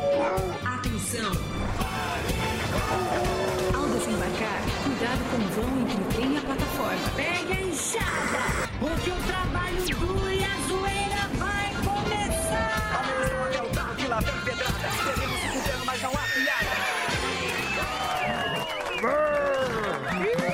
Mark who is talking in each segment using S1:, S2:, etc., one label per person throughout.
S1: Atenção! Ao desembarcar, cuidado com o vão entre o trem e a plataforma.
S2: Pega a enxada, porque o trabalho duro e a zoeira vai começar. um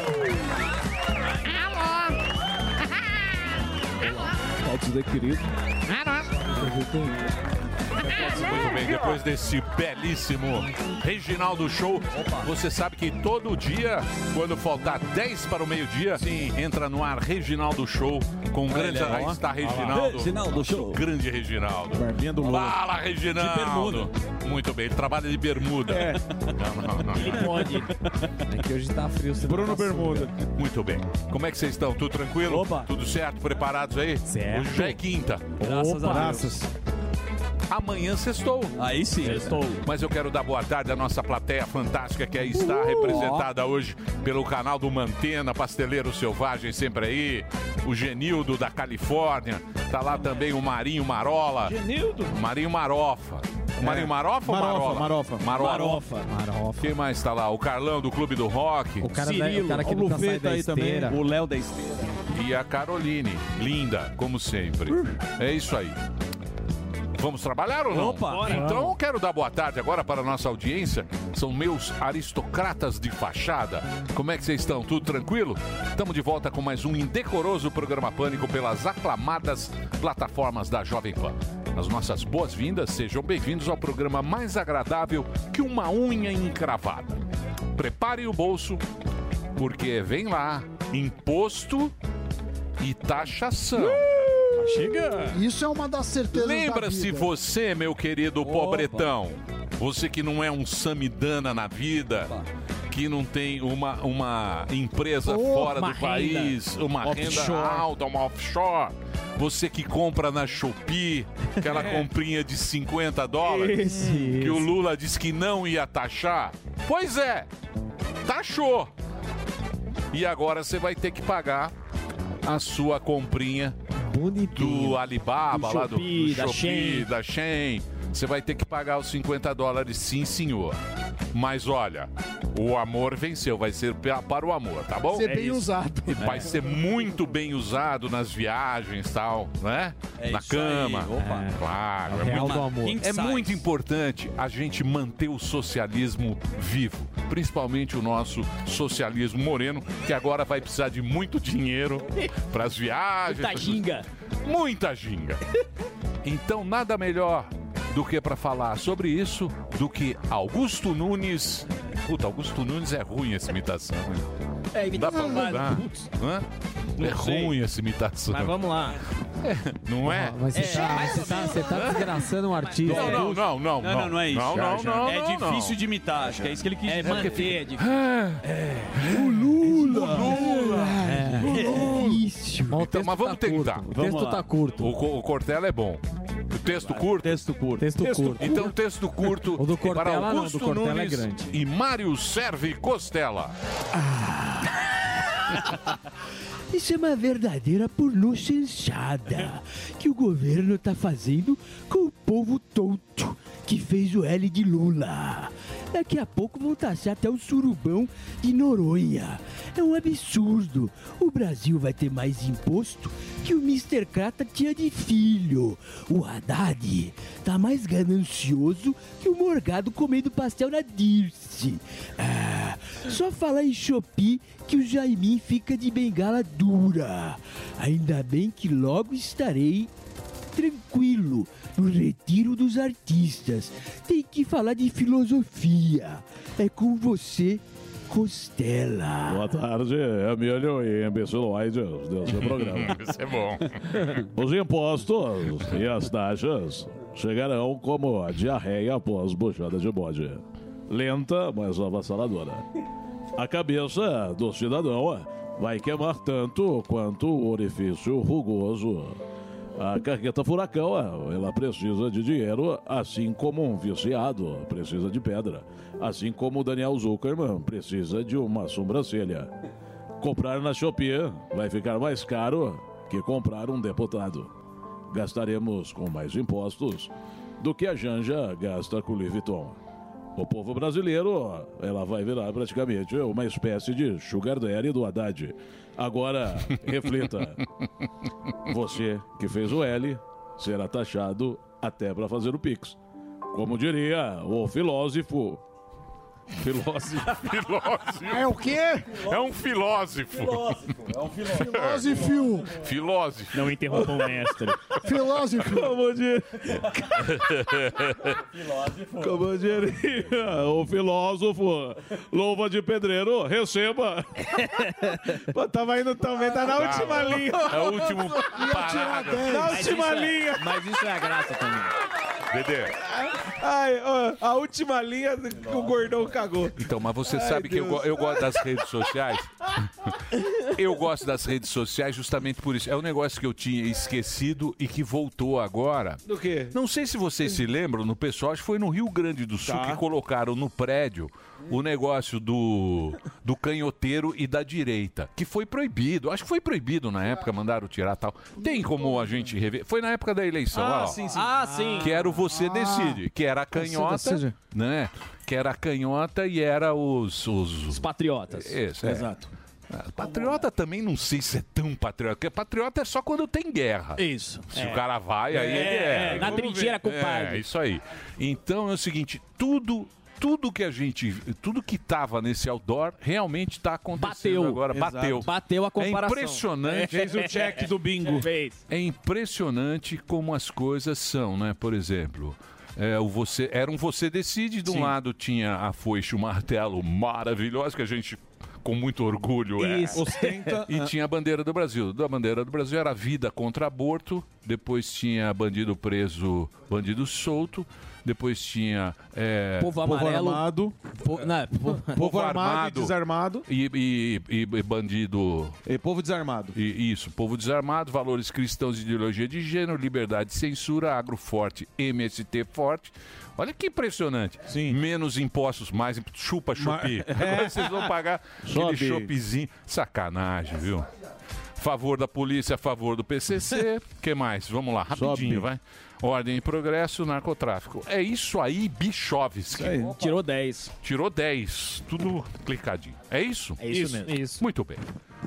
S3: Muito bem, depois desse belíssimo Reginaldo Show, você sabe que todo dia, quando faltar 10 para o meio-dia, entra no ar Reginaldo Show com o Um grande
S4: Olha aí, ó.
S3: artista
S4: Olha lá.
S3: Reginaldo.
S4: Reginaldo
S3: Nosso
S4: Show.
S3: Grande Reginaldo.
S4: Barbinha do Lolo.
S3: Fala, Reginaldo. Muito bem, ele trabalha de bermuda.
S4: É.
S3: Não, não, não.
S5: É que hoje tá frio. Você
S4: Bruno
S5: não tá
S4: Bermuda.
S3: Muito bem. Como é que vocês estão? Tudo tranquilo?
S4: Opa.
S3: Tudo certo? Preparados aí?
S5: Certo.
S3: Hoje já é quinta.
S5: Graças
S4: Opa.
S5: a Deus.
S4: Graças.
S3: Amanhã sextou.
S4: Aí sim.
S5: Estou.
S3: Mas eu quero dar boa tarde à nossa plateia fantástica que aí está representada hoje pelo canal do Mantena, Pasteleiro Selvagem sempre aí, o Genildo da Califórnia, tá lá também o Marinho Marola. Genildo? Marinho Marofa. O Marinho Marofa ou
S4: É. Marofa,
S3: Marola?
S4: Marofa.
S3: Marola.
S4: Marofa.
S5: Marofa.
S3: Quem mais tá lá? O Carlão do Clube do Rock
S5: O cara, da,
S4: Cirilo,
S5: o cara que
S4: o
S5: nunca sai
S4: Lufeta
S5: da
S4: aí também.
S5: esteira.
S4: O Léo da Esteira.
S3: e a Caroline. Linda, como sempre.
S5: Uh.
S3: É isso aí. Vamos trabalhar ou não?
S4: Opa,
S3: Bora. Então eu quero dar boa tarde agora para a nossa audiência. São meus aristocratas de fachada. Como é que vocês estão? Tudo tranquilo? Estamos de volta com mais um indecoroso programa Pânico pelas aclamadas plataformas da Jovem Pan. As nossas boas-vindas, sejam bem-vindos ao programa mais agradável que uma unha encravada. Prepare o bolso, porque vem lá imposto e taxação.
S4: Chega.
S6: Isso é uma das certezas da
S3: Lembra-se
S6: vida.
S3: você, meu querido pobretão, você que não é um samidana na vida, que não tem uma, uma empresa fora
S5: uma
S3: do
S5: renda.
S3: país, uma renda
S5: Offshore.
S3: alta, uma offshore, você que compra na Shopee, aquela
S5: É.
S3: comprinha de 50 dólares, que o Lula disse que não ia taxar. Pois é, taxou. E agora você vai ter que pagar a sua comprinha do
S5: Bonitinho.
S3: Alibaba,
S5: Do
S3: lá do,
S5: Shopee,
S3: do
S5: da
S3: Shopee,
S5: Shein.
S3: da Shein. Você vai ter que pagar os 50 dólares, sim, senhor. Mas olha, o amor venceu, vai ser pa- para o amor, tá bom?
S6: Ser bem usado.
S3: E Vai ser muito bem usado nas viagens e tal, né?
S4: É
S3: Na
S4: isso
S3: cama.
S4: aí, opa.
S5: É.
S3: Claro, é
S5: Real
S3: muito
S5: do amor.
S4: Quem-
S3: é
S4: Sais.
S3: muito importante a gente manter o socialismo vivo, principalmente o nosso socialismo moreno, que agora vai precisar de muito dinheiro para as viagens.
S5: Da
S3: pras-
S5: ginga.
S3: Muita ginga. Então, nada melhor do que para falar sobre isso do que Augusto Nunes. Puta, Augusto Nunes é ruim essa imitação. né?
S5: É,
S3: Dá pra mudar? Hã? É
S5: sei.
S3: ruim essa imitação.
S5: Mas vamos lá.
S3: Não é?
S5: Mas você, tá, você, tá, você tá desgraçando um artista.
S3: Não, não, não, não.
S4: Não, não, não é isso.
S3: Não, não, não.
S4: é
S3: não, não.
S4: difícil de imitar, acho que é isso que ele quis
S5: É
S4: dizer.
S7: Ah,
S5: manter, é difícil. É. Mas o
S3: Então,
S5: texto
S3: mas vamos
S5: tá
S3: tentar.
S5: curto. O
S4: Vamos
S5: texto
S4: lá.
S5: tá curto.
S3: O, co- o Cortella é bom. O texto curto.
S4: Texto curto.
S5: Texto, curto.
S3: Então, o texto curto
S5: O do
S3: para
S5: Cortella não,
S3: Augusto
S5: do Cortella é
S3: Nunes
S5: grande.
S3: e Mário Serve Costela.
S8: Isso é uma verdadeira pornochanchada que o governo tá fazendo com o povo tonto que fez o L de Lula. Daqui a pouco vão taxar até o surubão de Noronha. É um absurdo. O Brasil vai ter mais imposto que o Mr. Crata tinha de filho. O Haddad tá mais ganancioso que o Morgado comendo pastel na Dirce. Ah, só falar em Shopee que o Jaimin fica de bengala dura. Ainda bem que logo estarei tranquilo no retiro dos artistas. Tem que falar de filosofia. É com você, Costela.
S9: Boa tarde, Emílio e imbeciloides desse programa.
S3: Isso é bom.
S9: Os impostos e as taxas chegarão como a diarreia após buchada de bode. Lenta, mas avassaladora. A cabeça do cidadão é, vai queimar tanto quanto o orifício rugoso. A carreta furacão, é, ela precisa de dinheiro, assim como um viciado precisa de pedra. Assim como o Daniel Zuckerman precisa de uma sobrancelha. Comprar na Shopee vai ficar mais caro que comprar um deputado. Gastaremos com mais impostos do que a Janja gasta com o Louis Vuitton. O povo brasileiro, ela vai virar praticamente uma espécie de sugar daddy do Haddad. Agora, reflita. Você que fez o L será taxado até para fazer o Pix. Como diria o filósofo... Filósofo...
S3: Filósofo.
S6: É o quê?
S3: É um filósofo. Filósofo. É um filósofo.
S6: Filósofo.
S3: Filósofo.
S7: Não interrompa o mestre.
S6: Filósofo.
S9: Como diria...
S7: Filósofo.
S9: Como diria o filósofo, louva de pedreiro, receba.
S10: Pô, tava indo também, tá na
S9: Tá.
S10: última linha.
S9: É o último
S10: parágrafo. Na
S7: Mas
S10: última
S7: isso é-
S10: linha.
S7: mas isso é a graça também.
S3: Dedê.
S10: Ai, ó, a última linha que o gordão cagou.
S3: Então, mas você
S10: Ai,
S3: sabe que eu,
S10: Deus.
S3: go- eu gosto das redes sociais. eu gosto das redes sociais justamente por isso. É um negócio que eu tinha esquecido e que voltou agora.
S10: Do quê?
S3: Não sei se vocês se lembram, no pessoal, acho que foi no Rio Grande do
S10: Tá.
S3: Sul que colocaram no prédio o negócio do, do canhoteiro e da direita, que foi proibido. Acho que foi proibido na época, mandaram tirar tal. Tem como a gente rever? Foi na época da eleição, olha lá.
S4: Ah, sim.
S11: é
S3: Que era o Você
S7: Ah.
S3: Decide, que era a canhota,
S4: Você Decide.
S3: né? Que era a canhota e era os... Os,
S7: patriotas.
S3: Isso, é.
S7: Exato.
S3: Ah, Patriota também não sei se é tão patriota, porque patriota é só quando tem guerra.
S7: Isso.
S3: Se
S7: É.
S3: o cara vai, aí
S7: É,
S3: ele
S7: é,
S3: é.
S7: na
S3: Vamos
S7: trincheira,
S3: ver.
S7: compadre.
S3: É, isso aí. Então é o seguinte, tudo... Tudo que a gente, tudo que tava nesse outdoor realmente está acontecendo
S7: Bateu.
S3: agora,
S7: Exato.
S3: bateu.
S7: Bateu a comparação.
S3: É impressionante.
S7: Fez o check do bingo. Fez.
S3: É impressionante como as coisas são, né? Por exemplo, é, o você, era um você decide, de um lado tinha a foice, o martelo maravilhoso que a gente com muito orgulho é.
S7: Isso. Ostenta.
S3: e tinha a bandeira do Brasil. Da bandeira do Brasil era vida contra aborto, depois tinha bandido preso, bandido solto, depois tinha é,
S10: Povo amarelo. Povo armado.
S3: povo,
S12: é,
S10: Povo armado e desarmado.
S3: e, e- e- e bandido.
S10: E povo desarmado.
S3: isso, povo desarmado, valores cristãos e ideologia de gênero, liberdade, censura, agro forte, MST forte. Olha que impressionante. Menos impostos, mais imp- chupa chupi.
S9: Ma-
S3: Agora
S9: É.
S3: vocês vão pagar aquele
S9: Sobe.
S3: chopezinho. Sacanagem, viu? Favor da polícia, a favor do PCC. que mais? Vamos lá, rapidinho, vai. Ordem e progresso, narcotráfico. É isso aí, Bichovski.
S7: Tirou 10.
S3: Tirou 10. Tudo clicadinho. É isso?
S7: É isso Isso, mesmo.
S3: Isso. Muito bem.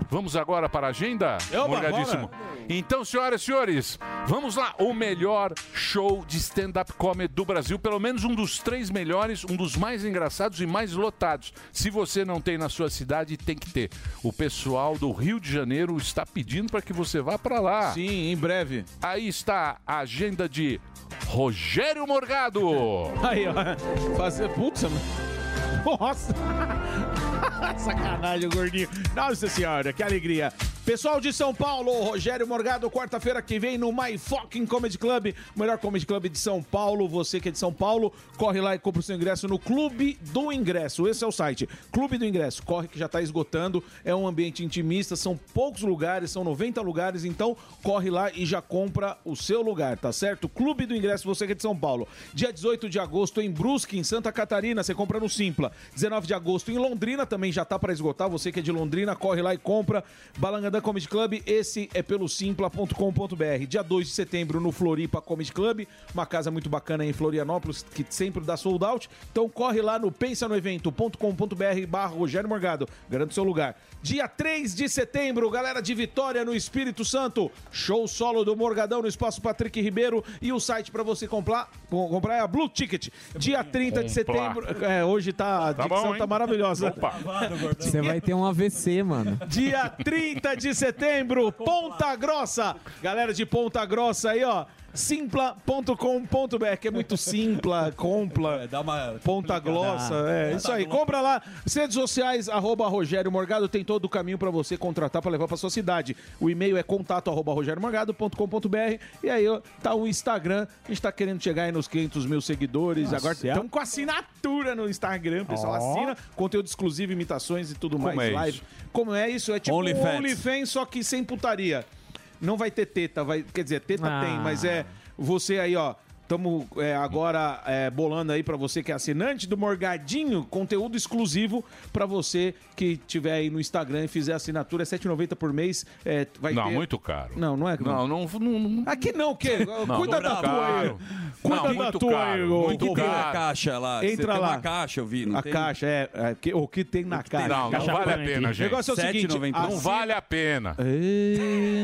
S3: Vamos agora para a agenda?
S7: Oba,
S3: Morgadíssimo. Então, senhoras e senhores, vamos lá. O melhor show de stand-up comedy do Brasil. Pelo menos um dos três melhores, um dos mais engraçados e mais lotados. Se você não tem na sua cidade, tem que ter. O pessoal do Rio de Janeiro está pedindo para que você vá para lá.
S10: Sim, em breve.
S3: Aí está a agenda de Rogério Morgado.
S10: Aí, ó. Fazer. Putz, mano. Nossa! Sacanagem, gordinho. Nossa senhora, que alegria. Pessoal de São Paulo, Rogério Morgado, quarta-feira que vem no My Fucking Comedy Club, o melhor comedy club de São Paulo. Você que é de São Paulo, corre lá e compra o seu ingresso no Clube do Ingresso. Esse é o site, Clube do Ingresso. Corre que já tá esgotando. É um ambiente intimista, são poucos lugares, são 90 lugares, então corre lá e já compra o seu lugar, tá certo? Clube do Ingresso, você que é de São Paulo. Dia 18 de agosto em Brusque, em Santa Catarina, você compra no Simpla. 19 de agosto em Londrina, também já tá para esgotar. Você que é de Londrina, corre lá e compra. Balanga Amsterdã Comedy Club, esse é pelo simpla.com.br. Dia 2 de setembro no Floripa Comedy Club, uma casa muito bacana em Florianópolis, que sempre dá sold out. Então corre lá no pensanoevento.com.br barra Rogério Morgado, garante seu lugar. Dia 3 de setembro, galera de Vitória no Espírito Santo, show solo do Morgadão no Espaço Patrick Ribeiro e o site para você comprar, com- comprar é a Blue Ticket. Dia 30 de
S5: Comprar.
S10: setembro, é, hoje tá, a
S5: Tá
S10: dicção
S5: bom, hein?
S10: tá maravilhosa.
S5: Você vai ter um AVC, mano.
S10: Dia 30 de setembro, Ponta Grossa. Galera de Ponta Grossa aí, ó. Simpla.com.br, que é muito simpla,
S3: É,
S10: compla, ponta glossa, é isso aí. Compra lá, redes sociais, arroba Rogério Morgado, tem todo o caminho pra você contratar pra levar pra sua cidade. O e-mail é contato arroba rogeriomorgado.com.br e aí ó, tá o Instagram, a gente tá querendo chegar aí nos 500 mil seguidores,
S3: Nossa,
S10: agora
S3: é?
S10: estamos com assinatura no Instagram, pessoal,
S3: Ó.
S10: assina, conteúdo exclusivo, imitações e tudo
S3: Como
S10: mais,
S3: é isso?
S10: live. Como é isso? É tipo
S3: OnlyFans.
S10: OnlyFans, só que sem putaria. Não vai ter teta, vai, quer dizer, teta
S3: Ah.
S10: tem, mas é você aí, ó. Estamos agora é, bolando aí pra você que é assinante do Morgadinho, conteúdo exclusivo pra você que tiver aí no Instagram e fizer assinatura, é 7,90 por mês. É, vai
S3: Não,
S10: ter-
S3: muito caro.
S10: Não, não é
S3: Não, não. não,
S10: Aqui não, o quê?
S3: Não,
S10: Cuida da
S3: caro.
S10: tua aí.
S3: Não,
S10: Cuida da
S3: muito
S10: tua
S3: caro,
S10: aí,
S3: muito
S10: ô,
S7: O que tem na
S10: Roberto.
S7: caixa lá? Você
S10: Entra
S7: tem
S10: lá.
S7: uma caixa, eu vi. Não
S10: A
S7: tem?
S10: caixa, é. é, que- o que tem na caixa?
S3: Não, não
S10: Caixa
S3: vale a
S10: punk.
S3: pena, gente.
S10: O negócio é o seguinte:
S3: 7,90. um. Não vale a pena.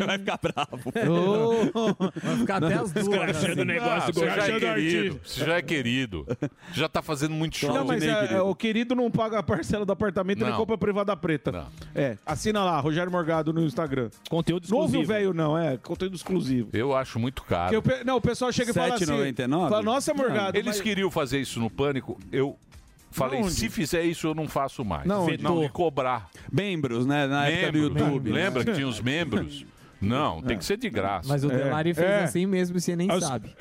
S10: Vai ficar bravo.
S3: Vai ficar
S10: até as duas,
S3: Escrachando
S10: assim.
S3: o negócio. Você
S10: Ah,
S3: já é
S10: escrachando
S3: querido.
S10: artista.
S3: Você já é querido. Já tá fazendo muito show.
S10: Não, mas é, é, o querido não paga a parcela do apartamento, ele
S3: Não.
S10: compra a privada preta. É, assina lá, Rogério Morgado no Instagram.
S3: Conteúdo
S10: Não ouve o velho, não, é. Conteúdo exclusivo.
S3: Eu acho muito
S10: Que o
S3: caro.
S10: pe- Não, o pessoal chega e fala assim.
S3: 7,99?
S10: Fala, nossa, Morgado.
S3: Eles
S10: mas-
S3: queriam fazer isso no Pânico. Eu falei,
S10: Onde?
S3: se fizer isso, eu não faço mais.
S10: Não, onde?
S3: não me cobrar.
S7: Membros, né? Na época do
S3: Membros.
S7: YouTube.
S3: Lembra
S7: né?
S3: que tinha os membros? Não,
S10: É.
S3: tem que ser de graça.
S5: Mas o Delari fez
S3: É.
S5: assim mesmo e você nem
S10: Os-
S5: sabe.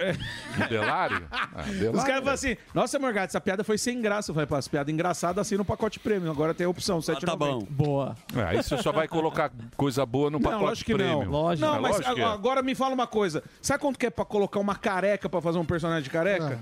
S3: O Delari? Ah, Delari.
S10: é. Os caras falam assim, nossa, Morgado, essa piada foi sem graça. Eu falei, pô, as piadas engraçadas assina o pacote premium. Agora tem a opção, 7,90.
S3: tá bom.
S5: Boa.
S3: É, aí você só vai colocar coisa boa no
S10: Não,
S3: pacote
S10: lógico que
S3: premium.
S10: não. Não,
S3: É,
S10: mas
S3: lógico que é.
S10: a- agora me fala uma coisa. Sabe quanto que é pra colocar uma careca pra fazer um personagem careca?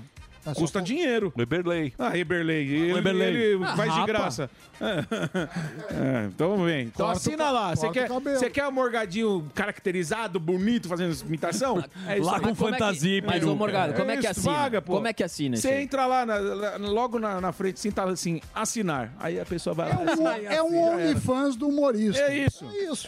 S10: Custa dinheiro.
S3: é. Eberlei.
S10: Ah, Eberlei. Ele,
S3: Eberlei.
S10: ele
S3: Ah,
S10: faz de
S3: rapa.
S10: graça. É, então vem. Então
S3: Corta
S10: assina
S3: o-
S10: lá. Você
S3: corta o
S10: quer,
S3: cabelo.
S10: você quer um morgadinho caracterizado, bonito, fazendo imitação?
S11: Lá
S10: aí.
S11: com Mas como é que- fantasia e mas, ô, peruca. Morgado, como é que
S10: isso,
S11: assina?
S10: Paga, pô.
S11: Como é que assina isso
S10: Você
S11: aí?
S10: entra lá, na- lá- logo na, na frente, assim, tá assim, assinar. Aí a pessoa vai lá.
S3: Assim,
S6: um-
S10: assina,
S6: é um
S10: já era.
S6: OnlyFans do humorista.
S10: É isso.
S6: É isso.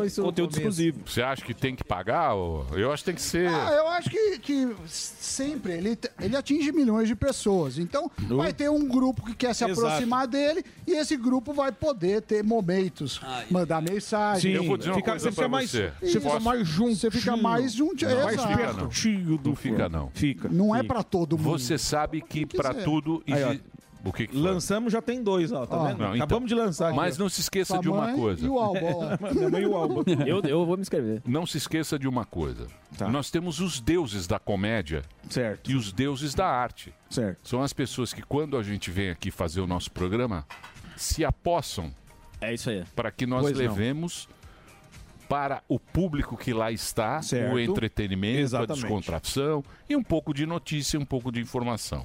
S10: É isso. Conteúdo exclusivo.
S3: Você acha que tem que pagar? ou- Eu acho que tem que ser.
S6: Ah, eu acho que, que sempre ele, ele atinge milhões de pessoas. Então,
S3: Hum.
S6: vai ter um grupo que quer se
S3: Exato.
S6: aproximar dele e esse grupo vai poder ter momentos, mandar mensagem.
S3: Sim, eu vou dizer uma Fica- coisa você fica pra mais- você. você
S6: Isso.
S3: fica mais
S6: Você fica é mais juntinho.
S3: Não, mas
S6: exato.
S3: fica não. Não fica, não.
S10: Fica.
S6: Não é pra todo mundo.
S3: Você sabe que
S6: quiser.
S3: pra tudo.
S6: Aí, ó.
S3: exi- o que que foi?
S10: Lançamos, já tem dois, ó. Tá
S3: Ó.
S10: vendo?
S3: Não, então.
S10: Acabamos de lançar. aqui,
S3: Mas
S10: ó.
S3: não se esqueça de uma coisa.
S10: Minha mãe e o Alba.
S3: Eu, vou me inscrever. Não se esqueça de uma coisa. Nós temos os deuses da comédia
S10: Tá. certo.
S3: e os deuses da arte.
S10: Certo.
S3: São as pessoas que, quando a gente vem aqui fazer o nosso programa, se apossam.
S11: É isso aí.
S3: Para que nós
S11: Pois não.
S3: levemos para o público que lá está
S11: Certo.
S3: o entretenimento, a
S11: Exatamente.
S3: descontração e um pouco de notícia, um pouco de informação.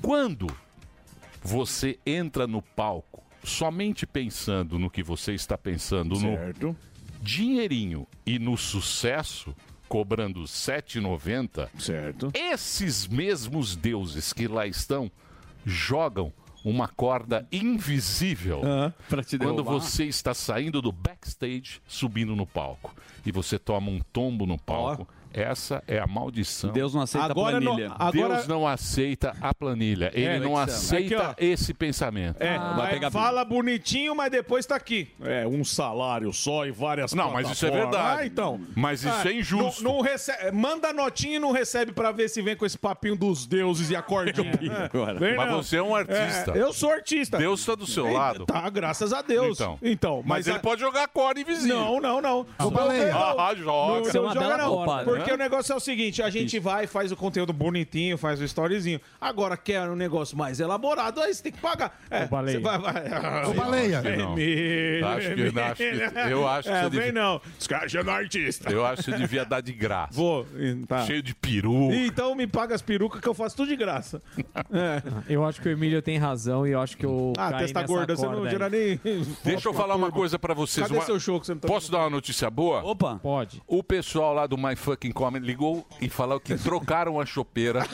S3: Quando você entra no palco somente pensando no que você está pensando
S10: no
S3: dinheirinho e no sucesso, cobrando R$ 7,90,
S10: certo.
S3: esses mesmos deuses que lá estão jogam uma corda invisível
S10: Ah, pra te
S3: quando
S10: derrubar.
S3: você está saindo do backstage, subindo no palco e você toma um tombo no palco. Essa é a maldição.
S7: Deus não aceita a Agora planilha. não- agora-
S3: Deus não aceita a planilha. Ele
S10: É,
S3: não
S10: é que chama.
S3: aceita
S10: Aqui, ó.
S3: esse pensamento.
S10: É, vai- fala bonitinho, mas depois tá aqui.
S9: É, um salário só e várias
S3: Não, mas isso é
S9: plataformas.
S3: verdade.
S10: Ah, então.
S3: Mas isso
S10: Ah,
S3: é injusto.
S10: Não, não recebe, manda notinha e não recebe pra ver se vem com esse papinho dos deuses e acordeon. É.
S3: Agora.
S10: Vem
S3: Mas
S10: não.
S3: você é um artista.
S10: É, eu sou artista.
S3: Deus tá do seu
S10: Eita,
S3: lado.
S10: Tá, graças a Deus.
S3: Então.
S10: então
S3: Mas ele pode jogar corda invisível.
S10: Não, não, não.
S3: Ah,
S10: Não,
S3: joga.
S10: não,
S3: Ah, joga.
S10: Não,
S3: Isso é
S10: não
S3: uma
S10: joga
S3: bela né?
S10: não.
S3: corda.
S10: Porque Porque o negócio é o seguinte, a gente vai, faz o conteúdo bonitinho, faz o storyzinho. Agora quer um negócio mais elaborado, aí você tem que pagar. É,
S3: Ô, baleia.
S10: Você vai, é, vai.
S3: Ô, baleia. Acho que não.
S10: Vermelho,
S3: Acho que-
S10: vermelho.
S3: acho que- eu acho que
S10: é,
S3: você
S10: vem
S3: devia-
S10: não. Os caras já não é artista.
S3: Eu acho que você devia dar de graça.
S10: Vou. tá.
S3: Cheio de peru.
S10: Então me paga as perucas que eu faço tudo de graça.
S12: Eu acho que o Emílio tem razão e eu acho que o.
S10: Ah,
S12: caí
S10: testa
S12: nessa
S10: gorda, você não
S12: corda
S10: tira
S12: aí.
S10: nem.
S3: Deixa eu falar uma coisa pra vocês.
S10: Cadê
S3: uma-
S10: seu show que você não tá
S3: Posso dar uma notícia boa?
S7: Opa!
S12: Pode.
S3: O pessoal lá do My Fucking Comedy ligou e falou que trocaram a chopeira.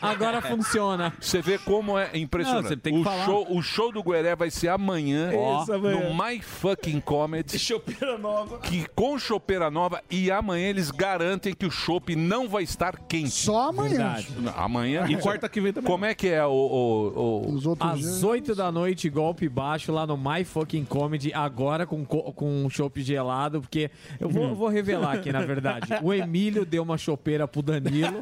S12: Agora funciona.
S3: Você vê como é impressionante.
S7: Não, você tem que
S3: o,
S7: falar.
S3: Show, o show do Gueré vai ser amanhã,
S7: Ó.
S3: Isso, amanhã. no My Fucking Comedy.
S10: Chopeira nova.
S3: Que com chopeira nova e amanhã eles garantem que o chopp não vai estar quente.
S6: Só amanhã.
S12: Verdade.
S3: Amanhã.
S12: E quarta
S10: que vem também.
S3: Como é que é o. o, o...
S12: Às 8 da noite, golpe baixo lá no My Fucking Comedy, agora com, co- com um chopp gelado, porque eu vou, eu vou revelar aqui, na verdade. O Emílio deu uma chopeira pro Danilo.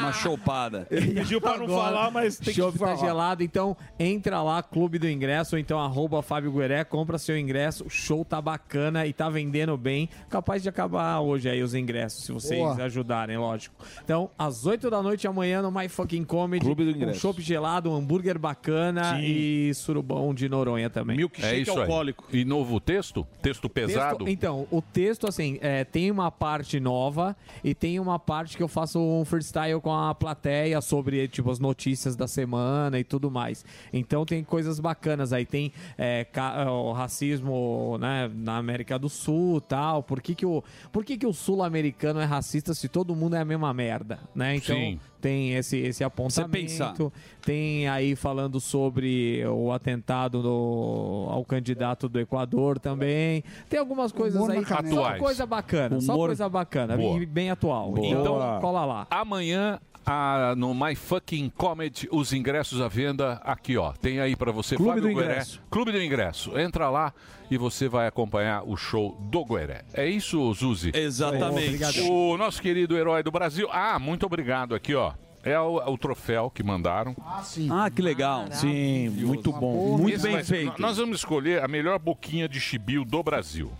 S7: Uma chopada.
S10: Ele pediu pra não falar, mas tem que
S12: chopp tá
S10: falar.
S12: gelado, então entra lá, Clube do Ingresso, ou então arroba Fábio Gueré, compra seu ingresso, o show tá bacana e tá vendendo bem. Capaz de acabar hoje aí os ingressos, se vocês
S10: Boa.
S12: ajudarem, lógico. Então, às 8 da noite amanhã no My Fucking Comedy,
S10: Clube do
S12: um
S10: Ingresso.
S12: chopp gelado, um hambúrguer bacana
S3: Sim.
S12: e surubão de Noronha também.
S3: é isso aí. E novo texto? Texto pesado?
S12: Texto- então, o texto, assim, é, tem uma parte nova e tem uma parte que eu faço um freestyle com a plateia sobre, tipo, as notícias da semana e tudo mais. Então tem coisas bacanas aí. Tem é, ca- o racismo né, na América do Sul tal. Por que, que o, por que que o sul-americano é racista se todo mundo é a mesma merda, né? Então,
S7: Sim.
S12: tem esse, esse apontamento.
S7: pensar.
S12: Tem aí falando sobre o atentado do- ao candidato do Equador também. Tem algumas coisas
S7: Humor
S12: aí
S7: na caneta.
S12: Só
S7: Atuais.
S12: coisa bacana, só
S3: Humor-
S12: coisa bacana
S3: Boa.
S12: e bem atual.
S3: Boa.
S12: Então, cola lá.
S3: Amanhã, a- no My Fucking Comedy, os ingressos à venda aqui, ó. Tem aí pra você,
S10: Clube do
S3: Gueré.
S10: Ingresso.
S3: Clube do Ingresso. Entra lá e você vai acompanhar o show do Gueré. É isso, Zuzi?
S7: Exatamente. Obrigado.
S3: O nosso querido herói do Brasil. Ah, muito obrigado aqui, ó. É o, o troféu que mandaram.
S6: Ah, sim.
S7: Ah, que legal.
S10: Sim, muito bom.
S3: Esse vai- Nós vamos escolher a melhor boquinha de chibio do Brasil.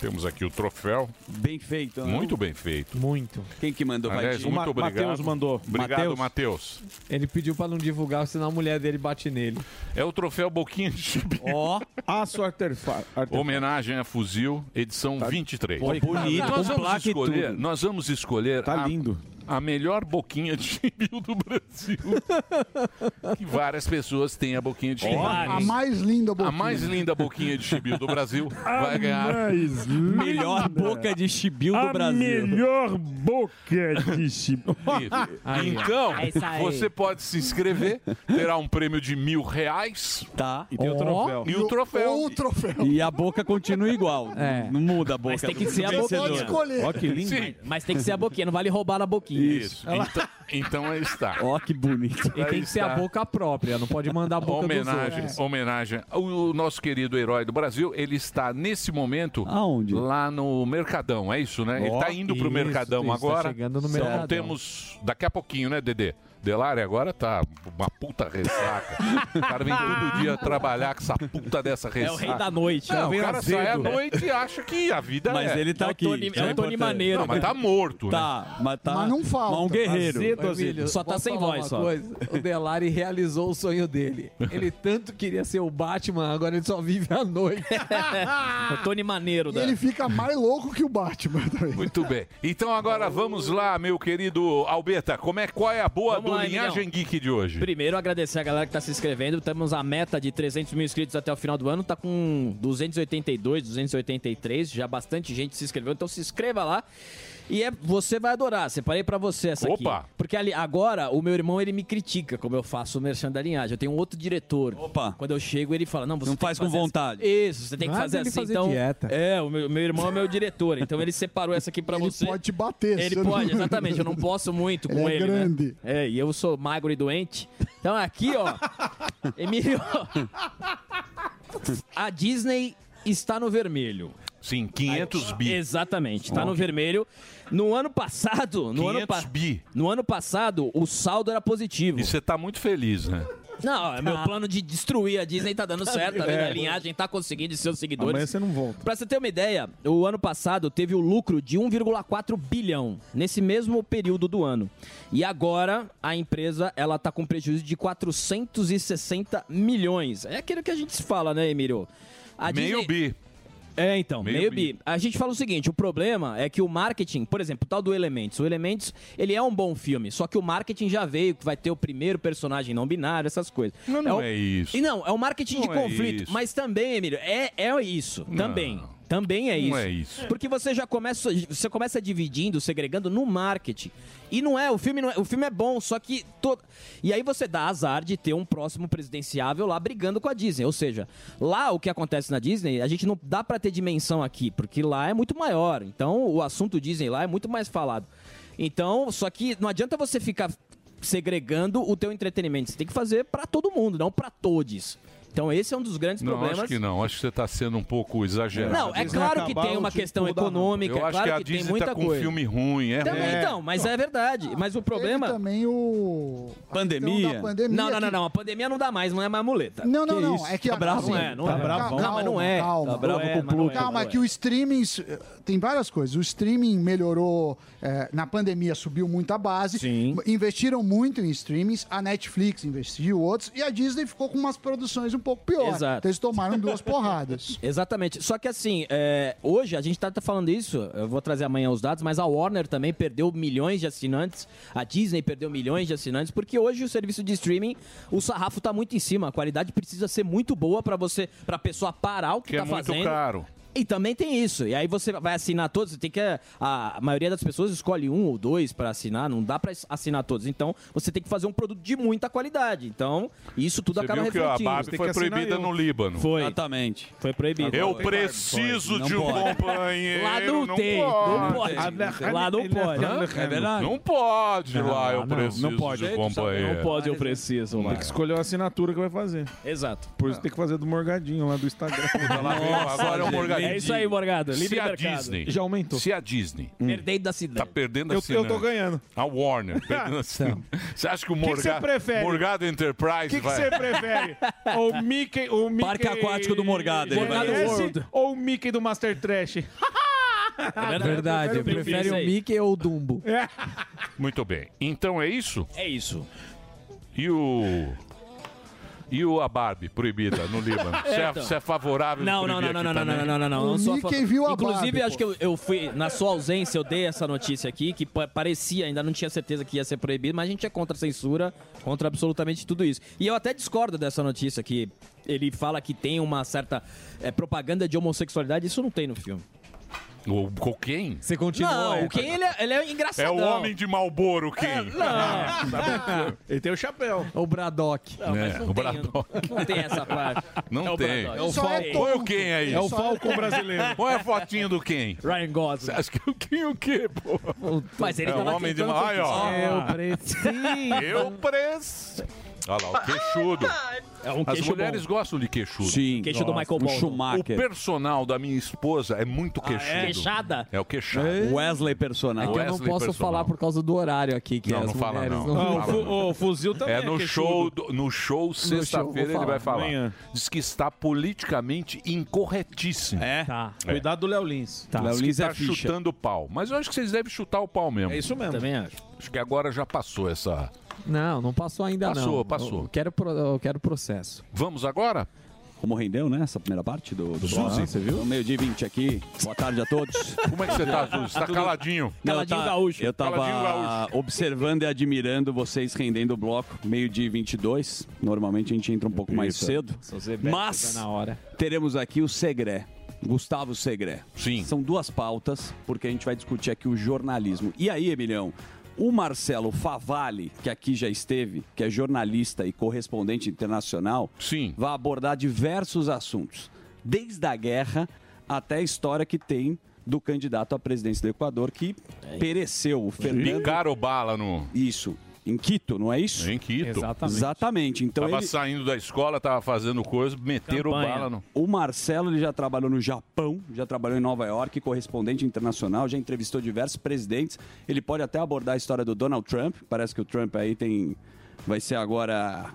S3: Temos aqui o troféu.
S7: Bem feito. né?
S3: Muito bem feito.
S12: Muito.
S7: Quem que mandou
S3: Aliás,
S7: pra ti?
S3: muito obrigado. Obrigado, Matheus.
S12: Ele pediu pra não divulgar, senão a mulher dele bate nele.
S3: É o troféu Boquinha de Chibio.
S7: Ó,
S10: aço artefato.
S3: Homenagem a Fuzil, edição 23.
S7: Pô, bonito, com
S3: Tá Nós vamos, Tá
S7: placa e
S3: escolher,
S7: tudo.
S3: nós vamos escolher a, a melhor boquinha de chibio do Brasil. que várias pessoas têm a boquinha de chibio.
S6: A mais linda boquinha.
S3: A mais linda boquinha de chibio do Brasil vai ganhar.
S7: Melhor boca de chibio do Brasil.
S13: melhor boca de chibio.
S3: Isso. Então,
S2: É
S11: É
S3: você pode se inscrever, terá um prêmio de mil reais.
S7: Tá.
S3: E tem o troféu. E o troféu.
S7: E a boca continua igual. Não muda a boca.
S11: Mas tem
S7: do-
S11: que
S7: do
S11: ser a
S7: vencedor.
S11: boquinha.
S7: Ó, que lindo.
S11: Mas, mas tem que ser a boquinha, não vale roubar na boquinha.
S3: Isso. Então, então aí está.
S7: Ó, que bonito.
S12: E tem que ser a boca própria, não pode mandar a boca dos
S3: homenagem,
S12: outros.
S3: homenagem. O, o nosso querido herói do Brasil, ele está nesse momento
S7: Aonde?
S3: lá no Mercadão, é isso, né? ele
S12: Ó,
S3: está indo para o
S12: isso,
S3: Mercadão
S12: isso, tá
S3: agora.
S12: chegando no
S3: Só
S12: Mercadão.
S3: temos daqui a pouquinho, né, Dedê? Delari agora tá uma puta ressaca. O cara vem todo dia trabalhar com essa puta dessa
S11: É o
S3: ressaca.
S11: rei da noite.
S3: Ah. Não, o
S11: Vem
S3: cara
S11: azedo.
S3: sai à noite e acha que a vida
S7: Mas
S3: é.
S7: ele tá
S3: É o
S7: aqui,
S3: Tony-
S7: isso é importante.
S3: Não, mas tá morto, né?
S7: Tá, mas tá.
S3: Mas não falta.
S7: Mas um guerreiro.
S12: Ô, Emílio, tá posso falar uma coisa? O Delari realizou o sonho dele. Ele tanto queria ser o Batman, agora ele só vive à noite.
S11: o Tony Maneiro
S6: E
S11: da.
S6: ele fica mais louco que o Batman também.
S3: Muito bem. Então agora vamos lá, meu querido Albeta. Como é, qual é a boa
S11: Vamos
S3: do
S11: lá, Emilhão.
S3: Linhagem Geek de hoje?
S11: Primeiro, agradecer a galera que tá se inscrevendo. Temos a meta de 300 mil inscritos até o final do ano. Tá com 282, 283. Já bastante gente se inscreveu. Então se inscreva lá. E é, você vai adorar. Separei pra você essa aqui.
S7: Opa!
S11: Porque ali, agora o meu irmão ele me critica como eu faço o merchan da linhagem. Eu tenho um outro diretor.
S7: Opa!
S11: Quando eu chego, ele fala: Não, você tem
S7: Não
S11: que
S7: faz com
S11: fazer assim.
S7: vontade.
S11: Isso, você tem que
S7: Mas
S11: fazer
S7: ele
S11: assim.
S7: fazer
S11: então,
S7: dieta.
S11: É, o meu, meu irmão é meu diretor. Então ele separou essa aqui pra você. Ele pode te
S6: bater,
S11: Ele
S6: você não-
S11: pode, exatamente. Eu não posso muito
S6: Ele
S11: com
S6: é
S11: ele. né?
S6: grande.
S11: É, e eu sou magro e doente. Então aqui, ó. Emílio. A Disney está no vermelho.
S3: Sim, 500 bi.
S11: Exatamente, está no
S3: Ok.
S11: vermelho. No ano passado, no ano
S3: 500 bi.
S11: No ano passado, o saldo era positivo. E
S3: você tá muito feliz, né?
S11: Não, é meu plano de destruir a Disney tá dando certo, tá vendo? A linhagem tá conseguindo seus seguidores.
S10: Amanhã você não volta.
S11: Pra você ter uma ideia, o ano passado teve o lucro de 1,4 bilhão nesse mesmo período do ano. E agora a empresa ela tá com prejuízo de 460 milhões. É aquilo que a gente se fala, né, Emílio? A
S3: Meio bi.
S11: É, então,
S3: Meio
S11: meio, bi. A gente fala o seguinte, o problema é que o marketing, por exemplo, o tal do Elementos, o Elementos, ele é um bom filme, só que o marketing já veio, que vai ter o primeiro personagem não binário, essas coisas.
S3: Não, não
S11: o-
S3: é isso.
S11: E não, é o marketing de
S3: Não é
S11: conflito,
S3: isso.
S11: mas também, Emílio, é, é isso, também. Também é
S3: Não
S11: isso.
S3: é isso.
S11: Porque você já começa, você começa dividindo, segregando no marketing. E não é, o filme não é, o filme é bom, só que todo E aí você dá azar de ter um próximo presidenciável lá brigando com a Disney, ou seja, lá o que acontece na Disney, a gente não dá pra ter dimensão aqui, porque lá é muito maior. Então, o assunto Disney lá é muito mais falado. Então, só que não adianta você ficar segregando o teu entretenimento. Você tem que fazer pra todo mundo, não pra todos. Então, esse é um dos grandes
S3: Não,
S11: problemas.
S3: acho que não. Acho que você está sendo um pouco exagerado.
S11: Não, é claro que tem uma
S10: tipo
S11: questão econômica,
S3: Eu
S11: é
S3: acho
S11: claro
S3: que a
S11: que tem
S3: Disney
S11: muita
S3: tá com
S11: coisa.
S3: filme ruim, é
S11: Também,
S3: ruim.
S11: então, mas é verdade. Mas o problema. também
S6: Ah, o. um
S11: Pandemia.
S6: da pandemia
S11: Não, não, não,
S6: que-
S11: não. A pandemia não dá mais, não é mais muleta.
S6: Não, não,
S11: Que
S6: não.
S11: isso?
S6: É que
S11: tá bravo,
S6: assim,
S11: não é? Não
S6: tá
S11: é.
S6: bravo.
S11: Não, mas não é.
S6: Calma,
S11: tá bravo com o Pluto.
S6: Calma, é que o streaming. eh, Tem várias coisas. O streaming melhorou. eh, na pandemia subiu muito a base. Investiram muito em streamings. A Netflix investiu outros. E a Disney ficou com umas produções um pouco piores.
S11: Exato.
S6: Então eles tomaram duas porradas.
S11: Exatamente. Só que assim, é, hoje a gente tá, tá falando isso, eu vou trazer amanhã os dados, mas a Warner também perdeu milhões de assinantes, a Disney perdeu milhões de assinantes, porque hoje o serviço de streaming, o sarrafo tá muito em cima, a qualidade precisa ser muito boa pra você, pra pessoa parar o que,
S3: Que é
S11: tá
S3: muito
S11: fazendo.
S3: caro.
S11: E também tem isso. E aí você vai assinar todos, você tem que a maioria das pessoas escolhe um ou dois pra assinar, não dá pra assinar todos. Então, você tem que fazer um produto de muita qualidade. Então, isso tudo
S3: Você
S11: acaba
S3: viu que a
S11: refletindo.
S3: Barbie
S11: Tem
S3: foi
S11: que assinar
S3: proibida
S11: eu.
S3: no Líbano.
S11: Foi.
S7: Exatamente.
S11: Foi proibido.
S3: Eu preciso de um companheiro.
S11: Lá não tem, não pode. Lá
S7: né?
S11: não pode. É verdade?
S3: Não pode
S10: Não,
S3: lá, eu
S10: não, não
S3: preciso
S10: pode.
S3: de um companheiro.
S10: eu preciso Tem que escolher a assinatura que vai fazer. Ah.
S11: Exato.
S10: Por isso tem que fazer do Morgadinho lá do Instagram.
S3: Lá veio agora é o Morgadinho. Se a Disney.
S10: Já aumentou. Hum.
S3: Se a Disney.
S11: Perdendo da cidade.
S3: Tá perdendo a
S10: Eu- eu
S3: cidade.
S10: tô ganhando.
S3: A Warner. Perdendo a cidade. Você acha que o
S10: Que que
S3: Morgado.
S10: você prefere?
S3: Morgado Enterprise
S10: O que que
S3: vai.
S10: você prefere? O Mickey, o Mickey...
S3: Parque aquático do Morgado, ele vai
S10: Morgado
S3: ver.
S10: World. Ou o Mickey do Master Trash?
S11: É
S12: verdade,
S10: eu prefiro
S12: prefere
S10: isso
S12: o
S10: aí.
S12: Mickey ou o Dumbo?
S10: É.
S3: Muito bem. Então é isso?
S11: É isso.
S3: E o. E o a Barbie proibida no Líbano? Você é,
S11: Então.
S3: você é favorável?
S11: Não, não, não, não, não, não, não, não, não, não, não. Eu sou a favor. Inclusive, acho que eu, eu fui, na sua ausência, eu dei essa notícia aqui, que pa- parecia, ainda não tinha certeza que ia ser proibido, mas a gente é contra a censura, contra absolutamente tudo isso. E eu até discordo dessa notícia que ele fala que tem uma certa eh, propaganda de homossexualidade, isso não tem no filme.
S3: O, o Ken?
S11: Você
S3: continua,
S11: Não,
S3: é.
S11: o Ken, ele é, ele é engraçado.
S3: É o homem de
S11: É,
S3: Malboro, Ken. Ah,
S11: Não.
S10: Ele tem o chapéu.
S12: O Braddock.
S3: Não, mas tá É, não o tem, Braddock.
S11: Não tem essa parte.
S3: Não
S11: É o
S3: tem.
S11: Braddock. É o Só Falcon. é
S3: Põe o
S11: tonto.
S3: Ken aí.
S11: É o Falcon brasileiro.
S3: Põe a fotinho do Ken.
S11: Ryan Gosling. Você
S3: acha que o Ken o quê, pô?
S11: Mas ele
S3: é
S11: tava
S3: o homem de
S11: tentando
S3: Ai, ó.
S10: É,
S11: conquistar. Eu
S3: preciso. Eu preciso. Olha lá, o queixudo.
S11: É um
S3: As
S11: queixo
S3: mulheres
S11: bom.
S3: gostam de queixudo.
S11: Sim, Queixo do gostam. Michael
S3: O
S11: Bolton. Schumacher.
S3: O personal da minha esposa é muito queixudo.
S11: é? Queixada?
S3: É o queixado.
S7: Wesley
S12: É
S7: personal.
S12: que eu não posso falar por causa do horário aqui, que
S3: Não,
S12: as
S3: não fala
S12: mulheres
S3: não.
S12: não.
S3: Não,
S10: O, fu- o fuzil também
S3: É no
S10: queixudo.
S3: show, do- no show
S10: show,
S3: sexta-feira
S10: vou
S3: ele vai
S10: falar.
S3: falar.
S10: Amanhã.
S3: Diz que está politicamente incorretíssimo.
S10: É?
S3: Tá.
S10: Cuidado do Léo Lins.
S3: Tá.
S10: Léo
S3: Diz que
S10: Lins é
S3: tá
S10: ficha.
S3: chutando o pau. Mas eu acho que vocês devem chutar o pau mesmo.
S10: É isso mesmo.
S11: Também acho.
S3: Acho que agora já passou essa.
S12: Não, não passou ainda
S3: Passou,
S12: não.
S3: passou.
S12: Eu quero, pro- eu quero processo.
S3: Vamos agora?
S7: Como rendeu, né? Essa primeira parte do, do
S12: Suzy,
S7: Bola, né?
S12: você viu?
S7: Então, Meio-dia e 20 aqui. Boa tarde a todos.
S3: Como é que você tá, Suzy? Tá caladinho.
S7: Não,
S3: Caladinho
S7: eu tá,
S3: gaúcho.
S7: Eu tava
S3: Caladinho gaúcho.
S7: observando e admirando vocês rendendo o bloco. Meio-dia e 22. Normalmente a gente entra um pouco mais
S12: Isso.
S7: cedo.
S12: Sou Zebeck,
S7: Mas
S12: tá na hora.
S7: teremos aqui o Segré. Gustavo Segré. Sim. São duas pautas, porque a gente vai discutir aqui o jornalismo. E aí, Emilhão? O Marcelo Favalli, que aqui já esteve, que é jornalista e correspondente internacional,
S3: Sim.
S7: vai abordar diversos assuntos, desde a guerra até a história que tem do candidato à presidência do Equador, que
S12: É
S7: pereceu, o Fernando...
S3: Picaram bala no...
S7: Isso, em Quito, não é isso?
S3: Em Quito.
S7: Exatamente. Exatamente. Então
S3: tava
S7: ele-
S3: saindo da escola, tava fazendo coisa, meteram bala no.
S7: o Marcelo ele já trabalhou no Japão, já trabalhou em Nova York, correspondente internacional, já entrevistou diversos presidentes. Ele pode até abordar a história do Donald Trump. Parece que o Trump aí tem. Vai ser agora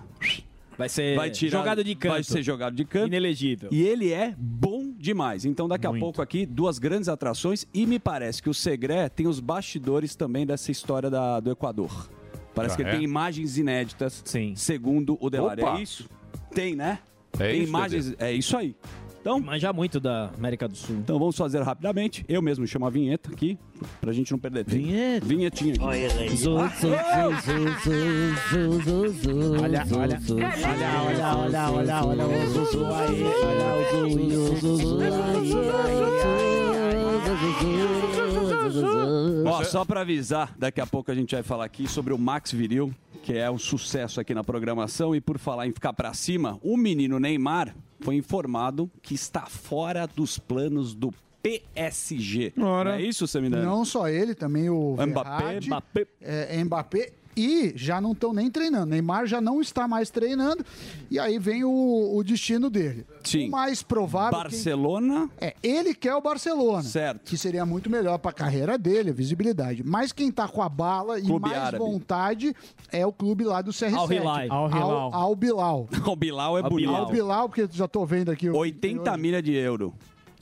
S11: Vai ser
S7: Vai tirar-
S11: jogado de canto.
S7: vai ser jogado de canto.
S11: Inelegível.
S7: E ele é bom demais. Então, daqui a pouco aqui, duas grandes atrações. E me parece que o Segré tem os bastidores também dessa história da- do Equador. Parece
S3: Ah,
S7: que ele
S3: é?
S7: tem imagens inéditas, segundo o Delari.
S3: Opa!
S7: É isso? Tem, né?
S3: É
S7: tem
S3: isso,
S7: imagens. É isso aí. Então,
S11: Manja muito da América do Sul.
S7: Então vamos fazer rapidamente. Eu mesmo chamo a vinheta aqui, pra gente não perder tempo. Vinheta? Vinhetinha aqui. Ah,
S2: Olha aí.
S7: Zo, zo,
S11: assim.
S7: zo,
S2: Olha, olha, olha, olha, olha, olha o Zuzu aí, olha o Zuzu aí.
S7: Ó, só pra avisar, daqui a pouco a gente vai falar aqui sobre o Max Viril, que é um sucesso aqui na programação. E por falar em ficar pra cima, o menino Neymar foi informado que está fora dos planos do PSG. Não é isso, Seminari?
S6: Não só ele, também o
S7: Mbappé,
S6: Verratti,
S7: Mbappé.
S6: É, Mbappé. E já não estão nem treinando. Neymar já não está mais treinando. E aí vem o, o destino dele.
S7: Sim.
S6: O mais provável. quem-
S7: Barcelona.
S6: É, ele quer o Barcelona.
S7: Certo.
S6: Que seria muito melhor para a carreira dele, a visibilidade. Mas quem tá com a bala e
S7: Clube
S6: mais
S7: árabe.
S6: vontade é o clube lá do CR7.
S7: Al Hilal. Al
S6: Al,
S7: Hilal.
S6: Al Bilal.
S7: O Bilal é bonito.
S6: Al Bilal, porque eu já tô vendo aqui. o-
S7: 80 milha de euro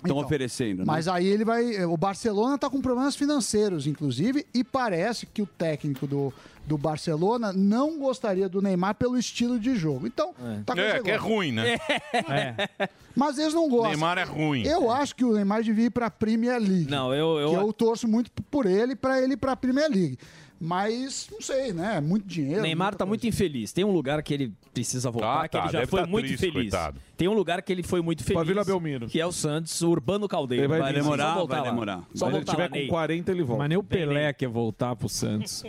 S7: estão oferecendo. né?
S6: Mas aí ele vai. O Barcelona tá com problemas financeiros, inclusive, e parece que o técnico do, do Barcelona não gostaria do Neymar pelo estilo de jogo. Então, tá com esse
S3: É, que é
S6: negócio.
S3: ruim, né?
S7: É.
S6: Mas eles não gostam.
S3: Neymar é ruim.
S6: Eu acho que o Neymar devia ir pra Premier League.
S11: Não, eu- eu-
S6: Que eu torço muito por ele, pra ele ir pra Premier League. Mas, não sei, né? É Muito dinheiro.
S11: Neymar tá muito infeliz. Tem um lugar que ele precisa voltar,
S3: Tá,
S11: que ele
S3: tá,
S11: já
S3: deve
S11: foi
S3: tá
S11: muito
S3: triste,
S11: feliz.
S3: coitado.
S11: Tem um lugar que ele foi muito feliz. Vila Belmiro. Que é o Santos, o Urbano Caldeira.
S12: Ele vai vir, sim.
S11: só
S12: Vai
S11: voltar lá.
S12: demorar.
S11: Só
S12: Quando ele
S11: voltar
S12: tiver
S11: lá,
S12: com
S11: Ney.
S12: 40
S10: ele volta.
S12: Mas nem o Pelé quer voltar pro Santos.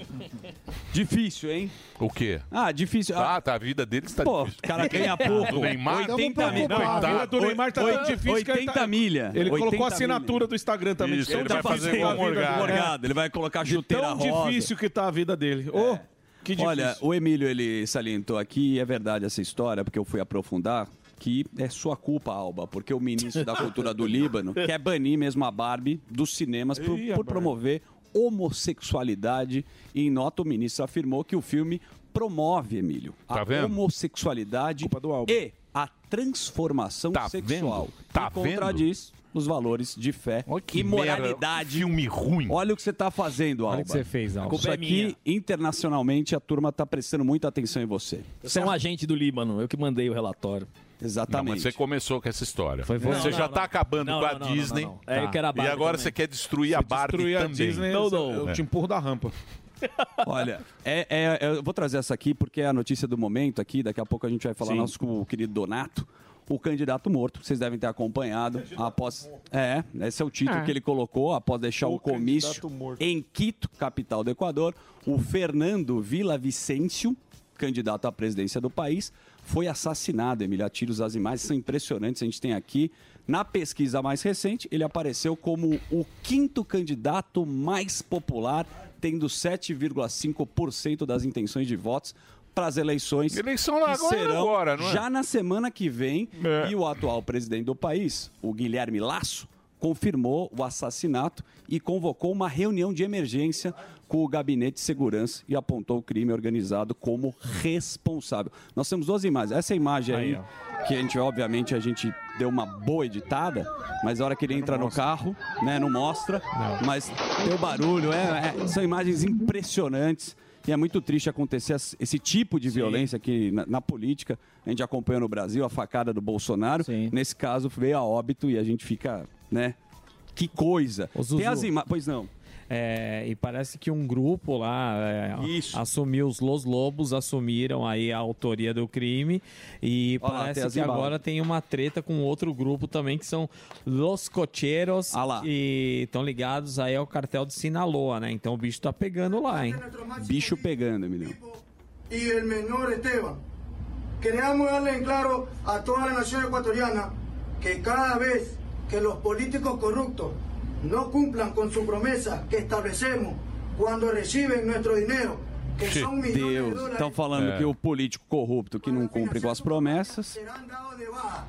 S7: Difícil, hein?
S3: O quê?
S7: Ah, difícil.
S3: Ah, tá, a vida dele está
S7: Pô,
S3: difícil.
S7: cara ganha pouco.
S3: Do Neymar?
S7: 80 milha.
S10: Não, a vida do
S7: Oi-
S10: Neymar tá tão
S7: oi-
S10: difícil que ele
S7: 80
S10: tá-
S7: milha.
S10: Ele colocou
S7: 80
S10: a assinatura do Instagram também.
S7: Isso,
S10: Tão
S7: ele vai
S10: difícil
S7: fazer
S10: que tá
S7: igual
S10: a
S7: o
S10: vida
S7: Morgado.
S10: dele.
S7: Morgado, ele vai colocar
S10: De
S7: chuteira
S10: Tão
S7: rosa. É.
S10: difícil que tá a vida dele. Ô, que difícil.
S7: Olha, o Emílio ele salientou aqui, e é verdade essa história, porque eu fui aprofundar, que é sua culpa, Alba, porque o ministro da Cultura do Líbano quer banir mesmo a Barbie dos cinemas por, por promover homossexualidade. E em nota, o ministro afirmou que o filme promove, Emílio, a
S3: Tá vendo?
S7: homossexualidade e a transformação sexual.
S3: Tá
S7: e contradiz os valores de fé e moralidade.
S3: Filme ruim.
S7: Olha o que você está fazendo, Alba.
S12: um. Olha o que você fez, Alba.
S7: Isso
S12: A culpa é minha.
S7: aqui, internacionalmente, a turma está prestando muita atenção em você. é
S11: Eu sou um agente do Líbano, eu que mandei o relatório.
S3: Não,
S7: Exatamente.
S3: mas você começou com essa história.
S11: você.
S3: Você
S11: Não,
S3: já
S11: não,
S3: tá
S11: não.
S3: acabando
S11: Não,
S3: com a
S11: não, não, não,
S3: Disney.
S11: não, não. É, eu quero a
S3: E
S11: Barbie
S3: agora
S11: também.
S3: você quer destruir a Barbie
S10: destruir a
S3: também. É.
S10: Disney,
S7: Então
S10: Não, não. eu te empurro da rampa.
S7: Olha, é- é- eu vou trazer essa aqui porque é a notícia do momento aqui. Daqui a pouco a gente vai falar
S11: Sim.
S7: nosso com o querido Donato. O candidato morto, vocês devem ter acompanhado. Após, é, esse é o título
S10: Ah.
S7: que ele colocou após deixar o, comício
S10: candidato morto.
S7: em Quito, capital do Equador. O Fernando Villavicencio, candidato à presidência do país, foi assassinado. Emílio, a tiros, as imagens são impressionantes. A gente tem aqui. Na pesquisa mais recente, ele apareceu como o quinto candidato mais popular, tendo 7,5% das intenções de votos para as eleições.
S3: Eleição lá
S7: que
S3: agora,
S7: serão
S3: agora, não é?
S7: Já na semana que vem, e o atual presidente do país, o Guilherme Lasso, confirmou o assassinato e convocou uma reunião de emergência com o gabinete de segurança e apontou o crime organizado como responsável. Nós temos duas imagens. Essa imagem aí, que a gente obviamente a gente deu uma boa editada, mas a hora que ele entra no carro, né, não mostra, mas tem o barulho, é- é- são imagens impressionantes. E é muito triste acontecer as- esse tipo de violência aqui na, na política. A gente acompanha no Brasil a facada do Bolsonaro. Nesse caso, veio a óbito e a gente fica, né? Que coisa. Tem as ima- Pois não.
S12: É, e parece que um grupo lá é, assumiu, os Los Lobos assumiram aí a autoria do crime e
S7: Olha lá,
S12: parece
S7: tem as
S12: que
S7: imagens.
S12: agora tem uma treta com outro grupo também que são Los Cocheros
S7: Ah
S12: e estão ligados aí ao cartel de Sinaloa, né? Então o bicho tá pegando lá, hein?
S7: Bicho pegando, Emilio.
S14: y el menor Esteban. Queríamos darle en claro a toda la nación ecuatoriana que cada vez que los políticos corruptos no cumplan con su promesa que establecemos cuando reciben nuestro dinero, que son millones um de
S7: Deus.
S14: dólares,
S7: Estão falando
S14: É.
S7: que o político corrupto que não cumpre com as promessas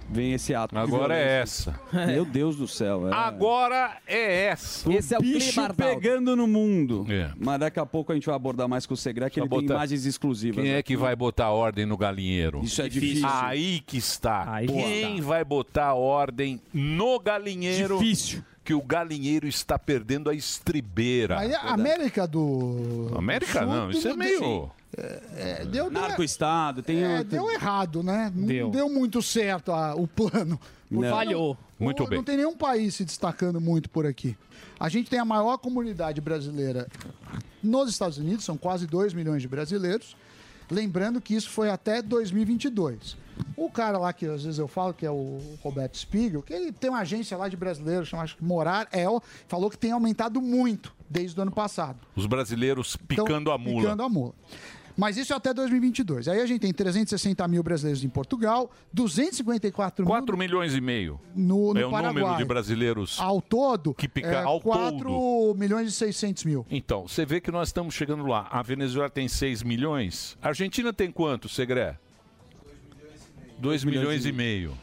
S7: Vem esse ato. de
S3: Agora é
S7: violência. Meu Deus do céu. É.
S3: Agora é essa.
S7: Esse é o bicho pegando no mundo.
S3: É.
S7: Mas daqui a pouco a gente vai abordar mais com o Segre, que
S3: Só
S7: ele tem
S3: botar-
S7: imagens exclusivas. né?
S3: Quem é que vai botar ordem no galinheiro?
S7: Isso é difícil.
S3: Aí que está.
S7: Aí que
S3: Quem vai botar ordem no galinheiro?
S6: Difícil.
S3: Que o galinheiro está perdendo a estribeira.
S6: Aí a América do.
S3: América
S6: do
S3: não,
S6: Sul
S3: isso é
S6: tudo assim.
S3: meio.
S6: É, deu, deu,
S7: Narco-estado, tem...
S6: é,
S7: um-
S6: deu errado, né? Não
S7: Deu.
S6: deu, muito certo a- o plano.
S7: Não.
S6: Porque
S7: Falhou.
S6: não-
S7: Muito
S6: não-
S7: bem.
S6: Não tem nenhum país se destacando muito por aqui. A gente tem a maior comunidade brasileira nos Estados Unidos, são quase 2 milhões de brasileiros. Lembrando que isso foi até 2022. O cara lá que às vezes eu falo, que é o Roberto Spiegel, que ele tem uma agência lá de brasileiros, chama acho que Morar El, falou que tem aumentado muito desde o ano passado.
S3: Os brasileiros
S6: Então,
S3: picando a mula.
S6: Picando a mula. Mas isso é até 2022. Aí a gente tem 360 mil brasileiros em Portugal, 254 mil
S3: 4 milhões e meio.
S6: No- no
S3: é o número
S6: Paraguai.
S3: de brasileiros.
S6: ao todo.
S3: Que pica- ao
S6: 4
S3: todo.
S6: milhões e 600 mil.
S3: Então, você vê que nós estamos chegando lá. A Venezuela tem 6 milhões. A Argentina tem quanto, Segré? 2 milhões e meio.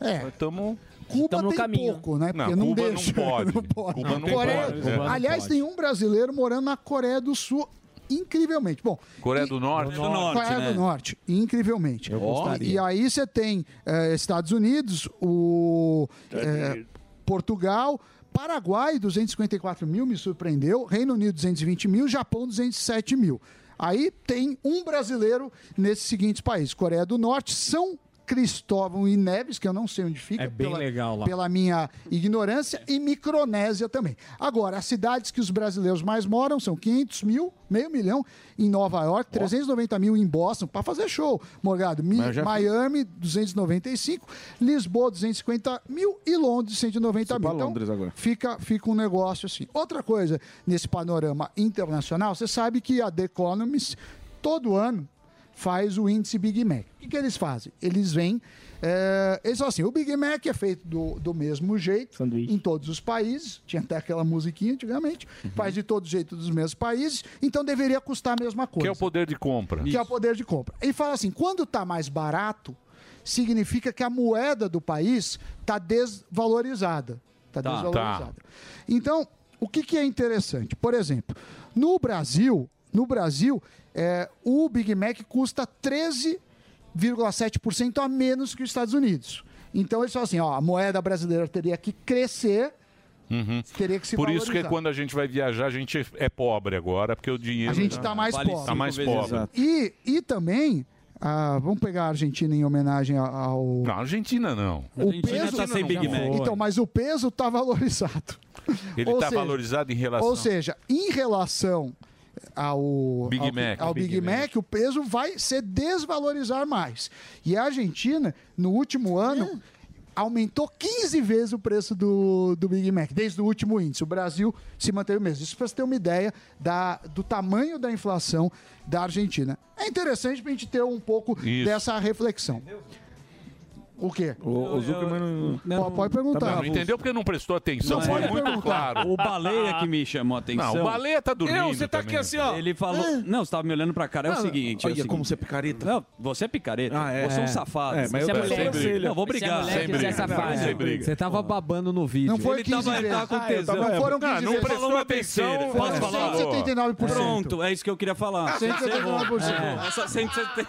S6: É.
S3: Estamos
S6: Cuba
S3: no
S6: tem
S3: caminho.
S6: pouco, né?
S3: Não,
S6: Porque não,
S3: Cuba não
S6: deixa.
S3: pode. Cuba não
S6: Coreia-
S3: pode, né? Cuba não
S6: Aliás,
S3: pode.
S6: tem um brasileiro morando na Coreia do Sul, incrivelmente. Bom,
S3: Coreia é do Norte. né?
S6: Coreia é
S7: né?
S6: do Norte, incrivelmente.
S3: Eu
S6: E-
S3: gostaria.
S6: E aí você tem eh, Estados Unidos, o eh, Portugal, Paraguai, 254 mil, me surpreendeu, Reino Unido, 220 mil, Japão, 207 mil. Aí tem um brasileiro nesses seguintes países: Coreia do Norte, São Cristóvão e Neves, que eu não sei onde fica.
S12: É bem legal lá.
S6: Pela minha ignorância, e Micronésia também. Agora, as cidades que os brasileiros mais moram são 500 mil, meio milhão em Nova York, 390 mil em Boston, para fazer show, Morgado. Mi-
S10: Mas eu já fiz.
S6: Miami, 295, Lisboa, 250 mil e Londres, 190 mil. Então,
S10: pra Londres agora.
S6: Fica, fica um negócio assim. Outra coisa, nesse panorama internacional, você sabe que a The Economist, todo ano, faz o índice Big Mac. O que, que eles fazem? Eles vêm. eh, eles falam assim: o Big Mac é feito do, do mesmo jeito em todos os países. Tinha até aquela musiquinha antigamente.
S10: Uhum.
S6: Faz de todo jeito dos mesmos países. Então deveria custar a mesma coisa
S3: Que é o poder de compra.
S6: que é o poder de compra. E fala assim: quando está mais barato, significa que a moeda do país está desvalorizada. Está
S3: Tá.
S6: desvalorizada. Então, o que, que é interessante? Por exemplo, no Brasil, no Brasil, é, o Big Mac custa 13,7% a menos que os Estados Unidos. Então eles falam assim: ó, a moeda brasileira teria que crescer,
S3: Uhum.
S6: teria que se
S3: Por
S6: valorizar.
S3: isso que quando a gente vai viajar, a gente é pobre agora, porque o dinheiro.
S6: A gente está mais pobre.
S3: Tá mais pobre.
S6: E, e também, ah, vamos pegar a Argentina em homenagem a- ao.
S3: Não, a Argentina tá não.
S6: O peso
S7: tá
S6: Então, mas o peso está valorizado.
S3: Ele
S6: Ou
S3: está
S6: seja-
S3: valorizado em relação.
S6: Ou seja, em relação ao
S3: Big
S6: ao,
S3: Mac.
S6: ao Big,
S3: Big
S6: Mac, o peso vai se desvalorizar mais. E a Argentina, no último ano, aumentou 15 vezes o preço do, do Big Mac, desde o último índice. O Brasil se manteve o mesmo. Isso para você ter uma ideia da, do tamanho da inflação da Argentina. É interessante para a gente ter um pouco
S3: Isso.
S6: dessa reflexão. O quê?
S13: O Zuckerman não.
S6: Pode- pode
S3: Não,
S6: perguntar.
S3: não entendeu porque não prestou atenção.
S7: Não,
S3: foi
S7: é. Ah.
S3: muito claro.
S7: O baleia que me chamou a atenção.
S3: Não, o baleia tá dormindo
S7: Não, você tá
S3: também.
S7: aqui assim, ó. Ele falou. Não, você tava me olhando pra cara. É o
S10: Ah,
S7: seguinte.
S10: olha como você é
S7: picareta. Não, você é picareta.
S10: Ah, é.
S7: Você é
S10: É.
S7: um safado.
S10: É, mas
S7: você
S10: eu tô sem briga.
S7: Não, vou
S10: Você é
S7: brigar.
S10: moleque, você é safado.
S7: Não, sem briga.
S12: Você tava babando no vídeo.
S7: Não foi Ele 15 tava- ele
S12: tá
S7: tava vezes. com Ah, eu tesão. tava-
S6: Não foram 15
S7: Ah, não
S6: vezes.
S7: prestou
S6: Foram
S7: atenção.
S6: Foram
S7: Posso falar?
S6: 179%.
S7: Pronto, é isso que eu queria falar.
S6: 179%.
S7: É. Um Essa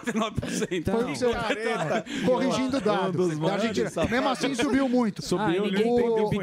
S7: 179%.
S6: Foi o que você
S7: Picareta.
S6: corrigindo o dado.
S7: dos
S6: Da Argentina.
S7: maiores
S6: Mesmo assim, subiu muito.
S7: Subiu, Ah,
S6: O-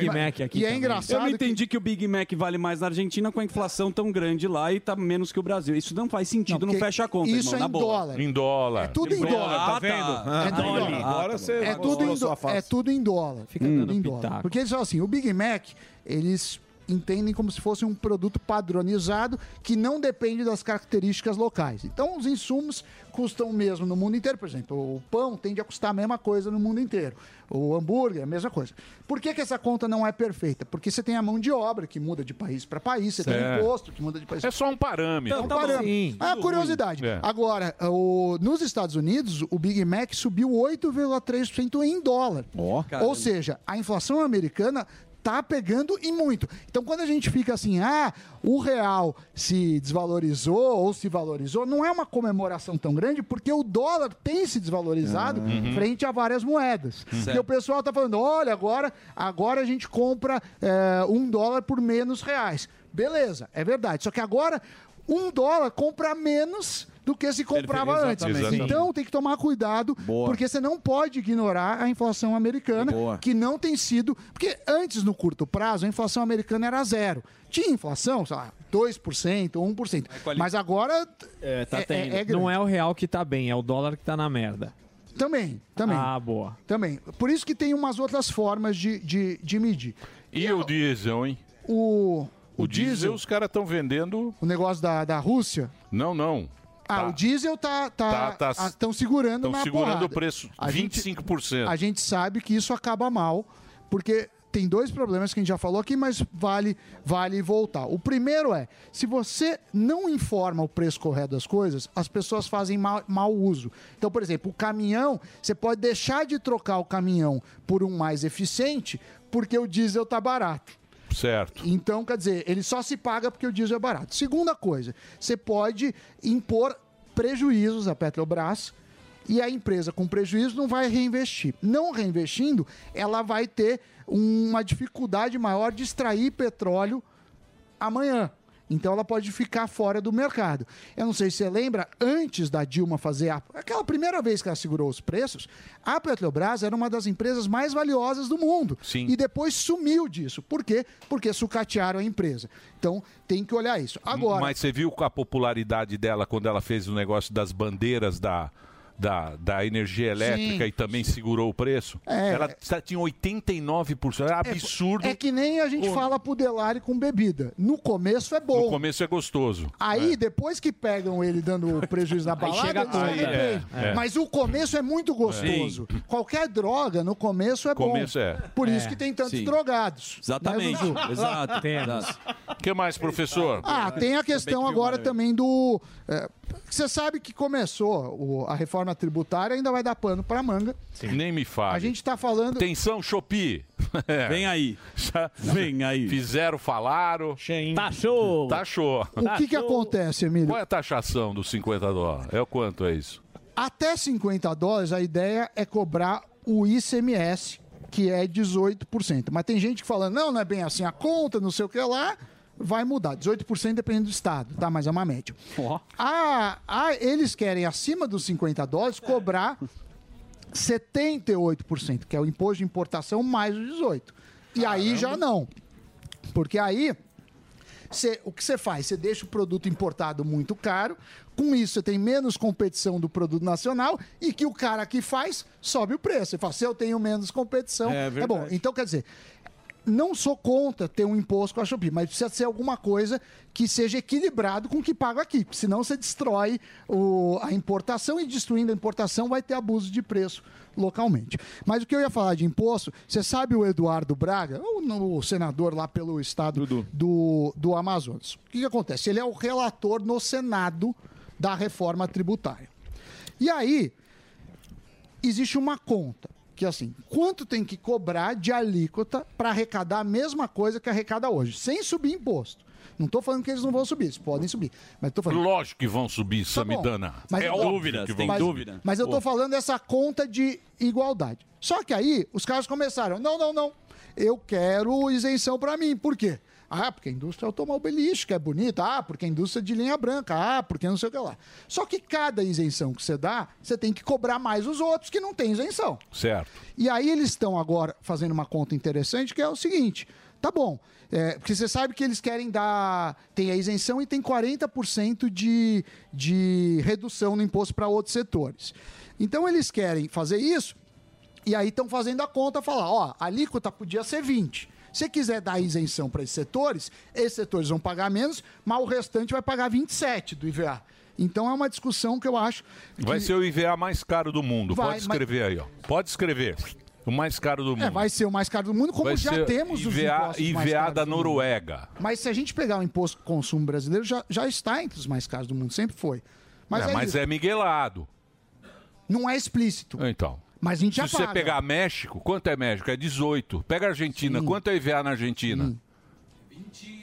S6: E é engraçado.
S7: Eu não entendi que... o Big Mac vale mais na Argentina com a inflação tão grande lá e tá menos que o Brasil. Isso não faz sentido, não,
S6: porque
S7: fecha a conta,
S6: isso
S7: irmão,
S6: é
S7: na
S6: em
S7: boa.
S6: dólar.
S3: Em dólar.
S6: É tudo em
S7: Em
S6: dólar.
S7: dólar, tá vendo? Ah,
S6: É tudo
S7: dólar.
S6: em dólar.
S7: Agora você
S6: é
S7: mostrou
S6: tudo em,
S7: a sua
S6: dó-
S7: face.
S6: é tudo em dólar. Fica
S7: dando
S6: em
S7: pitaco.
S6: dólar. Porque eles falam assim, o Big Mac, eles entendem como se fosse um produto padronizado que não depende das características locais. Então, os insumos custam o mesmo no mundo inteiro. Por exemplo, o pão tende a custar a mesma coisa no mundo inteiro. O hambúrguer, a mesma coisa. Por que, que essa conta não é perfeita? Porque você tem a mão de obra que muda de país para país, você tem
S3: É.
S6: o imposto que muda de país.
S3: É só um parâmetro.
S6: É
S7: tá
S6: um parâmetro. É uma curiosidade.
S3: É.
S6: Agora, o- nos Estados Unidos, o Big Mac subiu 8,3% em dólar.
S7: Caramba.
S6: Ou seja, a inflação americana tá pegando e muito. Então, quando a gente fica assim, ah, o real se desvalorizou ou se valorizou, não é uma comemoração tão grande, porque o dólar tem se desvalorizado
S2: Uhum.
S6: frente a várias moedas.
S2: Uhum.
S6: Porque o pessoal tá falando, olha, agora, agora a gente compra é, um dólar por menos reais. Beleza, é verdade. Só que agora um dólar compra menos do que se comprava
S2: Perfeito,
S6: antes.
S2: exatamente.
S6: Então tem que tomar cuidado,
S2: Boa.
S6: porque você não pode ignorar a inflação americana, que não tem sido. Porque antes, no curto prazo, a inflação americana era zero. Tinha inflação, sei lá, 2% ou 1%. Mas agora.
S12: É,
S6: tá tendo.
S12: não é o real que tá bem, é o dólar que tá na merda.
S6: Também, também.
S12: Ah, boa.
S6: Também. Por isso que tem umas outras formas de, de, de medir.
S3: E o diesel, hein?
S6: O,
S3: O, diesel, os caras estão vendendo.
S6: o negócio da, da Rússia.
S3: Não, não.
S6: Ah,
S3: Tá.
S6: o diesel tá.
S3: Tá,
S6: tá,
S3: tá.
S6: ah, tão segurando
S3: Estão
S6: na
S3: segurando
S6: porrada.
S3: o preço
S6: A gente-
S3: 25%.
S6: A gente sabe que isso acaba mal, porque tem dois problemas que a gente já falou aqui, mas vale, vale voltar. O primeiro é, se você não informa o preço correto das coisas, as pessoas fazem mau, mau uso. Então, por exemplo, o caminhão, você pode deixar de trocar o caminhão por um mais eficiente, porque o diesel tá barato.
S3: Certo.
S6: Então, quer dizer, ele só se paga porque o diesel é barato. Segunda coisa, você pode impor prejuízos à Petrobras e a empresa com prejuízo não vai reinvestir. Não reinvestindo, ela vai ter um, uma dificuldade maior de extrair petróleo amanhã. Então ela pode ficar fora do mercado. Eu não sei se você lembra, antes da Dilma fazer a- aquela primeira vez que ela segurou os preços, a Petrobras era uma das empresas mais valiosas do mundo. E depois sumiu disso. Por quê? Porque sucatearam a empresa. Então tem que olhar isso. Agora,
S3: Mas você viu a popularidade dela quando ela fez o negócio das bandeiras da, da, da energia elétrica
S6: Sim.
S3: e também segurou o preço?
S6: É.
S3: ela tá- tinha 89%. Era
S6: é-
S3: um absurdo.
S6: É, que nem a gente fala pro Delari com bebida. No começo é bom.
S3: No começo é gostoso.
S6: Aí, depois que pegam ele dando prejuízo na balada,
S3: chega a
S6: ele se
S3: conta.
S6: arrepende.
S3: É, é.
S6: Mas o começo é muito gostoso. Qualquer droga, no começo é
S3: Começo
S6: bom.
S3: é.
S6: Por
S3: É,
S6: isso que tem tantos
S3: sim.
S6: drogados.
S3: Exatamente,
S6: Né, Zuzu?
S3: exato, Temos. O que mais, professor?
S6: Ah, tem a questão agora também do. é, você sabe que começou o- a reforma tributária, ainda vai dar pano para manga.
S3: Nem me fale.
S6: A gente tá falando.
S3: Atenção, Chopi. É.
S7: Vem aí.
S3: Já Vem aí. Fizeram, falaram.
S11: Taxou.
S3: Taxou.
S6: O que, que acontece, Emílio?
S3: Qual é a taxação dos 50 dólares? É o quanto é isso?
S6: Até 50 dólares, a ideia é cobrar o ICMS, que é 18%. Mas tem gente que fala, não, não é bem assim a conta, não sei o que lá. Vai mudar, 18% dependendo do estado, tá? Mas é uma média. Ah, ah, eles querem, acima dos 50 dólares, cobrar 78%, que é o imposto de importação mais o 18%. E aí já não. Porque aí, cê- o que você faz? Você deixa o produto importado muito caro, com isso você tem menos competição do produto nacional e que o cara que faz sobe o preço. Você fala, se eu tenho menos competição,
S2: É
S6: é,
S2: verdade.
S6: bom. Então, quer dizer, não sou contra ter um imposto com a Shopee, mas precisa ser alguma coisa que seja equilibrado com o que paga aqui. porque Senão você destrói o- a importação e destruindo a importação vai ter abuso de preço localmente. Mas o que eu ia falar de imposto, você sabe o Eduardo Braga, o, no- o senador lá pelo estado do, do Amazonas. O que que acontece? Ele é o relator no Senado da reforma tributária. E aí, existe uma conta. Que assim, quanto tem que cobrar de alíquota para arrecadar a mesma coisa que arrecada hoje, sem subir imposto. Não estou falando que eles não vão subir, eles podem subir. Mas tô falando.
S3: Lógico que vão subir, Samidana.
S6: Tá Mas
S3: é
S6: eu tô-
S3: óbvio que vão
S6: mas,
S3: subir.
S6: Mas eu
S3: Pô,
S6: estou falando dessa conta de igualdade. Só que aí os caras começaram: não, não, não. Eu quero isenção para mim. Por quê? Ah, porque a indústria automobilística é bonita. Ah, porque a indústria de linha branca. Ah, porque não sei o que lá. Só que cada isenção que você dá, você tem que cobrar mais os outros que não têm isenção.
S3: Certo.
S6: E aí eles estão agora fazendo uma conta interessante que é o seguinte: tá bom, é, porque você sabe que eles querem dar. Tem a isenção e tem 40% de, de redução no imposto para outros setores. Então eles querem fazer isso e aí estão fazendo a conta falar: ó, a alíquota podia ser 20. Se quiser dar isenção para esses setores, esses setores vão pagar menos, mas o restante vai pagar 27 do IVA. Então é uma discussão que eu acho
S3: Vai ser o IVA mais caro do mundo.
S6: Vai,
S3: Pode
S6: mas-
S3: escrever aí, ó. Pode escrever. O mais caro do mundo.
S6: É, vai ser o mais caro do mundo, como
S3: Vai
S6: já
S3: ser
S6: temos os
S3: IVA,
S6: impostos mais
S3: IVA
S6: caros
S3: da
S6: do mundo.
S3: Noruega.
S6: Mas se a gente pegar o imposto de consumo brasileiro, já, já está entre os mais caros do mundo, sempre foi. Mas,
S3: Mas,
S6: é,
S3: é, mas
S6: isso.
S3: é miguelado.
S6: não é explícito.
S3: Então.
S6: Mas a gente já
S3: Se você
S6: paga.
S3: pegar México, quanto é México? É 18. Pega Argentina, quanto é IVA na Argentina? 21.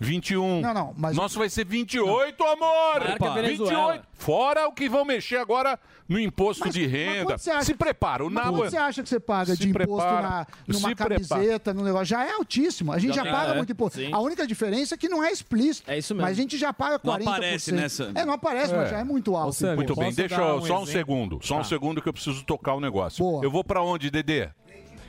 S3: 21.
S6: Hum. Não, não, mas-
S3: Nosso vai ser 28, amor!
S6: Marca
S3: Opa.
S6: é Venezuela.
S3: 28. Fora o que vão mexer agora no imposto de renda.
S6: Quanto você acha-
S3: Se prepara, o
S6: Mas
S3: Nabo... é-
S6: quanto você acha que você paga
S3: Se
S6: de imposto
S3: prepara.
S6: na, numa
S3: Se
S6: camiseta, num negócio? Já é altíssimo. A gente
S3: Já
S6: já,
S3: tem,
S6: paga
S3: é.
S6: muito imposto.
S3: Sim.
S6: A única diferença é que não é explícito. É isso
S3: mesmo.
S6: Mas a gente já paga 40%.
S3: Não aparece, né, Sandro?
S6: É, não aparece,
S3: É.
S6: mas já é muito alto.
S3: Muito bem, deixa eu- só um segundo. Só um
S6: Tá.
S3: segundo que eu preciso tocar o negócio. Eu vou pra onde, Dedê?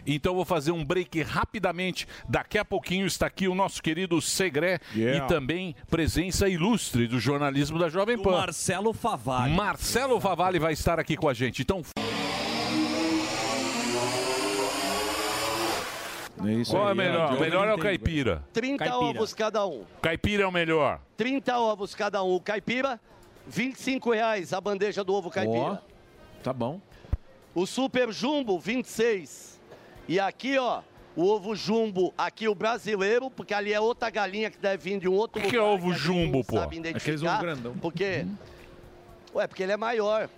S3: Então eu vou fazer um break rapidamente. Daqui a pouquinho está aqui o nosso querido Segré
S7: Yeah.
S3: e também presença ilustre do jornalismo da Jovem Pan.
S7: Marcelo Favalli.
S3: Marcelo Favalli vai estar aqui com a gente. Então Qual é o melhor? O melhor é o caipira.
S15: 30 ovos cada um.
S3: Caipira é o melhor.
S15: 30 ovos cada um. O caipira, 25 reais a bandeja do ovo caipira.
S10: Tá bom.
S15: O super jumbo, 26. E aqui, ó, o ovo jumbo, aqui o brasileiro, porque ali é outra galinha que deve vir de um outro
S3: O que é
S15: lugar,
S3: ovo
S15: a gente
S3: jumbo,
S15: não
S3: pô?
S15: sabe identificar,
S3: Aqueles ovo grandão. Uhum.
S15: Porque, ué, porque ele é maior.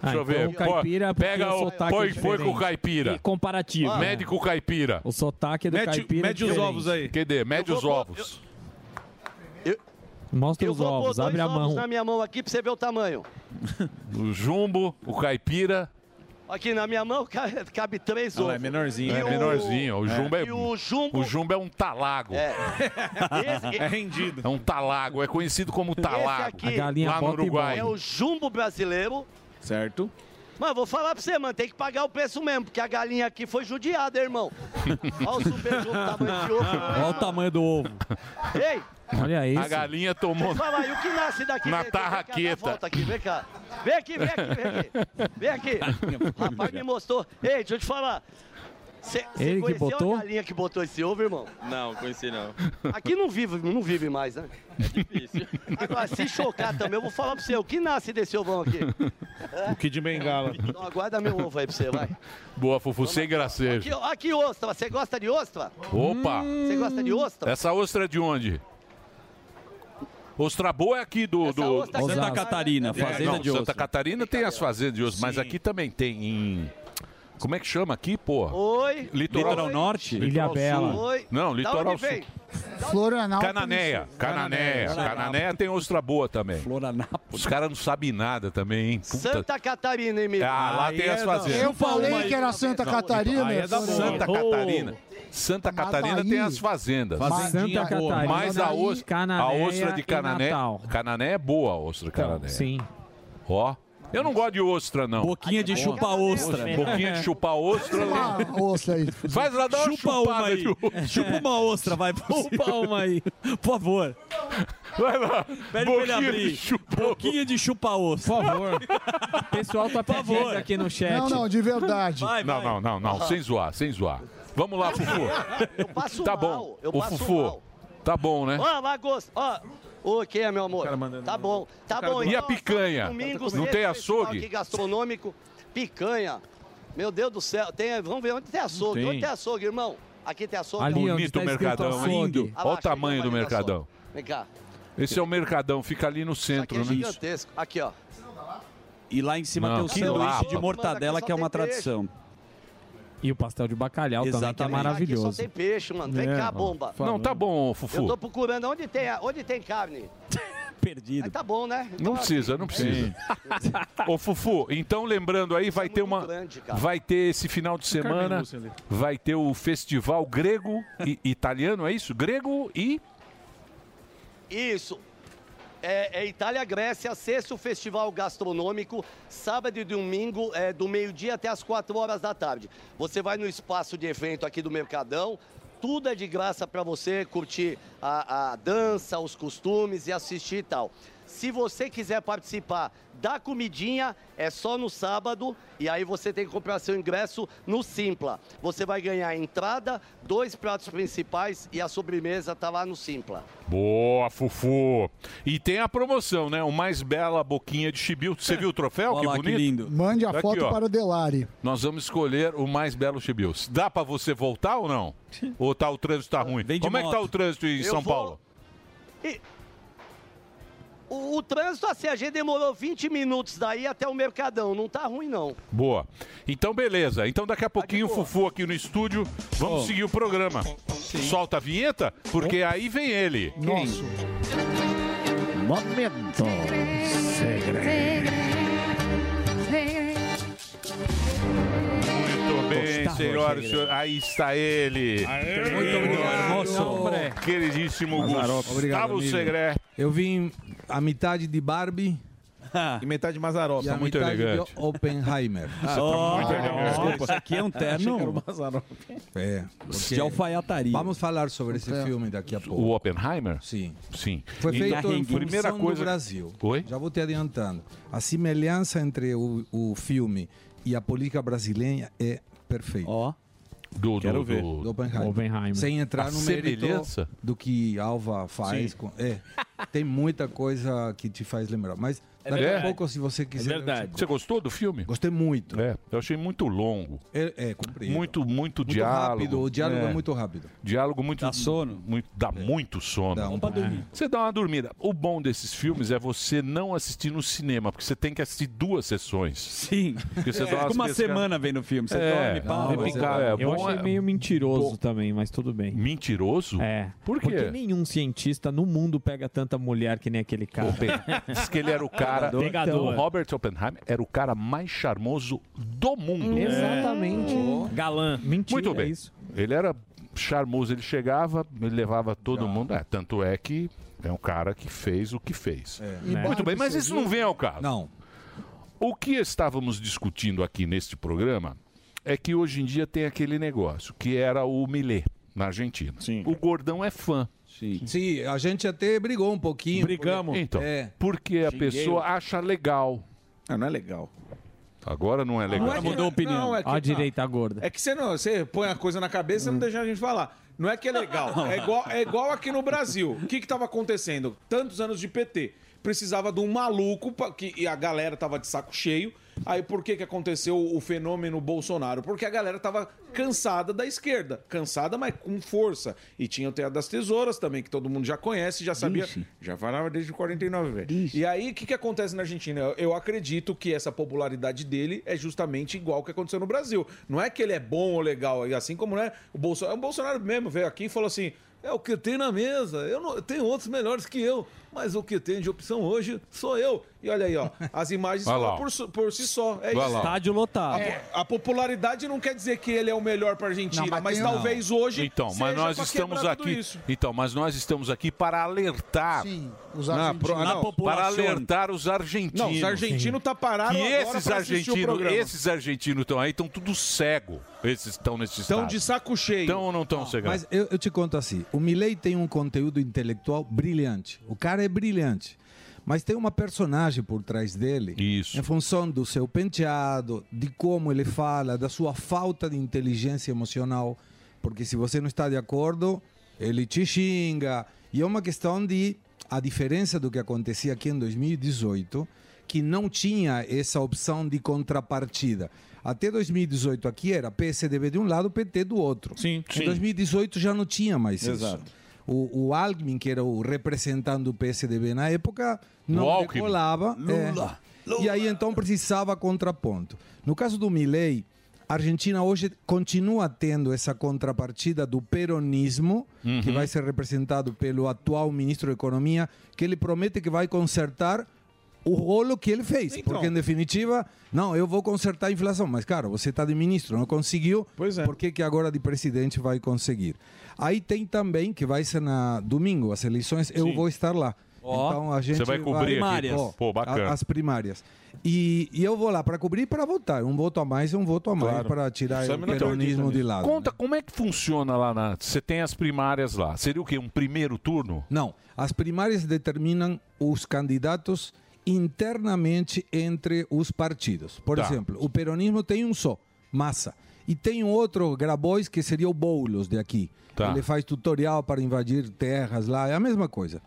S3: Deixa eu ver.
S15: então o caipira
S3: Pô,
S15: é porque
S3: Pega
S15: o
S3: o
S15: sotaque é
S3: põe, põe
S15: diferente.
S3: com o caipira.
S15: E comparativo, né?
S3: Médico caipira.
S12: O sotaque
S15: do caipira é diferente.
S3: aí. Cadê? Mede
S15: Eu
S3: os
S15: vou-
S3: ovos.
S12: Mostra
S15: Eu
S12: os
S15: vou
S12: ovos,
S15: pôr dois
S12: abre a
S15: ovos
S12: mão.
S15: na minha mão aqui pra você ver o tamanho.
S3: O jumbo, o caipira.
S15: Aqui na minha mão ca- cabe três ovos.
S3: menorzinho.
S15: E
S3: É
S15: o-
S3: menorzinho. O jumbo é,
S15: E o jumbo...
S3: o jumbo é um talago.
S15: É.
S3: é rendido. É um talago. É conhecido como talago.
S15: Esse aqui
S3: lá no Uruguai.
S15: é o jumbo brasileiro.
S10: Certo.
S15: Mas vou falar pra você, mano, tem que pagar o preço mesmo, porque a galinha aqui foi judiada, irmão. Olha o super jumbo tamanho de ovo.
S7: Olha o tamanho do ovo.
S15: Ei,
S12: Olha
S15: isso.
S3: A galinha tomou.
S15: Deixa eu falar, e o que nasce daqui?
S3: Na
S15: Vem, vem, vem cá,
S3: tarraqueta.
S15: dá volta aqui, vem cá. Vem aqui, vem aqui, vem aqui. Vem
S3: Tá
S15: aqui. O rapaz me mostrou. Ei, deixa eu te falar. Você
S12: Ele que
S15: conheceu
S12: botou?
S15: a galinha que botou esse ovo, irmão?
S4: Não, conheci não.
S15: Aqui não vive, não vive mais, né? Agora, se chocar também, eu vou falar pra você. O que nasce desse ovão aqui? É?
S10: O que de bengala.
S15: Então aguarda meu ovo aí pra você, vai.
S3: Boa, Fufu, sem
S15: Aqui,
S3: gracejo.
S15: ó, aqui ostra. Você gosta de ostra?
S3: Opa!
S15: Você Hum, gosta de ostra?
S3: Essa ostra é de onde? Ostra boa é aqui do. do...
S15: ostra aqui Santa da- Catarina, fazenda
S3: não,
S15: de
S3: Santa
S15: ostra.
S3: Catarina tem as fazendas de ostra, mas aqui também tem em. Como é que chama aqui, pô?
S15: Oi.
S3: Litoral,
S7: Litoral Norte?
S3: Litoral
S7: Ilhabela.
S3: Sul.
S7: Oi.
S3: Não,
S7: Da
S3: litoral
S7: onde
S3: sul.
S7: vem?
S6: Florianópolis.
S3: Cananéia, Cananéia. Cananéia tem ostra boa também. Os caras não sabem nada também, hein? Puta.
S15: Santa Catarina, hein, meu?
S3: Ah, lá tem as fazendas.
S6: é Eu falei que era Santa Catarina.
S3: é Santa Catarina. Santa Catarina tem as fazendas.
S6: Mas Santa Catarina,
S3: Mas a
S6: Bahia,
S3: ostra, a
S6: Cananéia
S3: ostra de
S6: e
S3: Canané.
S6: Natal.
S3: Canané é boa a ostra, Canané. Sim. Ó. Eu não gosto de ostra, não. é
S7: Boquinha de chupar ostra.
S3: Boquinha de chupar ostra.
S12: Ah,
S6: Uma ostra aí.
S3: Faz lá, dá uma
S7: Chupa
S3: chupada
S7: uma aí. É.
S3: de ostra.
S7: Chupa uma ostra, vai. Chupa uma aí. Por favor.
S3: Vai lá.
S7: Pede pra ele abrir. Boquinha de chupa ostra. Por favor.
S12: Pessoal tá pedindo aqui no chat.
S6: Não, não, de verdade.
S3: Não, não, não, não. Sem zoar, sem zoar. Vamos lá, Fufu.
S15: Eu passo
S3: Tá
S15: mal.
S3: bom.
S15: Eu
S3: Ô,
S15: passo
S3: Fufu.
S15: mal.
S3: Tá bom, né?
S15: Ó, lagosta. Ó. O que é, meu amor? Tá bom, tá
S3: cara
S15: bom.
S3: do- E a picanha?
S15: domingo,
S3: Não tem
S15: festival
S3: açougue?
S15: aqui gastronômico, picanha. Meu Deus do céu. Tem, vamos ver onde tem açougue.
S3: Tem. é
S15: Onde tem açougue, irmão? Aqui tem açougue.
S3: Bonito o
S6: tá
S3: mercadão, hein? Lindo.
S15: Ah lá,
S3: Olha o
S15: chega,
S3: tamanho do
S15: vai ali da
S3: mercadão.
S15: açougue. Vem cá.
S3: Esse é o mercadão, fica ali no centro,
S15: É
S3: né?
S15: gigantesco. Aqui, ó.
S7: E lá em cima
S3: Não,
S7: tem o
S3: que
S7: sanduíche
S3: lapa.
S7: de mortadela, que é uma tradição.
S12: E o pastel de bacalhau também, que é
S7: Exatamente.
S15: Aqui
S12: maravilhoso.
S15: só tem peixe, mano. Vem
S12: É,
S15: cá,
S12: ó,
S15: bomba.
S12: falando.
S3: né?
S12: Não, tá bom,
S3: Fufu.
S15: Eu tô procurando onde tem, a- onde tem carne.
S7: Perdido.
S15: tá bom, né?
S3: Não precisa, não precisa. Ô, Fufu, então lembrando aí, vai ter uma.
S15: grande, cara.
S3: Vai ter esse final de semana.
S15: Carmen Lúcia
S3: Vai ter o festival grego e italiano, é isso? Grego e.
S15: Isso. É, é Itália Grécia, sexto festival gastronômico, sábado e domingo, é, do meio-dia até as quatro horas da tarde. Você vai no espaço de evento aqui do Mercadão, tudo é de graça para você curtir a, a dança, os costumes e assistir e tal. Se você quiser participar da comidinha, é só no sábado e aí você tem que comprar seu ingresso no Simpla. Você vai ganhar a entrada, dois pratos principais e a sobremesa tá lá no Simpla.
S3: Boa, Fufu! E tem a promoção, né? O mais bela boquinha de chibiu. Você viu o troféu? que bonito. Tá
S6: Mande a
S3: Aqui,
S6: foto
S3: ó.
S6: para o Delari.
S3: Nós vamos escolher o mais belo chibiu. Dá pra você voltar ou não? Ou tá, o trânsito tá ruim?
S15: Ah, de
S3: Como é que
S15: moto.
S3: tá o trânsito em
S15: Eu
S3: São
S15: vou-
S3: Paulo?
S15: O, o trânsito, assim, a gente demorou 20 minutos daí até o Mercadão. Não tá ruim, não.
S3: Boa. Então, beleza. Então, daqui a pouquinho, o Fufu aqui no estúdio. Vamos
S15: é Oh.
S3: seguir o programa. Solta a vinheta, porque aí vem ele.
S6: Nosso.
S3: Momento. Muito bem,
S2: Gustavo
S3: senhoras e senhores. Aí está ele. Muito obrigado, moço. Queridíssimo
S16: Mazarope.
S3: Gustavo
S16: amigo.
S3: Segré.
S16: Eu vim a metade de Barbie.
S10: E metade de Mazarop.
S16: E a
S10: Tá Muito
S16: metade
S10: elegante.
S16: de Oppenheimer.
S10: Ah, tá muito elegante.
S16: Isso aqui é um terno. É.
S7: De alfaiataria.
S16: Vamos falar sobre esse
S7: terno.
S16: filme daqui a pouco.
S3: O Oppenheimer?
S16: Sim.
S3: Sim.
S16: Foi
S3: E-
S16: feito em função
S3: primeira coisa
S16: do Brasil.
S3: Oi?
S16: Já vou te adiantando. A semelhança entre o, o filme e a política brasileira é perfeita. Ó.
S3: Do, Quero do- ver. do-
S16: Oppenheimer.
S3: Oppenheimer.
S16: Sem entrar
S3: A
S16: no mérito
S3: semelhança?
S16: do que Alva faz.
S3: Sim.
S16: com- é, tem muita coisa que te faz lembrar. Mas
S3: É
S16: daqui a
S3: verdade. É
S16: pouco, se você quiser... eu te
S3: Você gostou do filme?
S16: Gostei muito.
S3: É, eu achei muito longo.
S16: É, é comprido.
S3: Muito, muito, diálogo.
S16: rápido, o diálogo é muito rápido. É.
S3: Diálogo muito. Dá sono. Muito, dá muito sono. Dá
S16: um pouco.
S3: Você dá uma dormida. O bom desses filmes é você não assistir no cinema, porque você tem que assistir duas sessões. Sim. Porque você
S7: É,
S3: dá umas
S7: fica uma
S3: pescadas.
S7: semana vendo o filme, você dorme, pá,
S3: é, pica- é,
S12: eu
S3: bom
S12: achei
S3: é-
S12: meio mentiroso também, mas tudo bem.
S3: Mentiroso?
S12: É.
S3: Por quê?
S12: Porque nenhum cientista no mundo pega tanta mulher que nem aquele cara.
S3: Diz que ele era o cara.
S12: Pegador.
S3: O então, Robert Oppenheimer é era o cara mais charmoso do
S12: É.
S3: mundo.
S12: Exatamente.
S3: Galã.
S12: Mentira,
S3: Muito bem.
S12: é isso.
S3: Ele era charmoso, ele chegava, ele levava todo mundo. É, tanto é que é um cara que fez o que fez.
S2: E Né?
S3: Muito bem, mas
S2: Barbie,
S3: isso
S2: você
S3: não vem ao caso.
S16: É. Não.
S3: O que estávamos discutindo aqui neste programa é que hoje em dia tem aquele negócio que era o Millet na Argentina. Sim. O gordão é fã.
S16: Sim. Sim, a gente até brigou um pouquinho. É.
S3: Brigamos. Então,
S10: É.
S3: porque a pessoa acha legal.
S10: não é legal.
S3: Agora não é legal.
S10: Não é que- não, é que- ah,
S12: gorda.
S10: É que você, não, você põe a coisa na cabeça e não deixa a gente falar. Não é que é legal. É igual, é igual aqui no Brasil. O que estava acontecendo? Tantos anos de PT. Precisava de um maluco pra, que, e a galera tava de saco cheio. Aí por que, que aconteceu o fenômeno Bolsonaro? Porque a galera tava cansada da esquerda. Cansada, mas com força. E tinha o Teatro das Tesouras também, que todo mundo já conhece, já sabia. Já falava desde 49, velho. E aí, o que, que acontece na Argentina? Eu, eu acredito que essa popularidade dele é justamente igual ao que aconteceu no Brasil. Não é que ele é bom ou legal, e assim como não é o Bolsonaro. O Bolsonaro mesmo veio aqui e falou assim. É o que tem na mesa. Eu não tem outros melhores que eu, mas o que tem de opção hoje sou eu. E olha aí, ó, as imagens
S3: Olha lá,
S10: falam
S3: ó.
S10: por, su- por si só. É
S3: Olha
S10: isso.
S3: lá, ó. Estádio
S10: lotado. A, popularidade não quer dizer que ele é o melhor para Argentina,
S3: Não,
S10: mas,
S3: tem-
S10: talvez
S3: não.
S10: hoje
S3: Então,
S10: seja
S3: mas nós
S10: pra
S3: estamos
S10: quebrar tudo
S3: aqui.
S10: isso.
S3: Então, mas nós estamos aqui para alertar.
S10: Sim,
S6: os
S3: Na
S10: argentinos.
S3: pro-
S10: Na
S3: não, para
S10: população.
S3: alertar os argentinos.
S10: Não, os argentinos tá parado
S3: Que
S10: agora
S3: esses
S10: pra assistir o
S3: argentinos,
S10: programa.
S3: esses argentinos estão aí, estão tudo cego. Esses estão nesse estado.
S16: Tão de
S10: saco cheio.
S3: Estão ou não estão cegados?
S16: Mas eu, eu te conto assim: o Milley tem um conteúdo intelectual brilhante. O cara é brilhante. Mas tem uma personagem por trás dele, em função do seu penteado, de como ele fala, da sua falta de inteligência emocional. Porque se você não está de acordo, ele te xinga. E é uma questão de a diferença do que acontecia aqui em 2018, que não tinha essa opção de contrapartida. Até 2018 aqui era PSDB de um lado, PT do outro. Sim,
S3: sim.
S16: Em 2018 já não tinha mais
S3: Exato.
S16: isso. O, o Alckmin, que era o representante do PSDB na época,
S3: O
S16: não
S3: Alckmin.
S16: decolava. é.
S3: Lula,
S16: E aí então precisava contraponto. No caso do Milley, a Argentina hoje continua tendo essa contrapartida do peronismo,
S3: Uhum.
S16: que vai ser representado pelo atual ministro da Economia, que ele promete que vai consertar o rolo que ele fez.
S3: Então.
S16: Porque, em definitiva, não, eu vou consertar a inflação. Mas, cara, você está de ministro, não conseguiu.
S3: é.
S16: Por que, que agora de presidente vai conseguir? Aí tem também, que vai ser na domingo, as eleições, eu vou estar lá.
S3: Ó,
S16: então a
S3: você
S16: gente
S3: vai cobrir aqui. Primárias.
S16: Ó,
S3: Pô, bacana.
S16: a- As primárias. E, e eu vou lá para cobrir e para votar. Um voto a mais e um voto a mais para tirar
S3: Sabe, não
S16: o
S3: tem
S16: peronismo
S3: disso.
S16: de lado.
S3: Conta como é que funciona lá na. Você tem as primárias lá. Seria o quê? Um primeiro turno?
S16: Não, as primárias determinam os candidatos internamente entre os partidos. Por
S3: Tá.
S16: exemplo, o peronismo tem um só, Massa. E tem um outro, Grabois, que seria o Boulos de aqui.
S3: Tá.
S16: Ele faz tutorial para invadir terras lá, é a mesma coisa.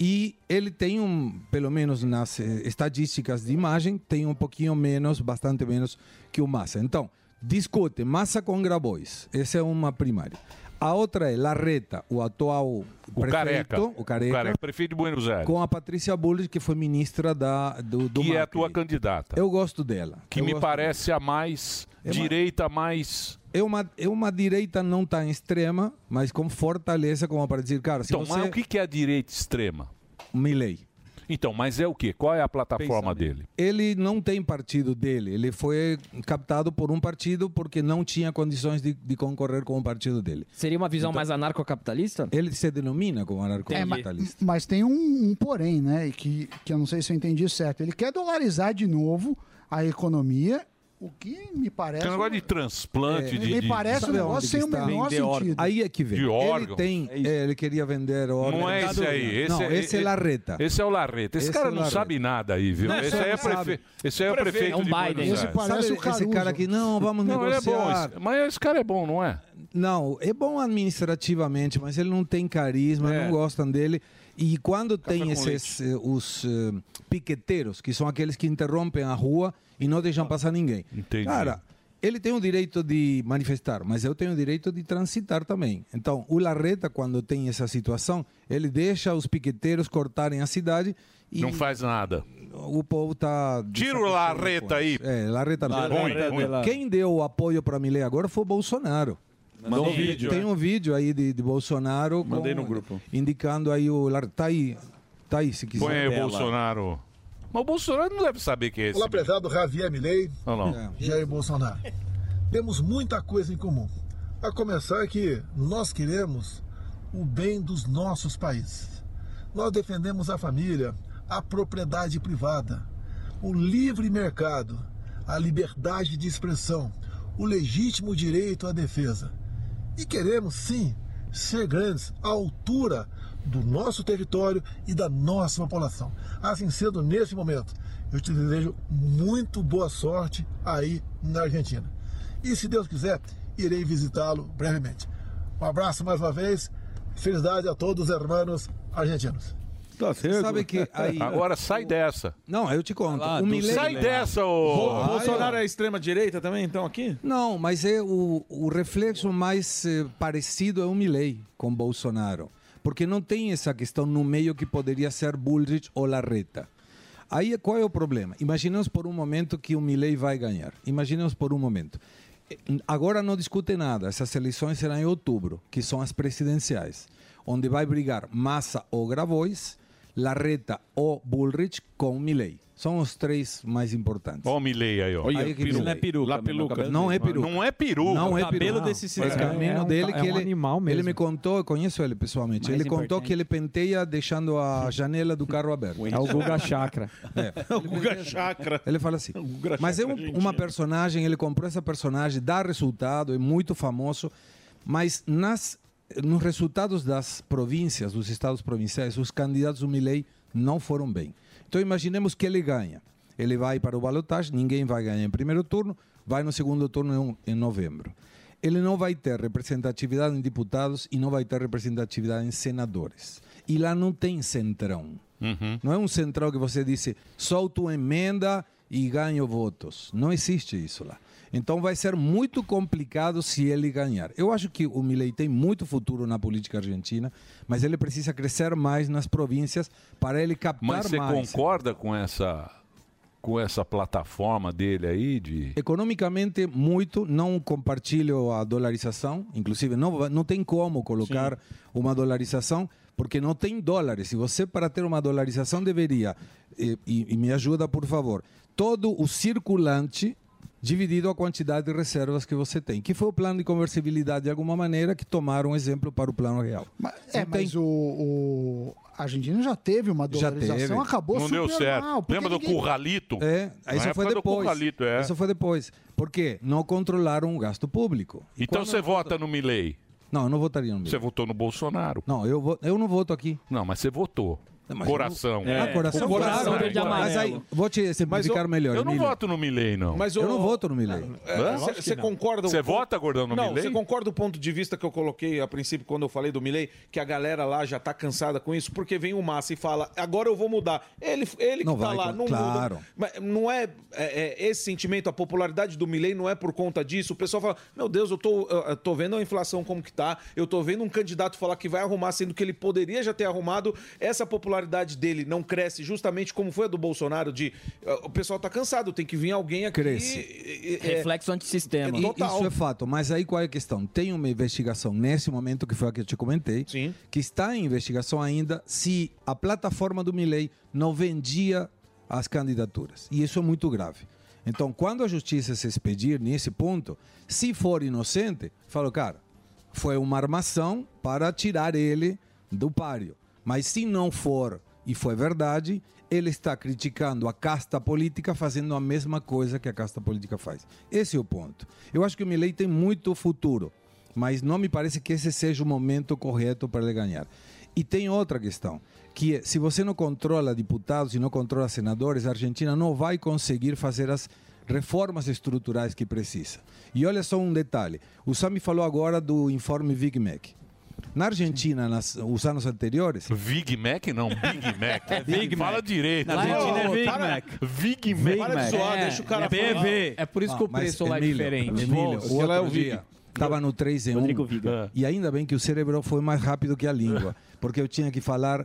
S16: E ele tem um, pelo menos nas eh, estatísticas de imagem, tem um pouquinho menos, bastante menos que o Massa. Então, discute Massa com Grabois. Essa é uma primária. A outra é Larreta, o atual
S3: O
S16: prefeito,
S3: Careca. é
S16: o Careca,
S3: Prefeito de Buenos Aires.
S16: com a Patrícia Bullitt, que foi ministra da, do, do
S3: que é a
S16: marketing.
S3: tua candidata.
S16: Eu gosto dela.
S3: que
S16: Eu
S3: me
S16: gosto
S3: parece a mais direita, mais.
S16: É uma, é uma direita não tão extrema, mas com fortaleza, como para dizer, cara, se
S3: Então, mas
S16: você...
S3: o que que é a direita extrema?
S16: Milley.
S3: Então, mas é o quê? Qual é a plataforma dele?
S16: Ele não tem partido dele, ele foi captado por um partido porque não tinha condições de, de concorrer com o partido dele.
S11: Seria uma
S3: Então-
S11: visão mais anarcocapitalista?
S16: Ele se denomina como
S3: um
S6: É, ma-
S16: anarcocapitalista.
S6: mas tem um, um porém, né? e Que, que eu não sei se eu entendi certo. Ele quer dolarizar de novo a economia, o que me parece.
S3: Tem um negócio de transplante, de.
S16: É,
S3: de- de-
S16: Sabe onde que está? Vender órgão. Tá. Aí é que vem.
S3: De
S16: Ele
S3: órgão.
S16: tem, é, ele queria vender órgão.
S3: Não é esse aí. Esse
S16: não,
S3: é,
S16: esse é Larreta.
S3: Esse é o Larreta. Esse,
S16: Esse é
S3: cara
S16: o
S3: não
S16: Larreta.
S3: sabe nada aí, viu?
S16: Não,
S3: esse
S16: esse
S3: aí é
S16: não sabe.
S3: prefeito. Esse aí é o
S16: Prefeito.
S3: prefeito
S16: É um
S3: de
S16: Biden.
S3: Buenos
S16: Esse
S3: Aires.
S16: parece Sabe o esse Caruso. cara que, não, vamos
S3: não, ele é bom,
S16: negociar.
S3: esse- mas esse cara é bom, não é?
S16: Não, é bom administrativamente, mas ele não tem carisma,
S3: É.
S16: não gostam dele. E quando tem
S3: com
S16: esses eh, os eh, piqueteiros, que são aqueles que interrompem a rua e não deixam passar ninguém.
S3: Entendi.
S16: Cara, ele tem o direito de manifestar, mas eu tenho o direito de transitar também. Então, o Larreta, quando tem essa situação, ele deixa os piqueteiros cortarem a cidade e
S3: Não faz nada.
S16: o povo tá.
S3: Tira o Larreta aí.
S16: É, Larreta não.
S3: Larreta Ruim, ruim. dela.
S16: Quem deu o apoio para Milei agora foi o Bolsonaro.
S3: Mandou
S16: Tem-
S3: um vídeo,
S16: Tem
S3: né?
S16: um vídeo aí de, de Bolsonaro.
S3: Mandei no grupo.
S16: Indicando aí o Larreta. Tá aí. Tá aí, se quiser.
S3: Põe aí o Bolsonaro. Mas o Bolsonaro não deve saber quem é esse.
S17: Olá, prezado Javier Milei,
S3: Não, não.
S17: Jair Bolsonaro. Temos muita coisa em comum. A começar é que nós queremos o bem dos nossos países. Nós defendemos a família, a propriedade privada, o livre mercado, a liberdade de expressão, o legítimo direito à defesa. E queremos sim ser grandes à altura do nosso território e da nossa população. Assim sendo, nesse momento, eu te desejo muito boa sorte aí na Argentina. E se Deus quiser, irei visitá-lo brevemente. Um abraço mais uma vez. Felicidade a todos os hermanos argentinos.
S16: Tá certo. Sabe que aí...
S3: Agora sai dessa.
S16: Não, eu te conto.
S3: Ah,
S16: o
S10: Um
S3: do-
S16: Milei...
S3: Sai dessa,
S10: Bo-
S3: ô.
S10: Bolsonaro é extrema-direita também, então, aqui?
S16: Não, mas é o, o reflexo mais eh, parecido é o Milley com Bolsonaro. Porque não tem essa questão no meio que poderia ser Bullrich ou Larreta. Aí qual é o problema? Imaginemos por um momento que o Milley vai ganhar. Imaginemos por um momento. Eh, Agora não discute nada. Essas eleições serão em outubro, que são as presidenciais, onde vai brigar Massa ou Grabois, Larreta ou Bullrich com Milley. São os três mais importantes.
S3: Ó o Milley aí, ó.
S16: Olha, Aí que peru- Milley. não é peruca,
S3: Lá
S16: meu,
S3: peruca.
S16: cabelo Não é dele. peruca.
S3: Não é peruca.
S16: Não é
S3: O cabelo
S16: peruca.
S3: desse
S16: Mas o
S3: cidadão.
S16: caminho
S3: É um- é
S16: dele que
S3: um
S16: ele,
S3: animal
S16: ele
S3: mesmo.
S16: me contou, eu conheço ele pessoalmente.
S3: Mais
S16: ele contou
S3: importante.
S16: que ele penteia deixando a janela do carro aberta.
S12: É o Guga Chakra.
S16: É. o Guga Chakra. Ele fala assim. Mas é um- uma personagem, ele comprou essa personagem, dá resultado, é muito famoso, mas nas nos resultados das províncias, dos estados provinciais, os candidatos do Milley não foram bem. Então imaginemos que ele ganha. Ele vai para o balotagem, ninguém vai ganhar em primeiro turno, vai no segundo turno em em novembro. Ele não vai ter representatividade em deputados e não vai ter representatividade em senadores. E lá não tem centrão.
S3: Uhum.
S16: Não é um central que você disse, solto uma emenda e ganho votos. Não existe isso lá. Então vai ser muito complicado se ele ganhar. Eu acho que o Milei tem muito futuro na política argentina, mas ele precisa crescer mais nas províncias para ele captar
S3: Mas você
S16: mais.
S3: concorda com essa, com essa plataforma dele aí de...
S16: Economicamente, muito, não compartilho a dolarização, inclusive não, va- não tem como colocar uma dolarização, porque não tem dólares. E você, para ter uma dolarização, deveria, e, e- e me ajuda, por favor, todo o circulante dividido a quantidade de reservas que você tem, que foi o plano de conversibilidade, de alguma maneira, que tomaram um exemplo para o plano real.
S6: É, mas o, o argentino já teve uma
S16: Já
S6: dolarização,
S16: teve.
S6: acabou
S3: Não
S6: super
S3: deu certo.
S6: mal, porque
S3: Lembra do
S6: ninguém-
S3: curralito?
S16: É,
S3: Na
S16: isso foi
S3: época do
S16: depois.
S3: curralito, é.
S16: Isso foi depois. Por quê? Não controlaram o gasto público. E
S3: Então
S16: quando-
S3: você vota no Milley.
S16: Não, eu não votaria no Milley.
S3: Você votou no Bolsonaro.
S16: Não, eu, vo- eu não voto aqui.
S3: Não, mas você votou.
S16: Não, mas
S3: Coração.
S16: não- Ah, coração,
S3: É. O coração
S16: claro.
S3: verde e
S16: Mas aí,
S3: amarelo.
S16: vou te exemplificar melhor.
S3: Eu não
S16: Emílio.
S3: voto no Milley, não.
S10: Mas
S16: eu
S10: o-
S16: não voto no Milley.
S10: É, Você você concorda? um
S3: Você vota, Gordão, no
S10: Não,
S3: Milley?
S10: você concorda o ponto de vista que eu coloquei a princípio quando eu falei do Milley, que a galera lá já tá cansada com isso, porque vem o Massa e fala, agora eu vou mudar. Ele, ele
S16: Não
S10: que tá
S16: vai,
S10: lá, não
S16: claro.
S10: muda. Mas não é, é- é esse sentimento, a popularidade do Milley não é por conta disso. O pessoal fala, meu Deus, eu tô, eu tô vendo a inflação como que tá, eu tô vendo um candidato falar que vai arrumar, sendo que ele poderia já ter arrumado. Essa popularidade dele não cresce justamente como foi a do Bolsonaro, de eh, o pessoal tá cansado, tem que vir alguém aqui.
S16: Cresce.
S10: e- e- é-
S11: Reflexo antissistema.
S16: E- Isso é fato, mas aí qual é a questão? Tem uma investigação nesse momento, que foi a que eu te comentei, que está em investigação ainda se a plataforma do Milei não vendia as candidaturas. E isso é muito grave. Então, quando a justiça se expedir nesse ponto, se for inocente, fala, cara, foi uma armação para tirar ele do páreo. Mas se não for, e foi verdade, ele está criticando a casta política fazendo a mesma coisa que a casta política faz. Esse é o ponto. Eu acho que o Milei tem muito futuro, mas não me parece que esse seja o momento correto para ele ganhar. E tem outra questão, que é, se você não controla deputados e não controla senadores, a Argentina não vai conseguir fazer as reformas estruturais que precisa. E olha só um detalhe, o Sami falou agora do informe Big Mac. Na Argentina, nas, os anos anteriores...
S3: Big Mac não, Big Mac.
S16: É Big
S3: Fala
S16: Mac.
S3: direito.
S16: Na Argentina é Big Mac.
S3: Big Mac.
S16: Big Mac. É, é PV.
S12: É por isso que o
S16: Ah, Mas,
S12: preço lá é
S16: Emílio,
S12: diferente.
S16: Emílio,
S12: Bom,
S16: o
S12: ela é
S16: outro
S12: o
S16: dia estava no 3 em 1.
S12: Rodrigo Viga.
S16: E ainda bem que o cérebro foi mais rápido que a língua, porque eu tinha que falar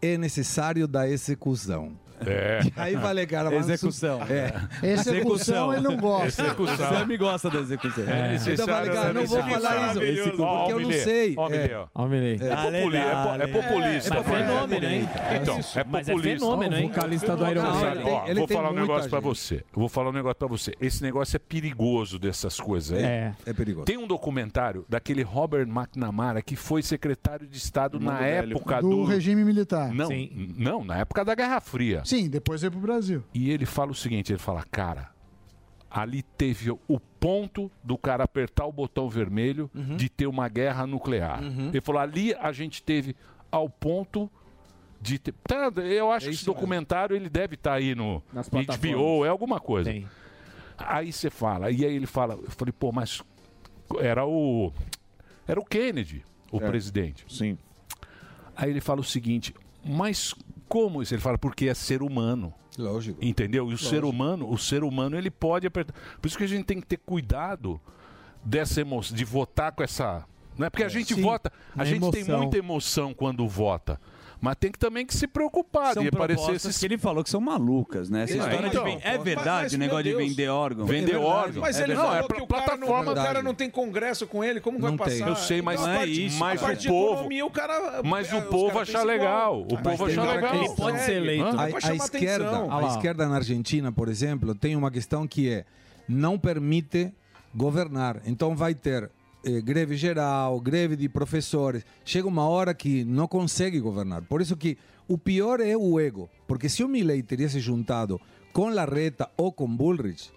S16: é necessário da execução.
S3: É.
S16: Aí falei, cara, mas-
S13: Execução.
S16: É.
S13: Execução ele não gosta.
S16: Execução.
S13: O Sammy gosta da execução.
S16: É, então falei, cara, não vou falar isso, porque eu não sei. É.
S3: É, populi- é po- é populista.
S16: Mas
S3: né?
S16: fenômeno, hein?
S3: Então, é um
S16: Mas é
S3: populista.
S16: fenômeno, hein? O vocalista do Iron
S3: Não, ele
S16: Maiden.
S3: tem-
S16: Ele tem-
S3: Ó,
S16: ele
S3: Vou
S16: tem
S3: falar um
S16: muita
S3: negócio pra
S16: gente.
S3: você. Eu Vou falar um negócio pra você. Esse negócio é perigoso dessas coisas aí.
S16: É. É perigoso.
S3: Tem um documentário daquele Robert McNamara que foi secretário de Estado na
S6: velho.
S3: época
S6: do regime militar.
S3: Não, não, na época da Guerra Fria.
S6: Sim, depois veio pro Brasil.
S3: E ele fala o seguinte, ele fala, cara, ali teve o ponto do cara apertar o botão vermelho de ter uma guerra nuclear. Ele falou, ali a gente teve ao ponto de ter... Tá, eu acho que esse documentário ele deve estar aí no HBO, é alguma coisa. Aí você fala, e aí ele fala, eu falei, pô, mas era o era o Kennedy, o
S9: É.
S3: presidente. Sim. Aí ele fala o seguinte, mas como isso? Ele fala porque é ser humano.
S16: Lógico.
S3: Entendeu? E o ser
S9: Lógico.
S3: humano, o ser humano ele pode apertar. Por isso que a gente tem que ter cuidado dessa emoção, de votar com essa, não é porque a gente
S9: sim,
S3: vota, a
S9: na
S3: gente tem
S9: emoção.
S3: muita emoção quando vota. Mas tem que também que se preocupar
S7: São
S3: de aparecer
S7: propostas
S3: esses
S7: que ele falou que são malucas, né? Essa
S3: É,
S7: história
S3: então.
S7: de ven- É
S3: Mas-
S7: verdade
S10: mas,
S7: o
S10: meu
S7: negócio de
S10: Deus.
S7: vender órgão.
S3: Vender
S7: É verdade.
S3: órgão.
S10: Mas ele
S7: verdade.
S10: falou
S16: é
S10: que o cara, não, o cara não tem congresso com ele, como vai passar?
S3: Eu sei, mas,
S10: Então, a
S3: mas,
S10: parte- a
S3: mas
S10: parte
S3: o
S10: de
S3: povo.
S10: economia, o cara,
S3: mas
S10: é,
S3: o
S10: os
S3: povo
S10: cara
S3: achar
S10: pensa igual.
S3: legal. O
S10: Mas
S3: povo
S10: tem
S3: achar
S10: cara que
S3: legal.
S10: consegue.
S16: É, A,
S10: Vai chamar
S16: a esquerda,
S10: atenção.
S16: a esquerda na Argentina, por exemplo, tem uma questão que é não permite governar. Então vai ter eh, greve geral, greve de professores. Chega uma hora que não consegue governar. Por isso que o pior é o ego. Porque se o Milei teria se juntado com Larreta ou com Bullrich,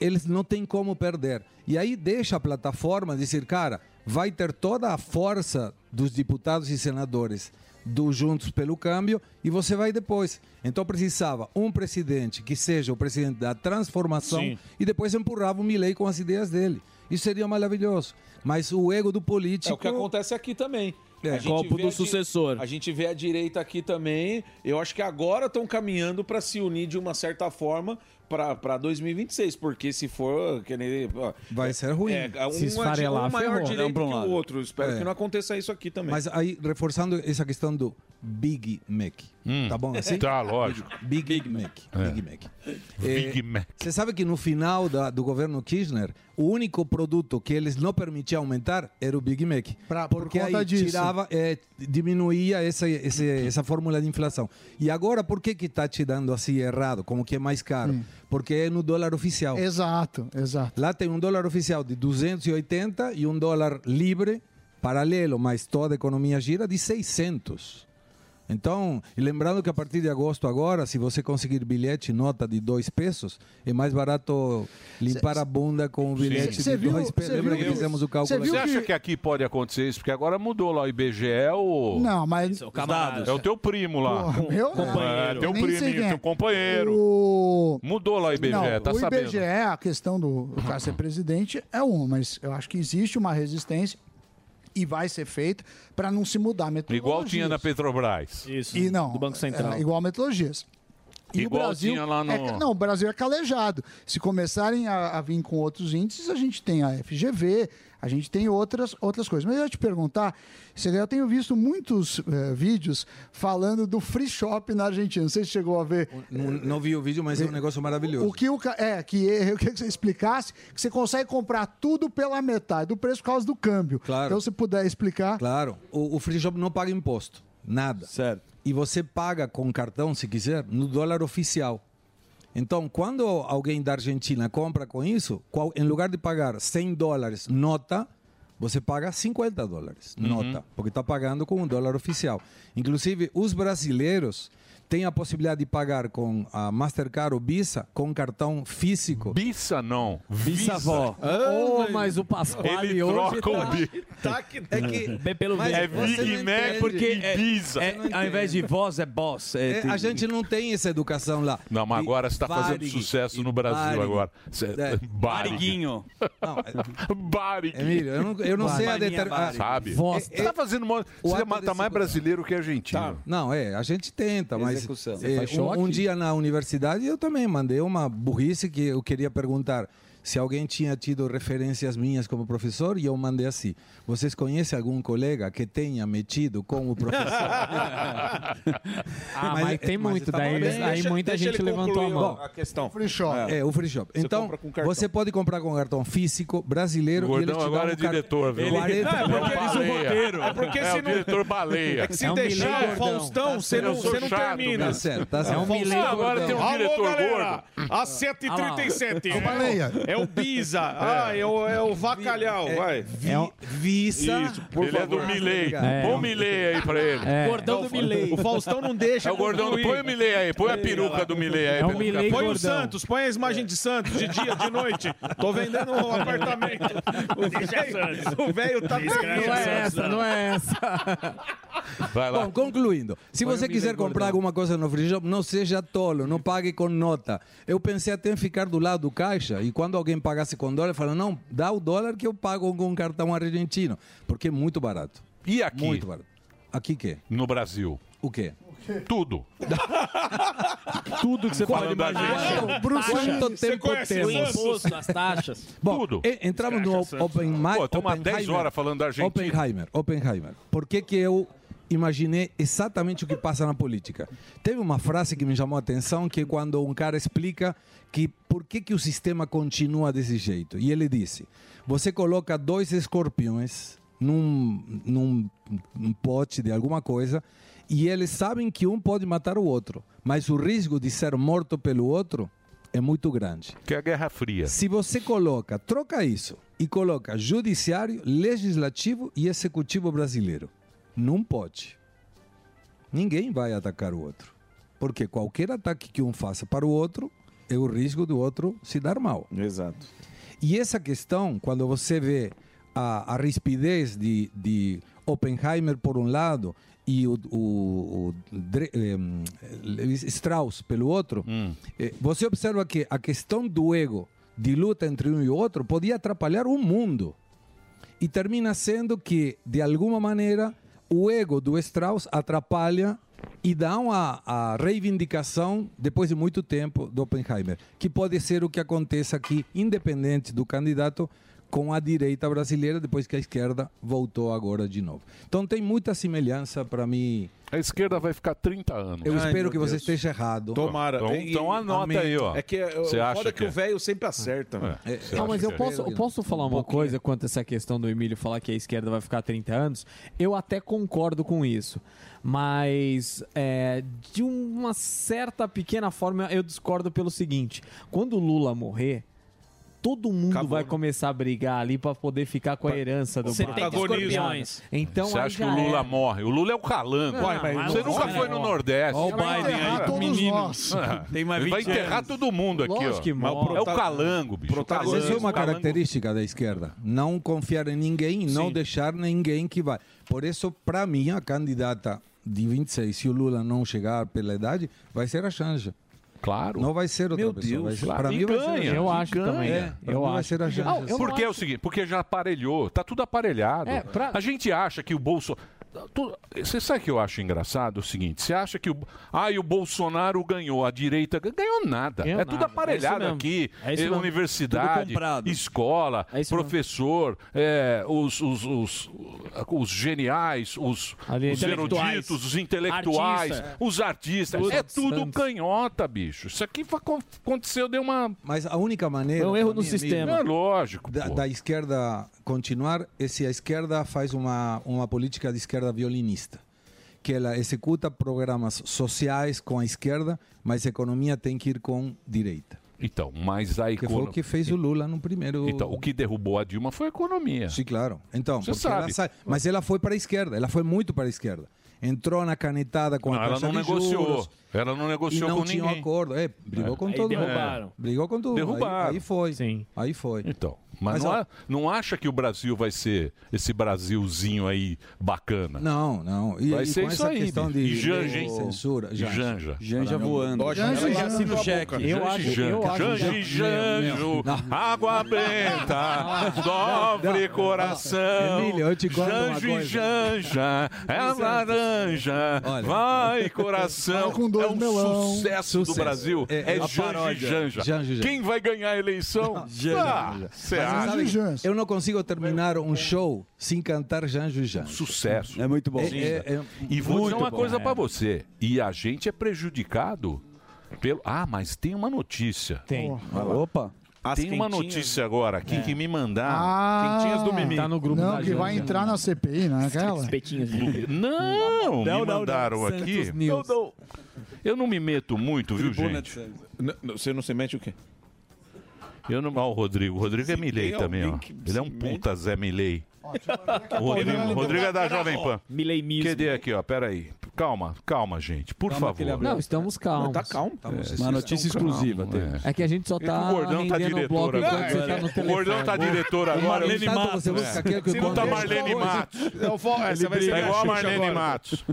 S16: eles não têm como perder. E aí deixa a plataforma dizer, cara, vai ter toda a força dos deputados e senadores do Juntos pelo Câmbio e você vai depois. Então precisava um presidente que seja o presidente da transformação
S9: Sim.
S16: e depois empurrava o Milei com as ideias dele. Isso seria maravilhoso. Mas o ego do político...
S10: É o que acontece aqui também.
S16: É.
S10: A gente
S16: Copo
S10: vê
S16: do
S10: a di-
S16: sucessor.
S10: A gente vê a direita aqui também. Eu acho que agora estão caminhando para se unir de uma certa forma para 2026, porque se for que nem- ó,
S16: Vai ser ruim.
S10: é, um
S16: Se
S10: é de-
S16: esfarelar,
S10: um maior
S16: ferrou.
S10: direito
S16: Não, pra um
S10: que o
S16: lado.
S10: outro. Espero
S16: É.
S10: que não aconteça isso aqui também.
S16: Mas aí, reforçando essa questão do Big Mac.
S10: Hum.
S16: Tá bom assim?
S3: Tá, lógico. É.
S16: Big, Mac. Big Mac.
S3: Big
S16: É,
S3: Mac.
S16: Você sabe que no final da- do governo Kirchner, o único produto que eles não permitiam aumentar era o Big Mac. porque
S6: conta
S16: aí
S6: disso.
S16: tirava, é, diminuía essa, esse- essa fórmula de inflação. E agora, por que que está te dando assim errado, como que é mais caro?
S6: Mm.
S16: Porque é no dólar oficial.
S6: Exato, exato.
S16: Lá tem um dólar oficial de 280 e um dólar livre, paralelo, mas toda a economia gira, de 600. Então, e lembrando que a partir de agosto agora, se você conseguir bilhete nota de dois pesos, é mais barato limpar a bunda com o bilhete de dois pesos. Lembra que fizemos o
S3: Você,
S16: cálculo? aqui?
S3: acha que aqui pode acontecer isso? Porque agora mudou lá o IBGE, é o...
S6: Não, mas- Isso,
S3: É
S6: o
S3: o
S6: camarada.
S3: É o teu primo lá.
S6: Porra, meu?
S3: É, teu
S6: Nem sei quem
S3: primo,
S6: é.
S3: teu companheiro.
S6: O-
S3: Mudou lá o IBGE,
S6: Não,
S3: tá
S6: o
S3: sabendo.
S6: IBGE, a questão do, do cara ser presidente é uma, mas eu acho que existe uma resistência e vai ser feito para não se mudar a metodologia.
S3: Igual tinha na Petrobras.
S11: Isso,
S6: E não,
S11: do Banco Central.
S6: é, igual a metodologias. E
S3: Igual
S6: o Brasil
S3: tinha lá no-
S6: é ca- não, o Brasil é calejado. Se começarem a, a vir com outros índices, a gente tem a FGV, a gente tem outras, outras coisas. Mas eu ia te perguntar, Cedeu, eu tenho visto muitos eh, vídeos falando do free shop na Argentina. Não sei se chegou a ver.
S16: Não, não vi o vídeo, mas é um negócio maravilhoso.
S6: O que o ca- é que eu queria que você explicasse que você consegue comprar tudo pela metade do preço por causa do câmbio.
S16: Claro.
S6: Então se puder explicar.
S16: Claro. O, o free shop não paga imposto. Nada. Certo. E você paga com cartão, se quiser, no dólar oficial. Então, quando alguém da Argentina compra com isso, qual- em lugar de pagar 100 dólares nota, você paga 50 dólares nota, porque está pagando com o dólar oficial. Inclusive, os brasileiros têm a possibilidade de pagar com a Mastercard ou Visa com cartão físico.
S3: Visa não.
S16: Bisavó.
S12: Ô, Oh, mas o Pasquale
S16: Ele
S12: hoje
S16: troca o
S12: tá...
S16: bi-
S10: Tá que... É
S12: que...
S7: Bem pelo
S16: Mas
S7: é
S16: você não
S7: Big Mac
S16: entende.
S7: porque é,
S16: Ibiza.
S7: é-
S16: Você não
S7: ao invés de
S16: entende.
S7: voz é boss. É,
S16: É,
S7: tem-
S16: a gente não tem essa educação lá.
S3: Não, mas
S16: E
S3: agora você está Tá fazendo
S16: Varig,
S3: sucesso no Brasil
S16: Varig.
S3: agora. Cê-
S16: É.
S3: Varig.
S7: Variguinho.
S6: é-
S3: Varig.
S16: Emílio, eu não, eu não sei a determinação.
S3: Sabe? Você tá fazendo uma... Você tá mais brasileiro que
S11: Tá.
S3: argentino.
S16: Não, é, a gente tenta, mas
S3: Execução.
S16: é,
S3: Você faz
S16: um,
S3: choque?
S16: um dia na universidade eu também mandei uma burrice que eu queria perguntar se alguém tinha tido referências minhas como professor e eu mandei assim, vocês conhecem algum colega que tenha metido como professor?
S12: Ah, mas, tem muito, daí, eles- aí muita gente levantou a mão.
S10: questão.
S6: Free shop.
S16: É, o free shop. Então, você pode comprar com cartão físico brasileiro.
S3: O gordão
S16: e eles te
S3: agora
S16: dão
S3: é
S16: um car-
S3: diretor, viu?
S16: 40
S3: Ele- Ah, é porque eles usam roteiro. É porque É, se o não- diretor baleia.
S10: É que se
S3: É um
S10: deixar
S3: milhão
S10: o
S3: gordão.
S10: Faustão,
S3: Tá
S10: você
S3: certo.
S10: não,
S3: Eu sou
S10: você não
S3: chato
S10: termina.
S3: mesmo. Tá certo, tá certo. É um
S10: Faustão,
S3: milhão
S10: agora
S3: gordão.
S10: tem um
S3: Alô,
S10: diretor
S3: galera.
S10: gordo. Às 7h37.
S3: Ah lá.
S10: É, o- é o Biza. Ah, é o, é o Vacalhau. vai.
S12: É um-
S10: Visa. Isso, por
S3: ele
S10: favor.
S3: é do Milley.
S10: É.
S3: Põe o Milley aí pra ele.
S10: É. Gordão do Milei. O Faustão não deixa
S3: É o gordão. do-
S10: concluir.
S3: Põe o Milley aí. Põe a peruca do Milley
S12: É um
S3: aí. pra ele ficar-
S10: Põe o Santos, põe a imagem de Santos, de dia, de noite. Tô vendendo um apartamento. O velho- O velho tá
S12: Não é essa, não é essa.
S3: Vai
S16: Bom, concluindo, se
S12: Põe o
S16: você
S12: milho
S16: quiser
S12: engordão.
S16: comprar alguma coisa no free shop, não seja tolo, não pague com nota. Eu pensei até em ficar do lado do caixa e quando alguém pagasse com dólar, eu falava, não, dá o dólar que eu pago com um cartão argentino, porque é muito barato.
S3: E aqui?
S16: Muito barato. Aqui quê?
S3: No Brasil.
S16: O quê?
S3: Tudo.
S16: Tudo que
S3: você pode imaginar.
S11: Bruce
S16: Quanto
S11: Lee. Você
S16: tempo
S11: conhece
S16: temos?
S11: o imposto, as taxas.
S16: Bom, e- entramos no
S3: Caraca,
S16: Open Mic.
S3: Pô, estamos há 10 horas falando da Argentina.
S16: Oppenheimer, Oppenheimer. Por que, que eu imaginei exatamente o que passa na política? Teve uma frase que me chamou a atenção, que é quando um cara explica que por que, que o sistema continua desse jeito. E ele disse, você coloca dois escorpiões num, num um pote de alguma coisa e eles sabem que um pode matar o outro, mas o risco de ser morto pelo outro é muito grande.
S3: Que é a Guerra Fria.
S16: Se você coloca, troca isso e coloca judiciário, legislativo e executivo brasileiro, não pode. Ninguém vai atacar o outro. Porque qualquer ataque que um faça para o outro é o risco do outro se dar mal.
S10: Exato.
S16: E essa questão, quando você vê a, a rispidez de, de Oppenheimer por um lado e o, o- o Dre- em, Levi Strauss pelo outro, eh, você observa que a questão do ego de luta entre um e outro podia atrapalhar o mundo. E termina sendo que, de alguma maneira, o ego do Strauss atrapalha e dá uma, a reivindicação, depois de muito tempo, do Oppenheimer. Que pode ser o que aconteça aqui, independente do candidato, com a direita brasileira, depois que a esquerda voltou agora de novo. Então tem muita semelhança para mim.
S3: A esquerda vai ficar 30 anos.
S16: Eu
S3: Ai,
S16: espero
S3: meu
S16: que você
S3: Deus.
S16: esteja errado.
S10: Tomara.
S3: Então-
S10: E-
S3: então anota
S10: Amém.
S3: aí, ó.
S10: É que é,
S3: Você
S10: foda
S3: acha
S10: que o
S3: que-
S10: velho sempre acerta.
S3: É.
S10: Você
S12: Não,
S10: acha
S12: mas
S10: que
S12: eu
S10: é?
S12: posso, eu posso falar uma coisa quanto a essa questão do Emílio falar que a esquerda vai ficar 30 anos? Eu até concordo com isso. Mas, é, de uma certa pequena forma, eu discordo pelo seguinte: quando o Lula morrer, todo mundo vai começar a brigar ali pra poder ficar com a herança do
S3: 70
S12: Barba.
S3: escorpiões.
S12: Então
S3: Você
S12: aí
S3: acha que
S12: já
S3: o Lula
S12: era.
S3: morre? O Lula é o calango.
S12: Não, Uai, mas
S3: você
S12: não
S3: nunca
S12: vai,
S3: foi
S12: né?
S3: no Nordeste.
S12: Olha o Vai Biden aí, enterrar todos menino. nós.
S3: Ah,
S12: Tem mais
S3: ele vai
S12: 20
S3: enterrar
S12: anos.
S3: todo mundo aqui,
S12: Lógico
S3: ó.
S12: que morre.
S3: É o calango, bicho.
S16: Mas isso é uma característica da esquerda. Não confiar em ninguém, não
S3: Sim.
S16: deixar ninguém que vai. Por isso, para mim, a candidata de 26, se o Lula não chegar pela idade, vai ser a Xanja.
S3: Claro.
S16: Não vai ser outra
S3: Meu
S16: pessoa.
S3: Deus,
S16: vai ser,
S3: claro.
S16: pra
S3: E
S16: mim vai ser a
S3: ganha,
S16: Janja.
S3: e ganha.
S16: É, pra mim vai ser a Janja.
S3: porque é o seguinte, porque já aparelhou, tá tudo aparelhado.
S16: É, pra-
S3: A gente acha que o Bolsonaro. Você sabe o que eu acho engraçado? É O seguinte, você acha que o. Ah, e o Bolsonaro ganhou, a direita gan- ganhou nada.
S9: Ganhou
S3: é tudo
S9: nada, é isso
S3: aparelhado
S9: mesmo.
S3: aqui.
S9: É isso
S3: eh,
S9: mesmo. Tudo
S3: universidade,
S9: comprado.
S3: escola, professor, eh, os, os, os, os geniais, os, os
S9: intelectuais.
S3: eruditos, os intelectuais,
S9: Artista.
S3: os artistas.
S9: Os
S3: é tudo
S9: dançantes.
S3: canhota, bicho. Isso aqui fa- aconteceu, deu uma.
S16: Mas a única maneira.
S3: Foi um erro
S16: pra
S3: no
S16: mim, amigo,
S3: sistema. É lógico,
S16: Da,
S3: pô.
S16: da esquerda continuar é se a esquerda faz uma, uma política de esquerda violinista. Que ela executa programas sociais com a esquerda, mas a economia tem que ir com direita.
S3: Então, mas a
S16: Que foi o
S3: economia.
S16: que fez o Lula no primeiro.
S3: Então, o que derrubou a Dilma foi a economia.
S16: Sim, claro. Então,
S3: Você
S16: porque ela
S3: sabe.
S16: sai- mas ela foi para a esquerda, ela foi muito para a esquerda. Entrou na canetada com
S3: Não,
S16: a
S3: ela não
S16: taxa de
S3: negociou.
S16: juros,
S3: Ela não negociou
S16: e não
S3: com
S16: tinha um
S3: ninguém.
S16: acordo. É, brigou
S3: É.
S16: com
S3: Aí
S16: todo mundo.
S3: derrubaram.
S16: É, Brigou com tudo. Aí-
S3: Derrubaram.
S16: Aí, foi. Aí foi.
S3: Então, Mas, não, a- não acha que o Brasil vai ser esse Brasilzinho aí bacana?
S16: Não, não. E,
S3: vai
S16: e
S3: ser
S16: com
S3: isso
S16: essa
S3: aí.
S16: questão
S3: bicho.
S16: de,
S3: e Janja, hein?
S16: censura.
S3: E Janja. é
S16: Janja voando.
S3: Eu acho Janja e Janjo, água benta, dobre coração.
S16: Emílio, eu te conto uma
S3: Janjo e
S16: coisa.
S3: Janja, é
S16: Exato.
S3: laranja, vai coração.
S16: Vai com dois
S3: é um
S16: melão.
S3: sucesso, do
S16: Sucesso.
S3: Brasil.
S16: É,
S3: É,
S16: é uma
S3: Janja e
S16: paródia.
S3: Janja.
S16: Janja e Janja.
S3: Ah, Quem vai ganhar a eleição? Ah, Você
S16: Mas
S3: acha?
S16: sabe, eu não consigo terminar um show sem cantar Janjo e Janjo.
S3: Sucesso.
S16: É muito bom.
S3: Sim. e vou dizer uma coisa pra você. E a gente é prejudicado pelo. Ah, mas tem uma notícia.
S12: Tem.
S3: Opa.
S12: As
S3: tem uma
S12: quentinhas.
S3: notícia agora aqui
S12: É.
S3: que me mandaram.
S6: Ah,
S3: quentinhas do Mimi.
S6: Tá no grupo não, que vai entrar na CPI, né? Aquela.
S3: Não,
S6: Não,
S3: me
S6: não, não.
S3: mandaram
S6: Santos
S3: aqui.
S6: News.
S3: Não, não. Eu não me meto muito, viu,
S10: Tribuna
S3: gente?
S10: de N- n- Você não se mete o quê?
S3: Eu não. Ó, o Rodrigo. O Rodrigo é Milei
S10: tem
S3: também, ó.
S10: alguém que
S3: Ele é um puta Zé Milei.
S2: Tá
S3: O Rodrigo,
S10: Ele-
S3: Rodrigo é da Jovem Pan.
S11: Milei mesmo.
S3: Cadê aqui, ó? Peraí. Calma, calma, gente. Por
S12: Calma que ele
S3: favor.
S12: abriu. Não, estamos calmos. Tá calmo.
S3: Uma notícia exclusiva.
S12: É que a gente só tá
S3: o gordão tá
S12: rendendo o
S3: diretor
S12: bloco enquanto
S3: agora.
S12: você tá no
S3: o
S12: telefone.
S3: gordão tá diretor agora. tá-
S12: Marlene Matos. Você quer que eu
S3: Se não tá
S12: conte?
S3: Marlene
S12: Depois.
S3: Matos.
S12: Eu vou- é, você
S3: Ele
S12: vai
S3: briga.
S12: ser
S3: Tá igual a
S12: minha Xuxa
S3: Marlene
S12: agora.
S3: Matos.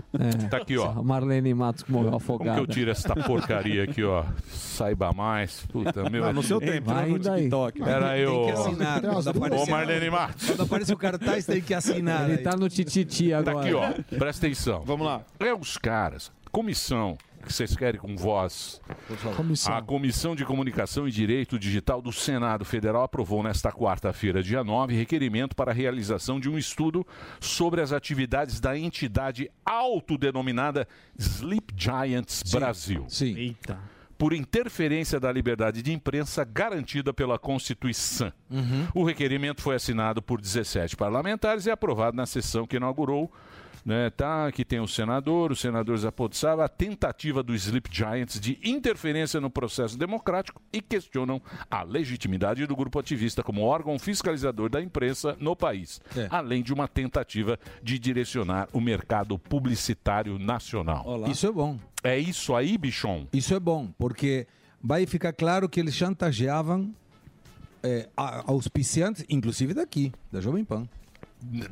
S3: Tá aqui, ó.
S12: Só Marlene Matos que morreu
S3: Como
S12: afogada.
S3: que eu tiro essa porcaria aqui, ó? Saiba mais. Puta, meu.
S12: Não, no seu
S3: né,
S12: tempo, Vai no daí. TikTok. né?
S3: Era
S12: Tem
S3: eu.
S12: que um assinar, tá quando
S3: Ô,
S12: aparecer.
S3: Marlene Matos.
S16: Quando aparece o cartaz, tem que assinar.
S12: Ele tá no tititi agora.
S3: Aqui, ó, presta atenção. Vamos lá. É os caras, comissão, que vocês querem com voz.
S6: Comissão.
S3: A Comissão de Comunicação e Direito Digital do Senado Federal aprovou nesta quarta-feira, dia 9, requerimento para a realização de um estudo sobre as atividades da entidade autodenominada Sleep Giants Brasil.
S16: Sim.
S3: Eita. Por interferência da liberdade de imprensa garantida pela Constituição. O requerimento foi assinado por 17 parlamentares e aprovado na sessão que inaugurou. Né, tá, aqui tem o senador, o senador Zapotsava, a tentativa do Sleep Giants de interferência no processo democrático e questionam a legitimidade do grupo ativista como órgão fiscalizador da imprensa no país, além de uma tentativa de direcionar o mercado publicitário nacional.
S16: Isso é bom.
S3: É isso aí, bichon?
S16: Isso é bom, porque vai ficar claro que eles chantageavam é, a- auspiciantes, inclusive daqui, da Jovem Pan.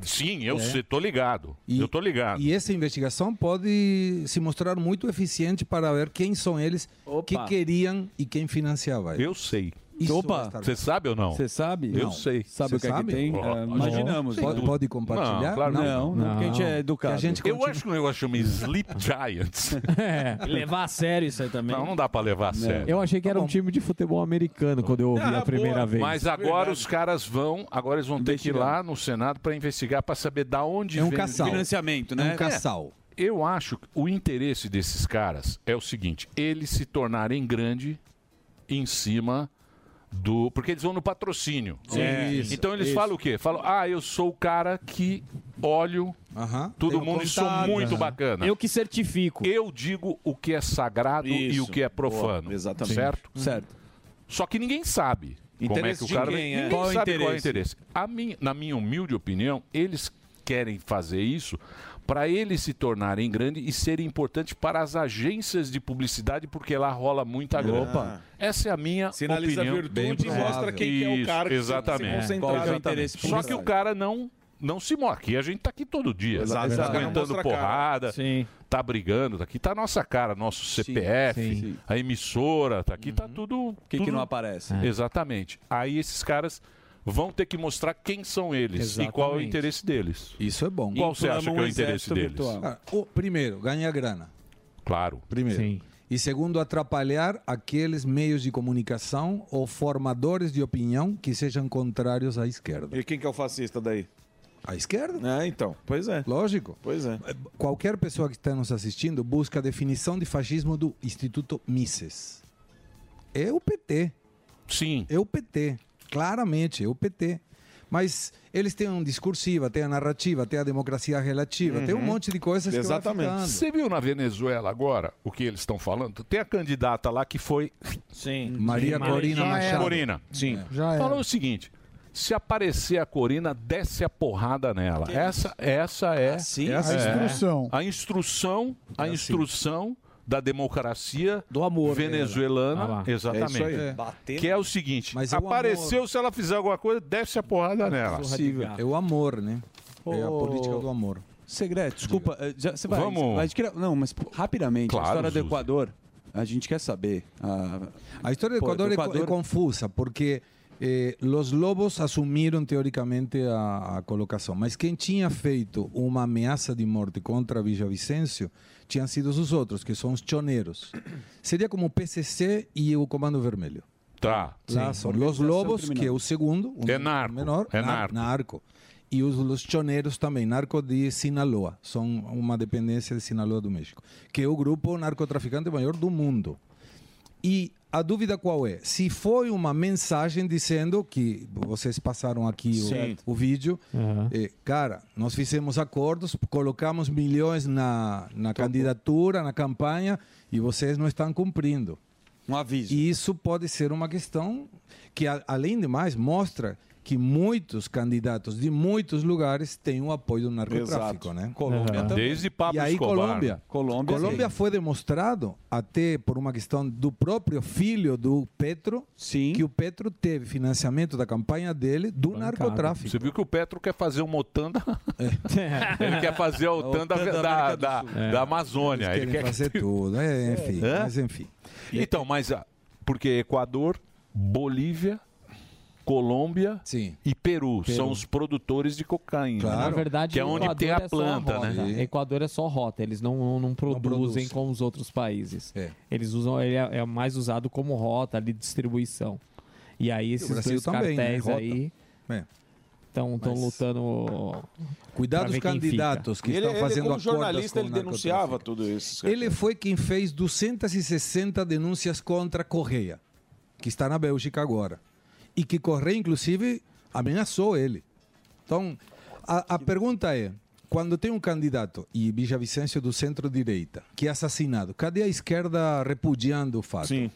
S3: Sim, eu
S16: É.
S3: sei, tô ligado.
S16: E-
S3: eu tô ligado.
S16: E essa investigação pode se mostrar muito eficiente para ver quem são eles, o que queriam e quem financiava eles.
S3: Eu sei.
S16: Isso vai
S3: Opa,
S16: estar
S3: você sabe ou não?
S16: Você sabe?
S3: Eu
S16: Não.
S3: sei.
S16: Sabe o que é que tem?
S3: Oh,
S16: É,
S3: oh,
S16: imaginamos.
S3: sem
S16: Pode-
S3: dúvida.
S16: pode compartilhar?
S3: Não, claro
S16: Não,
S3: não.
S16: não, porque a gente é educado. Que a gente
S3: Eu
S16: continua. É.
S3: acho que o negócio chama Sleep Giants.
S11: E levar a sério isso aí também.
S3: Não, não dá pra levar a sério.
S12: Eu achei que era um time de futebol americano quando eu ouvi a primeira vez.
S3: Tá Mas agora os caras vão, agora eles vão ter que ir lá no Senado para investigar, para saber da onde
S7: É um
S3: vem o
S7: caçal. Financiamento, né? É um caçal.
S3: Eu acho que o interesse desses caras é o seguinte: eles se tornarem grande em cima do. Porque eles vão no patrocínio.
S9: Sim.
S3: É.
S9: Isso,
S3: então eles
S9: isso.
S3: falam o quê? Falam, ah, eu sou o cara que olho todo
S9: tenho
S3: mundo e sou
S9: contato.
S3: muito
S9: Aham.
S3: bacana.
S9: Eu
S3: que certifico. Eu digo o que é sagrado e
S9: Isso.
S3: o que é profano.
S9: Boa, exatamente.
S3: Certo?
S9: Certo.
S3: Só que ninguém sabe. Como é
S9: Interesse
S3: que o
S9: de
S3: cara.
S9: quem, é?
S3: Ninguém
S9: Qual é o
S3: sabe qual é o
S9: interesse?
S3: interesse. A minha- na minha humilde opinião, eles querem fazer isso para eles se tornarem grande e serem importantes para as agências de publicidade, porque lá rola muita grana.
S9: Opa.
S3: Essa é a minha
S9: Sinaliza
S3: opinião.
S9: virtude Bem e provável. mostra quem que é o
S3: Isso,
S9: cara que se- se
S3: exatamente.
S9: concentrar Qual que é o no interesse
S3: Só que
S9: publicitário.
S3: o cara não não se morre. Aqui a gente tá aqui todo dia.
S9: Exato,
S3: Tá
S9: exato.
S3: aguentando
S9: Mostra a cara.
S3: porrada, tá brigando. Aqui tá a nossa cara, nosso CPF, a emissora, tá aqui
S9: Uhum.
S3: tá tudo... O
S7: que não aparece.
S3: É. Exatamente. Aí esses caras vão ter que mostrar quem são eles e qual é o
S16: Exatamente.
S3: interesse deles.
S16: Isso é bom.
S3: Qual você acha que é o interesse deles?
S16: Ah, o- primeiro, ganhar grana.
S3: Claro.
S16: Primeiro. E segundo, atrapalhar aqueles meios de comunicação ou formadores de opinião que sejam contrários à esquerda.
S10: E quem que é o fascista daí?
S16: A esquerda?
S10: É, então. Pois é.
S16: Lógico.
S10: Pois é.
S16: Qualquer pessoa que está nos assistindo busca a definição de fascismo do Instituto Mises. É o PT.
S3: Sim.
S16: É o PT. Claramente, é o PT. Mas eles têm um discursiva, tem a narrativa, tem a democracia relativa,
S3: Uhum.
S16: tem um monte de coisas que vai ficando.
S3: Você viu na Venezuela agora o que eles estão falando? Tem a candidata lá que foi.
S10: Sim.
S16: Maria Corina Machado. É.
S3: Corina.
S10: Sim.
S3: Já Falou o seguinte. Se aparecer a Corina, desce a porrada nela. Essa, essa é,
S6: sim? A instrução.
S3: A instrução, a instrução da democracia do amor
S9: dela. Ah
S3: venezuelana,
S9: lá.
S3: exatamente.
S9: É isso aí.
S3: Batendo. Que é o seguinte,
S9: é o amor.
S3: apareceu se ela fizer alguma coisa, desce a porrada nela.
S16: Possível. É o amor, né? É a política do amor.
S7: Segredo, desculpa.
S16: É,
S7: eh, já- você vai,
S16: Vamos.
S7: vai de que- não, mas pô, rapidamente.
S16: Claro,
S7: a história do
S16: Zuzu.
S7: Equador, a gente quer saber. A,
S16: A história do Equador, é co- é confusa, porque eh, os lobos assumiram teoricamente a, a colocação, mas quem tinha feito uma ameaça de morte contra Villavicencio tinham sido os outros, que são os choneiros. Seria como o PCC e o Comando Vermelho.
S3: Tá.
S16: Lá são os lobos, que é o segundo, o
S3: É narco,
S16: menor,
S3: é
S16: nar-
S3: narco.
S16: E os los choneiros também, narco de Sinaloa, são uma dependência de Sinaloa do México, que é o grupo narcotraficante maior do mundo. E a dúvida qual é? Se foi uma mensagem dizendo que vocês passaram aqui
S9: Sim.
S16: o, o vídeo, eh, cara, nós fizemos acordos, colocamos milhões na, na candidatura, na campanha, e vocês não estão cumprindo.
S7: Um aviso.
S16: E isso pode ser uma questão que, a- além de mais, mostra que muitos candidatos de muitos lugares têm o apoio do narcotráfico,
S7: Exato.
S16: né?
S7: Colômbia Uhum. também.
S3: Desde Pablo
S16: E aí
S3: Escobar.
S16: Colômbia.
S7: Colômbia,
S16: Colômbia
S7: sim.
S16: foi demonstrado até por uma questão do próprio filho do Petro, que o Petro teve financiamento da campanha dele do narcotráfico. É.
S3: Você viu que o Petro quer fazer uma otanda? Ele quer fazer a otanda,
S16: Otanda
S3: da,
S16: América do
S3: da,
S16: Sul. É.
S3: da Amazônia.
S16: Eles
S3: Ele quer
S16: querem fazer tudo, é, enfim,
S3: Hã?
S16: mas enfim.
S3: Então, mas ah, porque Equador, Bolívia, Colômbia e Peru,
S12: Peru.
S3: são os produtores de cocaína.
S12: Na verdade,
S3: que é onde
S12: Equador
S3: tem a
S12: é só
S3: planta,
S12: rota.
S3: né?
S12: Equador é só rota, eles não, não, não produzem
S3: produz.
S12: com os outros países. Eles usam, ele é, é mais usado como rota de distribuição. E aí esses
S16: Brasil
S12: dois
S16: também,
S12: cartéis
S16: né? Rota.
S12: aí estão
S16: Mas-
S12: lutando.
S16: Cuidado
S12: pra
S16: os
S12: ver quem
S16: candidatos
S12: fica.
S16: que
S9: é,
S16: estão fazendo
S10: como
S16: acordos
S10: jornalista,
S16: com
S10: ele
S16: o
S10: denunciava tudo isso.
S16: Ele foi quem fez 260 denúncias contra Correia, que está na Bélgica agora. E que Correia, inclusive, ameaçou ele. Então, a, a pergunta é: quando tem um candidato, e Vicencio do centro-direita, que é assassinado, cadê a esquerda repudiando o fato? Sim.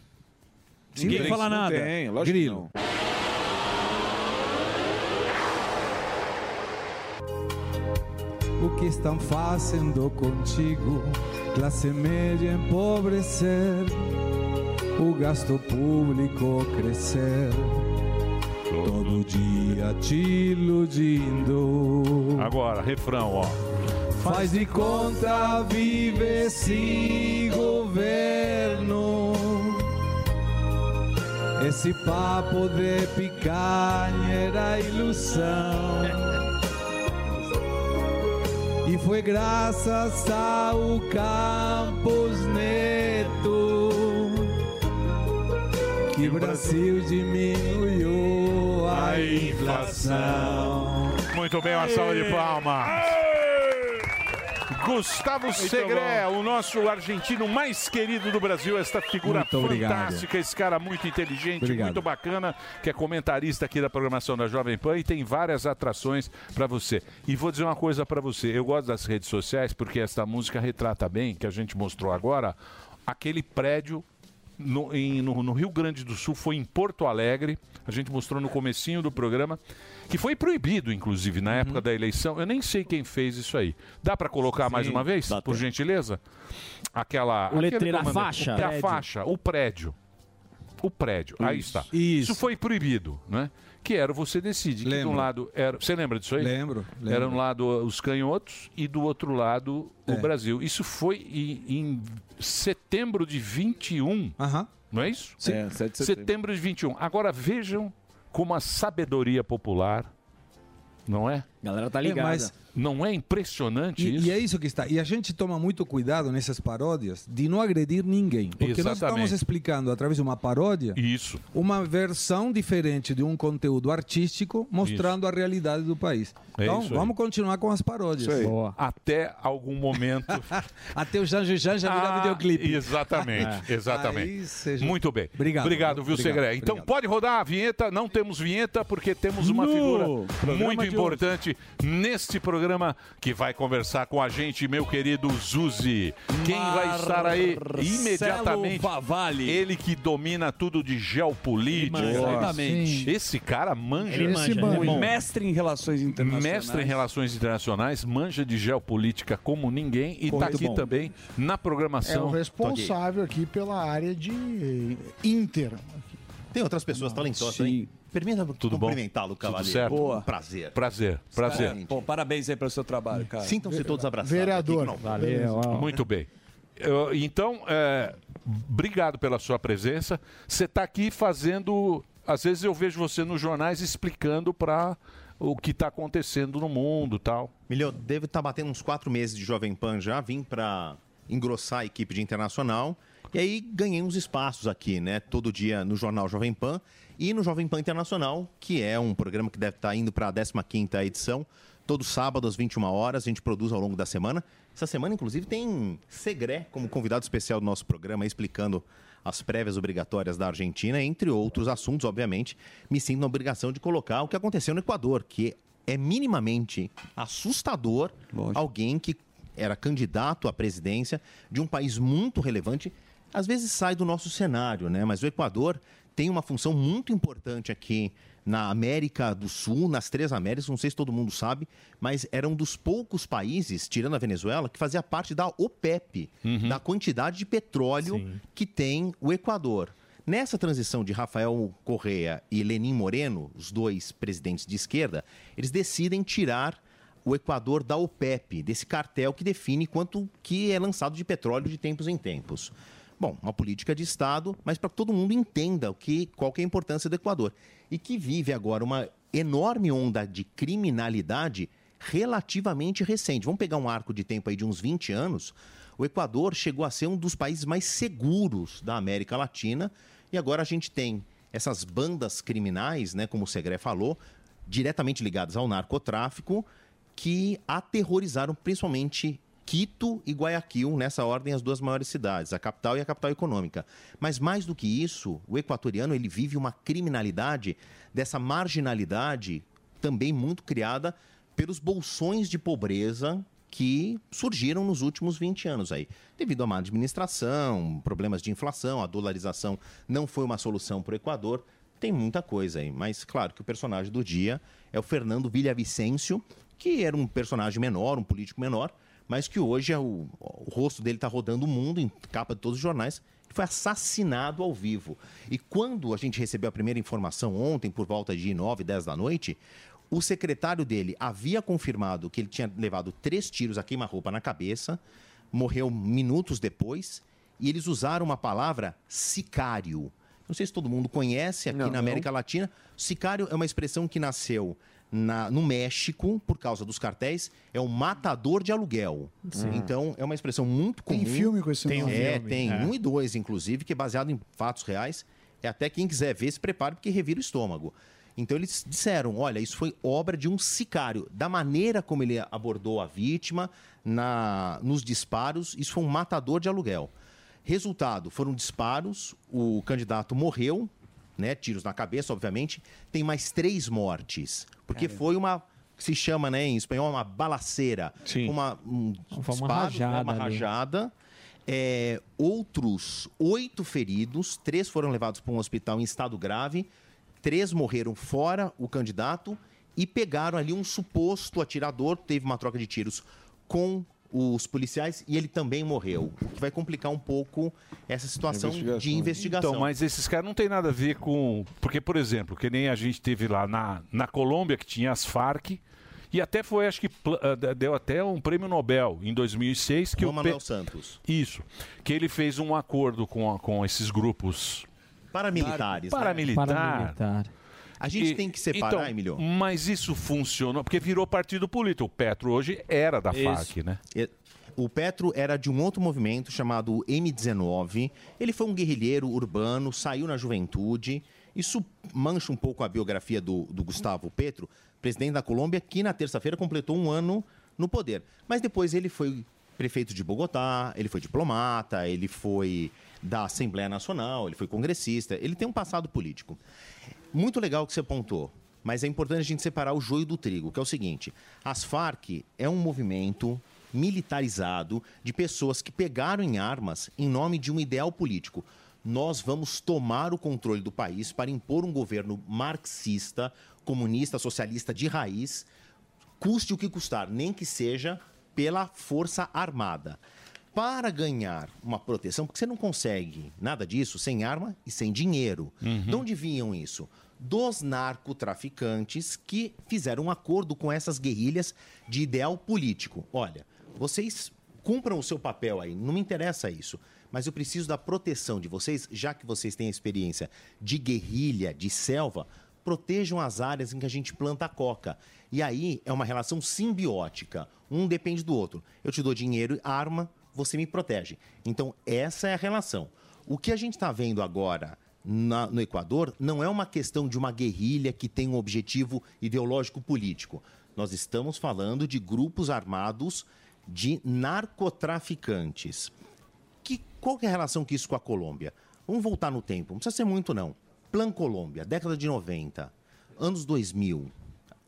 S10: Ninguém fala Não nada. tem, lógico que
S16: Grilo. O que estão fazendo contigo? Classe média é empobrecer, o gasto público crescer, todo dia te iludindo.
S3: Agora, refrão, ó.
S16: Faz de conta, vive esse governo. Esse papo de picanha era ilusão. E foi graças ao Campos Neto que o Brasil diminuiu a inflação.
S3: Muito bem, uma salva de palmas. Gustavo Segré, o nosso argentino mais querido do Brasil, esta figura
S9: Muito obrigado.
S3: fantástica, esse cara muito inteligente,
S9: Obrigado.
S3: muito bacana, que é comentarista aqui da programação da Jovem Pan e tem várias atrações pra você. E vou dizer uma coisa pra você, eu gosto das redes sociais porque esta música retrata bem, que a gente mostrou agora, aquele prédio no, em- no- no Rio Grande do Sul, foi em Porto Alegre, a gente mostrou no comecinho do programa, que foi proibido, inclusive,
S11: Uhum.
S3: na época da eleição. Eu nem sei quem fez isso aí. Dá para colocar mais uma vez, por gentileza? Aquela...
S11: O
S3: aquele
S11: letreiro, a
S3: comando-
S11: faixa.
S3: o- A
S11: Prédio.
S3: faixa, né, o prédio. O prédio, aí
S11: Isso.
S3: está. Isso foi proibido, né? Que era o você decide. Que de um
S16: Lembro.
S3: lado era. Você lembra disso aí?
S16: Lembro, lembro.
S3: Era um lado uh, os canhotos e do outro lado o
S16: É.
S3: Brasil. Isso foi em, em setembro de 21. Não é isso?
S16: Sim. É, 7 de setembro.
S3: setembro de 21. Agora vejam como a sabedoria popular, não é?
S11: Galera
S16: tá É, ligada. mas-
S3: não é impressionante
S16: E,
S3: isso?
S16: e é isso que está. E a gente toma muito cuidado nessas paródias de não agredir ninguém. Porque nós estamos
S3: Exatamente.
S16: explicando, através de uma paródia,
S3: Isso.
S16: uma versão diferente de um conteúdo artístico mostrando a realidade do país.
S3: É
S16: então,
S3: isso aí.
S16: vamos continuar com as paródias.
S3: Até algum momento.
S16: Até o Janjo Jan já virar
S3: Ah,
S16: videoclipe.
S3: Exatamente,
S16: É.
S3: exatamente.
S16: Aí seja-
S3: Muito bem.
S16: Obrigado.
S3: Obrigado, viu,
S16: Obrigado,
S3: Segré? Então pode rodar a vinheta. Não temos vinheta porque temos uma
S9: No
S3: figura
S9: programa
S3: muito
S9: de
S3: importante neste programa que vai conversar com a gente, meu querido Zuzi. Quem vai estar aí
S7: Marcelo
S3: imediatamente?
S7: Favalli.
S3: Ele que domina tudo de geopolítica.
S7: Ele manja. Exatamente.
S3: Sim. Esse cara manja.
S7: Ele manja, ele é bom. Mestre em relações internacionais.
S3: Mestre em relações internacionais, manja de geopolítica como ninguém e está
S7: Muito
S3: aqui
S7: bom.
S3: também na
S6: É
S3: programação.
S6: o responsável aqui pela área de eh, Inter.
S18: Tem outras pessoas talentosas, hein? Permita
S3: Tudo bom?
S18: cumprimentá-lo,
S3: Tudo
S18: cavaleiro.
S3: certo?
S18: Boa. Prazer.
S3: Prazer, prazer.
S18: Exatamente.
S7: Pô, parabéns aí pelo seu trabalho, cara.
S18: Sintam-se todos abraçados.
S6: Vereador.
S18: Aqui, não.
S3: Muito bem. Eu- então, é, obrigado pela sua presença. Você está aqui fazendo. Às vezes eu vejo você nos jornais explicando para o que está acontecendo no mundo tal.
S18: Milhão, devo estar batendo uns quatro meses de Jovem Pan já. Vim para engrossar a equipe de internacional. E aí ganhei uns espaços aqui, né? Todo dia no jornal Jovem Pan e no Jovem Pan Internacional, que é um programa que deve estar indo para a 15ª edição. Todo sábado às 21 horas, a gente produz ao longo da semana. Essa semana, inclusive, tem Segré como convidado especial do nosso programa, explicando as prévias obrigatórias da Argentina, entre outros assuntos, obviamente. Me sinto na obrigação de colocar o que aconteceu no Equador, que é minimamente assustador alguém que era candidato à presidência de um país muito relevante, às vezes sai do nosso cenário, né? Mas o Equador tem uma função muito importante aqui na América do Sul, nas três Américas, não sei se todo mundo sabe, mas era um dos poucos países, tirando a Venezuela, que fazia parte da OPEP, da quantidade de petróleo que tem o Equador. Nessa transição de Rafael Correa e Lenin Moreno, os dois presidentes de esquerda, eles decidem tirar o Equador da OPEP, desse cartel que define quanto que é lançado de petróleo de tempos em tempos. Bom, uma política de Estado, mas para que todo mundo entenda o que, qual que é a importância do Equador. E que vive agora uma enorme onda de criminalidade relativamente recente. Vamos pegar um arco de tempo aí de uns 20 anos. O Equador chegou a ser um dos países mais seguros da América Latina e agora a gente tem essas bandas criminais, né, como o Segré falou, diretamente ligadas ao narcotráfico, que aterrorizaram principalmente Quito e Guayaquil, nessa ordem as duas maiores cidades, a capital e a capital econômica. Mas mais do que isso, o equatoriano ele vive uma criminalidade dessa marginalidade também muito criada pelos bolsões de pobreza que surgiram nos últimos 20 anos aí. Devido à má administração, problemas de inflação, a dolarização não foi uma solução para o Equador. Tem muita coisa aí, mas claro que o personagem do dia é o Fernando Villavicencio, que era um personagem menor, um político menor, mas que hoje é o, o rosto dele está rodando o mundo, em capa de todos os jornais, que foi assassinado ao vivo. E quando a gente recebeu a primeira informação ontem, por volta de 9, 10 da noite, o secretário dele havia confirmado que ele tinha levado três tiros a queima-roupa na cabeça, morreu minutos depois, e eles usaram uma palavra sicário. Não sei se todo mundo conhece aqui na América Latina. Sicário é uma expressão que nasceu na- no México por causa dos cartéis. É um matador de aluguel.
S6: Sim.
S18: Então, é uma expressão muito
S6: Tem
S18: comum.
S6: filme com esse
S18: tem,
S6: nome.
S18: É,
S6: Filme,
S18: tem.
S6: é.
S18: Um e dois, inclusive, que é baseado em fatos reais. É até quem quiser ver, se prepare, porque revira o estômago. Então eles disseram: olha, isso foi obra de um sicário. Da maneira como ele abordou a vítima, na, nos disparos, isso foi um matador de aluguel. Resultado: foram disparos, o candidato morreu, né? Tiros na cabeça, obviamente. Tem mais três mortes. Porque foi uma. que se chama, né, em espanhol, uma balaceira. Uma, um
S8: Hum,
S12: Foi uma
S18: disparo, né,
S12: rajada
S18: uma
S12: ali.
S18: rajada. é, outros oito feridos, três foram levados para um hospital em estado grave, três morreram fora o candidato e pegaram ali um suposto atirador, teve uma troca de tiros com os policiais e ele também morreu, o que vai complicar um pouco essa situação de investigação.
S3: Então, mas esses caras não tem nada a ver com. Porque, por exemplo, que nem a gente teve lá na, na Colômbia, que tinha as Farc. E até foi, acho que pla- ah, de- deu até um prêmio Nobel em 2006 que
S18: Juan Manuel
S3: Pe-
S18: Santos.
S3: Isso, que ele fez um acordo com, a- com esses grupos
S18: Paramilitares, né?
S3: paramilitar.
S18: Paramilitar. A gente tem que separar,
S3: então,
S18: Emilio.
S3: Mas isso funcionou porque virou partido político. O Petro hoje era da
S18: Isso.
S3: FARC, né?
S18: E- O Petro era de um outro movimento chamado M19. Ele foi um guerrilheiro urbano, saiu na juventude. Isso mancha um pouco a biografia do, do Gustavo Petro, presidente da Colômbia, que na terça-feira completou um ano no poder. Mas depois ele foi prefeito de Bogotá, ele foi diplomata, ele foi da Assembleia Nacional, ele foi congressista. Ele tem um passado político. Muito legal o que você apontou, mas é importante a gente separar o joio do trigo, que é o seguinte: as Farc é um movimento militarizado de pessoas que pegaram em armas em nome de um ideal político. Nós vamos tomar o controle do país para impor um governo marxista, comunista, socialista de raiz, custe o que custar, nem que seja pela força armada. Para ganhar uma proteção, porque você não consegue nada disso sem arma e sem dinheiro. De onde vinham isso? Dos narcotraficantes que fizeram um acordo com essas guerrilhas de ideal político. Olha, vocês cumpram o seu papel aí, não me interessa isso. Mas eu preciso da proteção de vocês, já que vocês têm a experiência de guerrilha, de selva, protejam as áreas em que a gente planta a coca. E aí é uma relação simbiótica. Um depende do outro. Eu te dou dinheiro, e arma, você me protege. Então, essa é a relação. O que a gente está vendo agora na- no Equador não é uma questão de uma guerrilha que tem um objetivo ideológico político. Nós estamos falando de grupos armados de narcotraficantes. Que, qual que é a relação que isso com a Colômbia? Vamos voltar no tempo, não precisa ser muito não. Plan Colômbia, década de 90, anos 2000.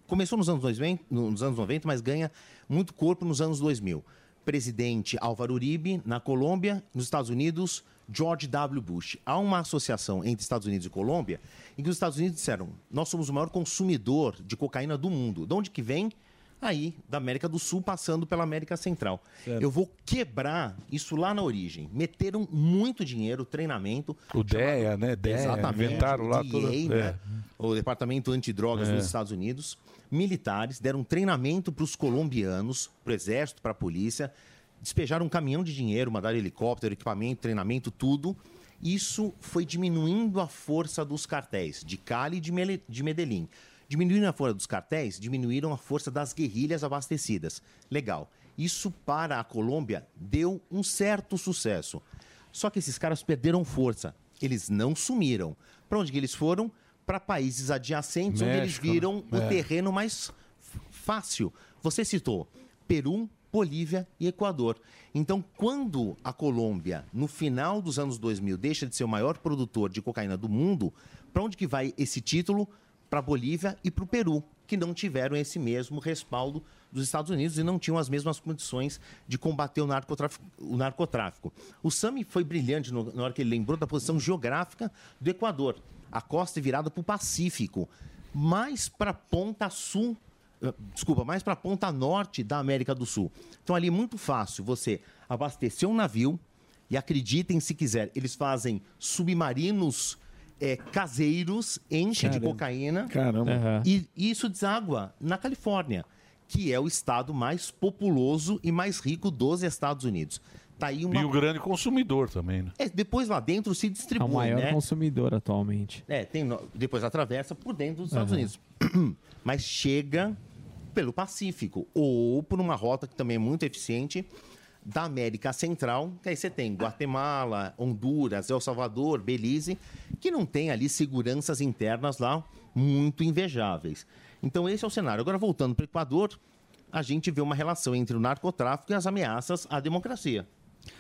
S18: Começou nos anos 2000, nos anos 90, mas ganha muito corpo nos anos 2000. Presidente Álvaro Uribe na Colômbia, nos Estados Unidos, George W. Bush. Há uma associação entre Estados Unidos e Colômbia em que os Estados Unidos disseram: "Nós somos o maior consumidor de cocaína do mundo". De onde que vem? Aí, da América do Sul, passando pela América Central. Eu vou quebrar isso lá na origem. Meteram muito dinheiro, treinamento.
S3: O DEA, né? DEA,
S18: Exatamente.
S3: inventaram lá
S18: DEA,
S3: toda-
S18: né?
S3: é.
S18: O Departamento Antidrogas
S3: É.
S18: dos Estados Unidos. Militares deram treinamento para os colombianos, para o exército, para a polícia. Despejaram um caminhão de dinheiro, mandaram helicóptero, equipamento, treinamento, tudo. Isso foi diminuindo a força dos cartéis de Cali e de Mele- de Medellín. Diminuindo a força dos cartéis, diminuíram a força das guerrilhas abastecidas. Legal. Isso para a Colômbia deu um certo sucesso. Só que esses caras perderam força. Eles não sumiram. Para onde que eles foram? Para países adjacentes, onde eles
S3: México, né?
S18: viram o
S3: É.
S18: terreno mais f- fácil. Você citou Peru, Bolívia e Equador. Então, quando a Colômbia, no final dos anos 2000, deixa de ser o maior produtor de cocaína do mundo, para onde que vai esse título? Para a Bolívia e para o Peru, que não tiveram esse mesmo respaldo dos Estados Unidos e não tinham as mesmas condições de combater o narcotráfico. O, narcotráfico. o Sami foi brilhante no- na hora que ele lembrou da posição geográfica do Equador. A costa é virada para o Pacífico, mais para a ponta sul eh, desculpa, mais para a ponta norte da América do Sul. Então ali é muito fácil você abastecer um navio e acreditem se quiser, eles fazem submarinos eh, caseiros, enche de
S3: Caramba.
S18: cocaína
S3: Caramba. Aham.
S18: e e isso deságua na Califórnia, que é o estado mais populoso e mais rico dos Estados Unidos. Tá aí uma...
S3: E o grande consumidor também, né?
S18: É, depois lá dentro se
S12: É o
S18: distribui,
S12: maior
S18: né?
S12: consumidor atualmente.
S18: É, tem no- depois atravessa por dentro dos Estados
S7: Uhum.
S12: Aham.
S18: Unidos. Mas chega pelo Pacífico ou por uma rota que também é muito eficiente da América Central, que aí você tem Guatemala, Honduras, El Salvador, Belize, que não tem ali seguranças internas lá muito invejáveis. Então esse é o cenário. Agora voltando para o Equador, a gente vê uma relação entre o narcotráfico e as ameaças à democracia.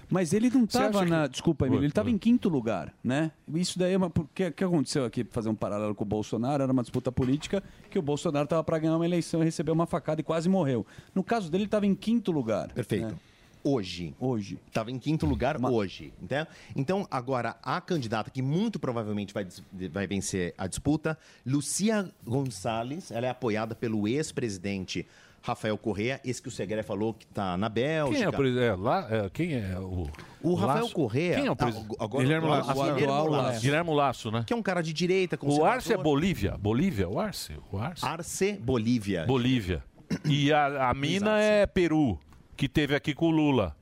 S7: Mas ele não
S18: Você
S7: estava
S18: acha
S7: na.
S18: que-
S7: Desculpa, Emílio,
S18: Oi,
S7: ele estava em quinto lugar, né? Isso daí é uma. O que, que aconteceu aqui, pra fazer um paralelo com o Bolsonaro, era uma disputa política que o Bolsonaro estava para ganhar uma eleição e receber uma facada e quase morreu. No caso dele, ele estava em quinto lugar. né? Perfeito.
S18: hoje. Hoje. Estava em quinto lugar hoje. Então, então, agora, a candidata que muito provavelmente vai, dis- vai vencer a disputa, Lucia Gonçalves, ela é apoiada pelo ex-presidente Rafael Correa, esse que o Segre falou que está na Bélgica.
S3: Quem é, o presi- é, lá, é, quem é o.
S18: O Rafael
S3: Laço?
S18: Correa.
S3: Quem é o presidente?
S18: Ah, agora-
S3: Guilherme
S18: agora-
S3: Laço.
S18: agora- Guilherme Laço.
S3: Guilherme Laço, né?
S18: Que é um cara de direita,
S3: O
S18: conservador.
S3: Arce é Bolívia. Bolívia, o Arce? O Arce.
S18: Arce Bolívia.
S3: Bolívia. E a, a mina é Peru, que teve aqui com o Lula.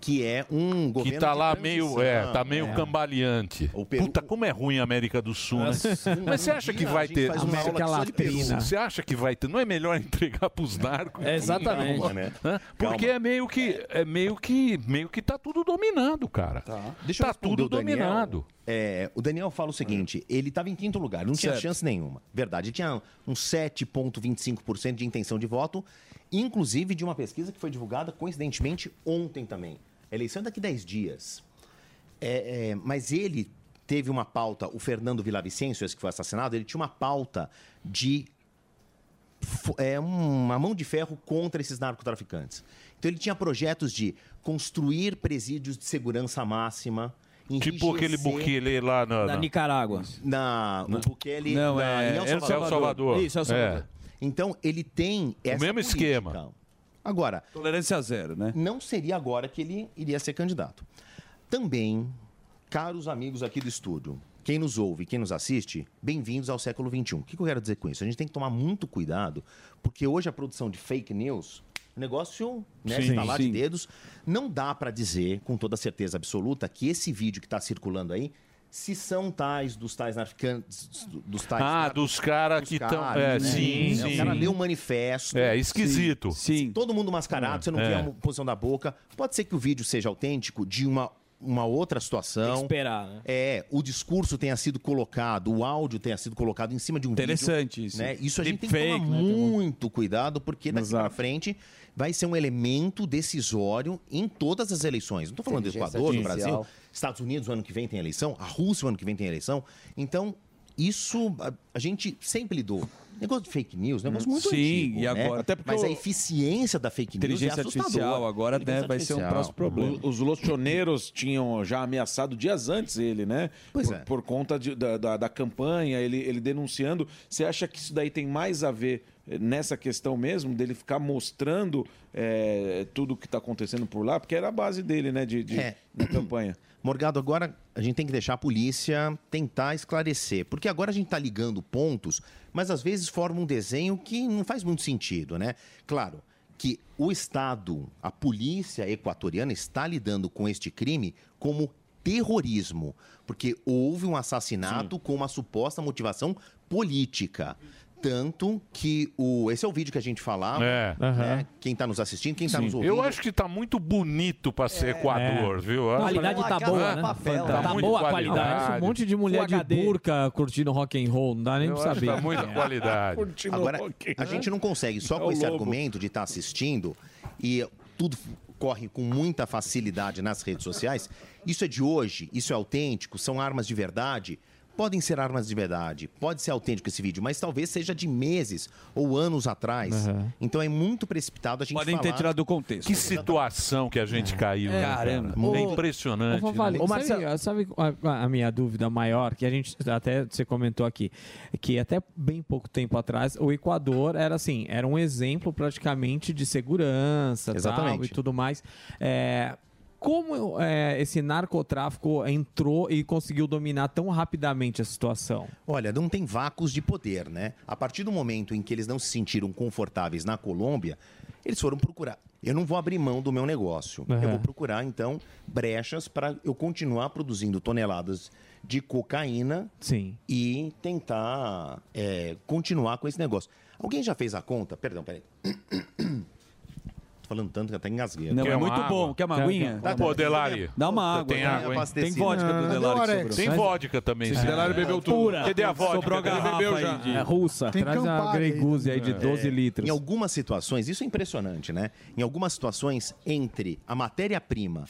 S18: Que é um governo
S3: Que tá
S18: de
S3: lá meio, é,
S18: transição,
S3: tá meio
S18: é.
S3: cambaleante. Puta, como é ruim a América do Sul, né?
S18: Nossa,
S3: Mas você
S18: um
S3: acha
S18: dia
S3: que
S18: a
S3: vai
S18: gente
S3: ter...
S18: faz uma aula América só de Peru. latina.
S3: Você acha que vai ter... Não é melhor entregar pros narcos?
S18: É, exatamente.
S3: Calma, né? Hã? Porque é meio que... É meio que... Meio que tá tudo dominado, cara. Tá,
S18: Deixa eu responder
S3: tudo
S18: o Daniel.
S3: dominado.
S18: É, o Daniel fala o seguinte: ele estava em quinto lugar, não
S3: É.
S18: tinha
S3: Certo.
S18: chance nenhuma. Verdade, tinha um uns 7,25% de intenção de voto, inclusive de uma pesquisa que foi divulgada, coincidentemente, ontem também. A eleição é daqui 10 dias. É, é, mas ele teve uma pauta, o Fernando Villavicencio, esse que foi assassinado, ele tinha uma pauta de fo- é, uma mão de ferro contra esses narcotraficantes. Então ele tinha projetos de construir presídios de segurança máxima.
S3: Tipo aquele Bukele lá na... na-
S18: Nicarágua. Na, o Bukele
S3: Não,
S18: na,
S3: é-
S18: em
S3: El Salvador. Salvador. Isso, El Salvador. É.
S18: Então ele tem essa
S3: mesmo
S18: política.
S3: esquema.
S18: Agora,
S7: Tolerância zero, né?
S18: não seria agora que ele iria ser candidato. Também, caros amigos aqui do estúdio, quem nos ouve, quem nos assiste, bem-vindos ao século XXI. O que que eu quero dizer com isso? A gente tem que tomar muito cuidado, porque hoje a produção de fake news, o negócio né,
S3: Sim,
S18: está lá de
S3: sim.
S18: dedos. Não dá para dizer com toda certeza absoluta que esse vídeo que está circulando aí se são tais dos tais narcotraficantes, dos tais
S3: Ah,
S18: narcos-
S3: dos cara
S18: dos
S3: que tão-
S18: caras,
S3: é,
S18: né?
S3: sim,
S18: O
S3: sim.
S18: cara leu o manifesto.
S3: É, esquisito.
S18: Sim. Todo mundo mascarado, você não
S3: É.
S18: vê a mo- posição da boca. Pode ser que o vídeo seja autêntico de uma, uma outra situação.
S11: Tem que esperar, né?
S18: É, o discurso tenha sido colocado, o áudio tenha sido colocado em cima de um
S7: Interessante
S18: vídeo.
S7: isso.
S18: Né? Isso a gente tem que
S7: Deepfake,
S18: tomar
S7: né?
S18: muito cuidado, porque daqui pra frente vai ser um elemento decisório em todas as eleições. Não tô falando do
S19: Inteligência
S18: Equador, do
S19: artificial.
S18: Brasil. Estados Unidos, o ano que vem tem eleição. A Rússia, o ano que vem tem eleição. Então, isso a, a gente sempre lidou. Negócio de fake news, né? negócio muito
S7: Sim,
S18: antigo,
S7: e
S18: né?
S7: agora- até porque
S18: Mas
S7: o-
S18: a eficiência da fake news é
S7: Inteligência
S18: assustadora.
S7: artificial agora, né,
S18: Inteligência
S7: vai ser um
S18: artificial.
S7: próximo problema.
S10: Os, os locioneiros tinham já ameaçado dias antes ele, né? Pois por, é. Por conta de- da, da, da campanha, ele, ele denunciando. Você acha que isso daí tem mais a ver eh, nessa questão mesmo, dele ficar mostrando eh, tudo o que está acontecendo por lá? Porque era a base dele, né? De, de,
S18: É.
S10: de campanha.
S18: Morgado, agora a gente tem que deixar a polícia tentar esclarecer, porque agora a gente está ligando pontos, mas às vezes forma um desenho que não faz muito sentido, né? Claro que o Estado, a polícia equatoriana está lidando com este crime como terrorismo, porque houve um assassinato com uma suposta motivação política. Tanto que o. Esse é o vídeo que a gente falava.
S3: É.
S18: né?
S3: Aham.
S18: Quem está nos assistindo, quem está
S3: Sim.
S18: nos ouvindo.
S3: Eu acho que tá muito bonito pra ser Equador,
S12: É.
S3: viu?
S12: A
S3: Acho-
S12: qualidade tá
S3: Hã?
S12: boa, né?
S3: Tá, muito
S12: Parece Um monte de mulher de burca curtindo rock and roll, não dá nem É.
S18: Eu
S12: pra
S18: acho que
S12: saber.
S18: tá muita
S3: qualidade. Curtindo
S12: um
S18: Agora,
S3: rock,
S18: a
S3: né?
S18: gente não consegue, só
S3: É
S18: com
S3: o
S18: esse
S3: lobo.
S18: argumento de estar assistindo e tudo f- corre com muita facilidade nas redes sociais, isso é de hoje, isso é autêntico, são armas de verdade. Podem ser armas de verdade, pode ser autêntico esse vídeo, mas talvez seja de meses ou anos atrás. Então é muito precipitado a gente
S3: Podem ter
S18: falar...
S3: tirado
S7: do contexto.
S3: Que situação que a gente caiu, né? cara?
S12: Ô,
S3: É impressionante.
S12: Ô, Favale,
S3: né?
S12: sabe, ah, sabe é a, a minha dúvida maior, que a gente até você comentou aqui, que até bem pouco tempo atrás, o Equador era assim, era um exemplo praticamente de segurança tal,
S18: Exatamente.
S12: e tudo mais. É, como é, esse narcotráfico entrou e conseguiu dominar tão rapidamente a situação?
S18: Olha, não tem vácuos de poder, né? A partir do momento em que eles não se sentiram confortáveis na Colômbia, eles foram procurar. Eu não vou abrir mão do meu negócio.
S20: Aham.
S18: Eu vou procurar, então, brechas para eu continuar produzindo toneladas de cocaína
S12: Sim.
S18: e tentar é, continuar com esse negócio. Alguém já fez a conta? Perdão, peraí. Tô falando tanto que até engasguei. Tá,
S7: Não, Quer é uma muito água? bom. Quer uma aguinha? Pô, Delari. Dá uma água,
S18: Tem
S7: né?
S18: água, hein?
S7: Tem vodka do
S18: Ah,
S7: Delari
S18: deu
S7: que
S18: Orex.
S7: sobrou.
S3: Tem
S7: Mas-
S3: vodka também.
S7: Sim,
S3: sim.
S7: Delari bebeu tudo. Pura.
S3: Cadê a vodka?
S7: Sobrou a
S3: Ele
S7: garrafa
S3: bebeu
S7: aí
S3: já.
S7: de-
S12: É russa. Traz a Grey Goose aí de 12 litros.
S18: É. Em algumas situações, isso é impressionante, né? Em algumas situações, entre a matéria-prima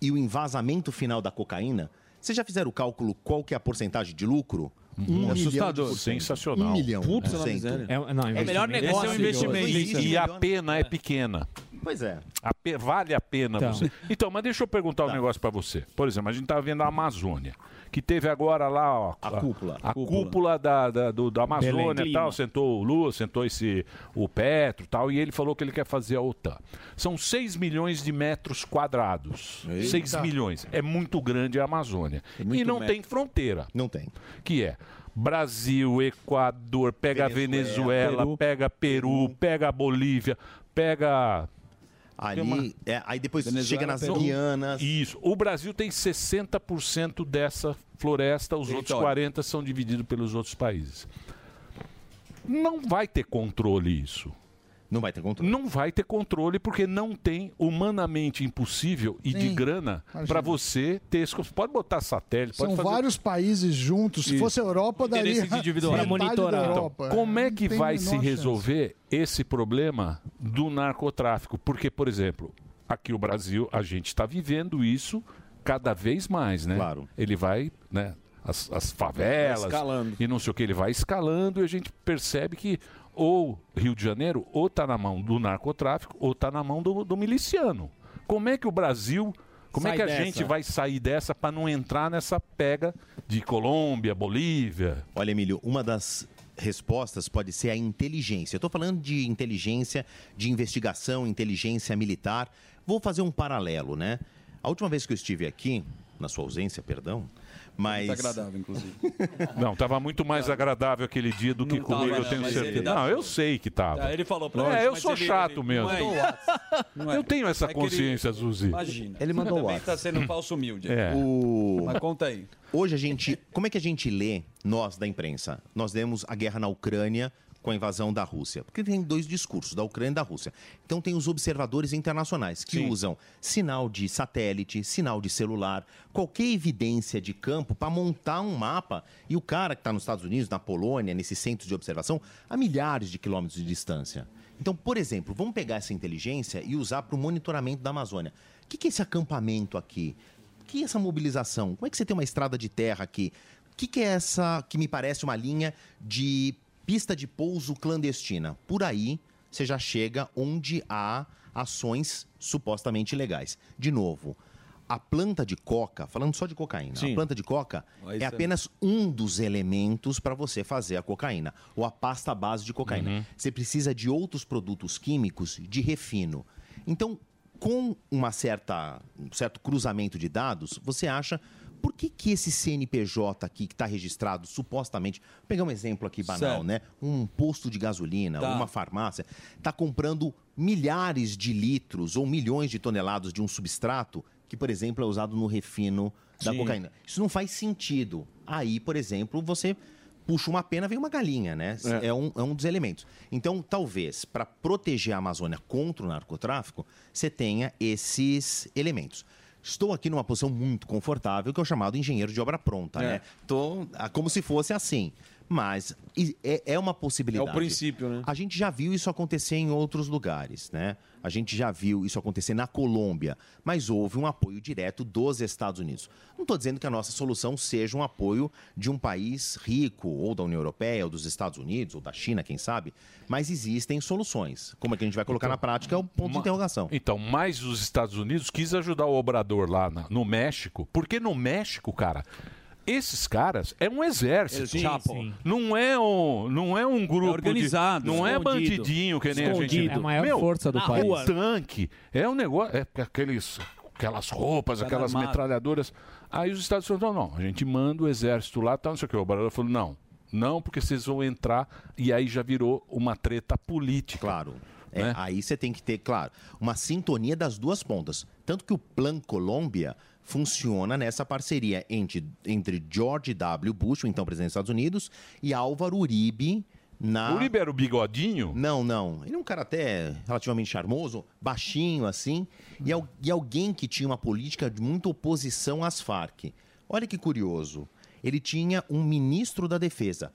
S18: e o envasamento final da cocaína, vocês já fizeram o cálculo qual que é a porcentagem de lucro? Um
S3: Hum,
S18: milhão de
S3: assustador.
S18: por cento.
S3: Sensacional.
S18: Um milhão.
S3: Putz,
S18: por
S3: ela
S18: cento.
S3: miséria.
S12: É, não,
S18: É o melhor
S3: Esse é um
S18: negócio de hoje.
S3: investimento.
S18: Não existe.
S3: E a pena é pequena.
S18: Pois é.
S3: A pe- vale a pena
S18: Então.
S3: você. Então, mas deixa eu perguntar
S18: Tá.
S3: um negócio pra você. Por exemplo, a gente tava vendo a Amazônia, que teve agora lá ó, a,
S18: cúpula.
S3: A cúpula, da, da, do- da Amazônia
S18: Belém.
S3: e tal. Sentou o Lula, sentou esse, o Petro e tal, e ele falou que ele quer fazer a OTAN. São 6 milhões de metros quadrados.
S18: Eita. É
S3: 6 milhões. É muito grande a Amazônia. e não
S18: metro.
S3: tem fronteira.
S18: Não tem.
S3: Que é Brasil, Equador, pega Venezuela,
S18: Venezuela, Peru.
S3: pega Peru, pega Bolívia, pega.
S18: Ali,
S3: Tem uma-
S18: é, aí depois chega nas Guianas.
S3: Isso. O Brasil tem 60% dessa floresta, os outros
S18: Território.
S3: 40 são divididos pelos outros países. Não vai ter controle isso.
S18: Não vai ter controle.
S3: Não vai ter controle porque não tem humanamente impossível e de
S6: Sim.
S3: grana para
S6: Imagina.
S3: você ter esse Pode botar satélite,
S6: São
S3: pode fazer
S6: vários países juntos. Se
S3: Isso.
S6: fosse a Europa, daria metade da Europa. né?
S3: Então, como é
S6: Não
S3: que
S6: tem
S3: vai
S6: a
S3: se
S6: menor chance.
S3: resolver esse problema do narcotráfico? Porque, por exemplo, aqui o Brasil, a gente está vivendo isso cada vez mais, né? Claro. Ele vai, né? As, as favelas
S9: Vai escalando.
S3: e não sei o que, ele vai escalando e a gente percebe que ou Rio de Janeiro ou tá na mão do narcotráfico ou tá na mão do, do miliciano. Como é que o Brasil, como é
S9: Sai
S3: que a
S9: dessa.
S3: gente vai sair dessa para não entrar nessa pega de Colômbia, Bolívia?
S18: Olha, Emílio, uma das respostas pode ser a inteligência. Eu estou falando de inteligência, de investigação, inteligência militar. Vou fazer um paralelo, né? A última vez que eu estive aqui, na sua ausência, perdão,
S9: É
S18: mas...
S3: Muito tá agradável, inclusive. Não, tava muito mais agradável aquele dia do que comigo,
S9: tava,
S3: eu
S9: não,
S3: tenho
S9: mas
S3: certeza.
S9: ele dá-
S3: Não, eu sei que tava.
S7: Tá,
S9: Ah, ele falou pra
S3: É,
S9: gente,
S3: eu
S9: mas
S3: sou
S9: ele-
S3: chato
S9: ele-
S3: mesmo.
S9: não é
S3: Eu tenho essa
S7: É que ele-
S3: consciência, Zuzi.
S7: Imagina.
S18: Ele mandou
S7: Também
S18: o
S7: tá sendo um falso humilde.
S18: É.
S7: Mas conta aí.
S18: Hoje a gente. Como é que a gente lê, nós da imprensa? Nós lemos a guerra na Ucrânia com a invasão da Rússia. Porque tem dois discursos, da Ucrânia e da Rússia. Então tem os observadores internacionais que usam sinal de satélite, sinal de celular, qualquer evidência de campo para montar um mapa. E o cara que está nos Estados Unidos, na Polônia, nesse centro de observação, a milhares de quilômetros de distância. Então, por exemplo, vamos pegar essa inteligência e usar para o monitoramento da Amazônia. O que que é esse acampamento aqui? que é essa mobilização? Como é que você tem uma estrada de terra aqui? O que, que é essa que me parece uma linha de pista de pouso clandestina? Por aí você já chega onde há ações supostamente ilegais. De novo, a planta de coca, falando só de cocaína, a planta de coca é
S19: Olha isso aí.
S18: apenas um dos elementos para você fazer a cocaína, ou a pasta base de cocaína.
S19: Uhum.
S18: Você precisa de outros produtos químicos de refino. Então, com uma certa, um certo cruzamento de dados, você acha por que, que esse CNPJ aqui que está registrado supostamente, vou pegar um exemplo aqui banal,
S19: Certo.
S18: né? Um posto de gasolina,
S19: Tá.
S18: uma farmácia, está comprando milhares de litros ou milhões de toneladas de um substrato que, por exemplo, é usado no refino da
S19: Sim.
S18: cocaína. Isso não faz sentido. Aí, por exemplo, você puxa uma pena, vem uma galinha, né? É, um, é um dos elementos. Então, talvez, para proteger a Amazônia contra o narcotráfico, você tenha esses elementos. Estou aqui numa posição muito confortável, que é o chamado engenheiro de obra pronta,
S10: É.
S18: né? Tô, ah, como se fosse assim. Mas e- é, é uma possibilidade.
S10: É o princípio, né?
S18: A gente já viu isso acontecer em outros lugares, né? A gente já viu isso acontecer na Colômbia, mas houve um apoio direto dos Estados Unidos. Não estou dizendo que a nossa solução seja um apoio de um país rico, ou da União Europeia, ou dos Estados Unidos, ou da China, quem sabe, mas existem soluções. Como é que a gente vai
S10: Então,
S18: colocar na prática é o ponto de interrogação.
S3: Então, mais os Estados Unidos quis ajudar o Obrador lá na- no México, porque no México, cara, esses caras é um exército.
S7: Sim, Chapo. sim.
S3: Não é um, não é um grupo
S7: É organizado,
S3: de- não é
S7: escondido.
S3: bandidinho que nem a gente.
S7: Escondido. É a maior
S3: Meu,
S7: força do
S3: na
S7: país.
S3: rua. É tanque, é um negócio, é aqueles aquelas roupas,
S9: Cara
S3: aquelas
S9: armado.
S3: metralhadoras. Aí os Estados Unidos falaram, não, a gente manda o exército lá, tal, não sei o que. O Obrador falou, não, não, porque vocês vão entrar e aí já virou uma treta política. né?
S18: Claro. É, Aí você tem que ter, claro, uma sintonia das duas pontas. Tanto que o Plan Colômbia funciona nessa parceria entre, entre George W. Bush, o então presidente dos Estados Unidos, e Álvaro Uribe na.
S3: Uribe era o bigodinho?
S18: Não, não. Ele é um cara até relativamente charmoso, baixinho assim, e, al- e alguém que tinha uma política de muita oposição às Farc. Olha que curioso. Ele tinha um ministro da defesa,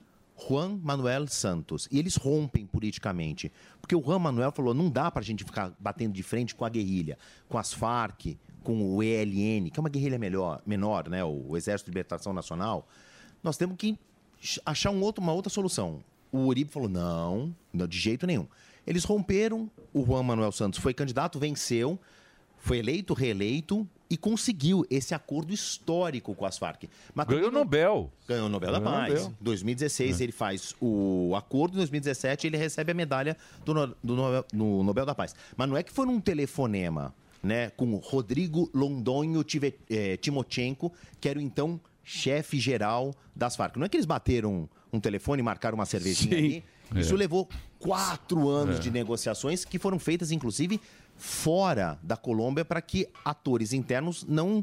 S18: Juan Manuel Santos. E eles rompem politicamente. Porque o Juan Manuel falou: não dá para a gente ficar batendo de frente com a guerrilha, com as Farc, com o ELN, que é uma guerrilha melhor, menor, né? o Exército de Libertação Nacional. Nós temos que ch- achar um outro- uma outra solução. O Uribe falou: não, não, de jeito nenhum. Eles romperam, o Juan Manuel Santos foi candidato, venceu, foi eleito, reeleito e conseguiu esse acordo histórico com as Farc. Mas
S3: Ganhou o Nobel.
S18: Ganhou o Nobel da
S3: Ganhou o
S18: Paz.
S3: Nobel.
S18: 2016 ele faz o acordo, em 2017 ele recebe a medalha do, no, do Nobel, no Nobel da Paz. Mas não é que foi num telefonema, né, com o Rodrigo Londonho Tive- eh, Timochenko, que era o então chefe geral das Farc. Não é que eles bateram um telefone e marcaram uma cervejinha
S3: Sim.
S18: ali. Isso
S3: É.
S18: levou quatro anos
S3: É.
S18: de negociações que foram feitas, inclusive, fora da Colômbia, para que atores internos não.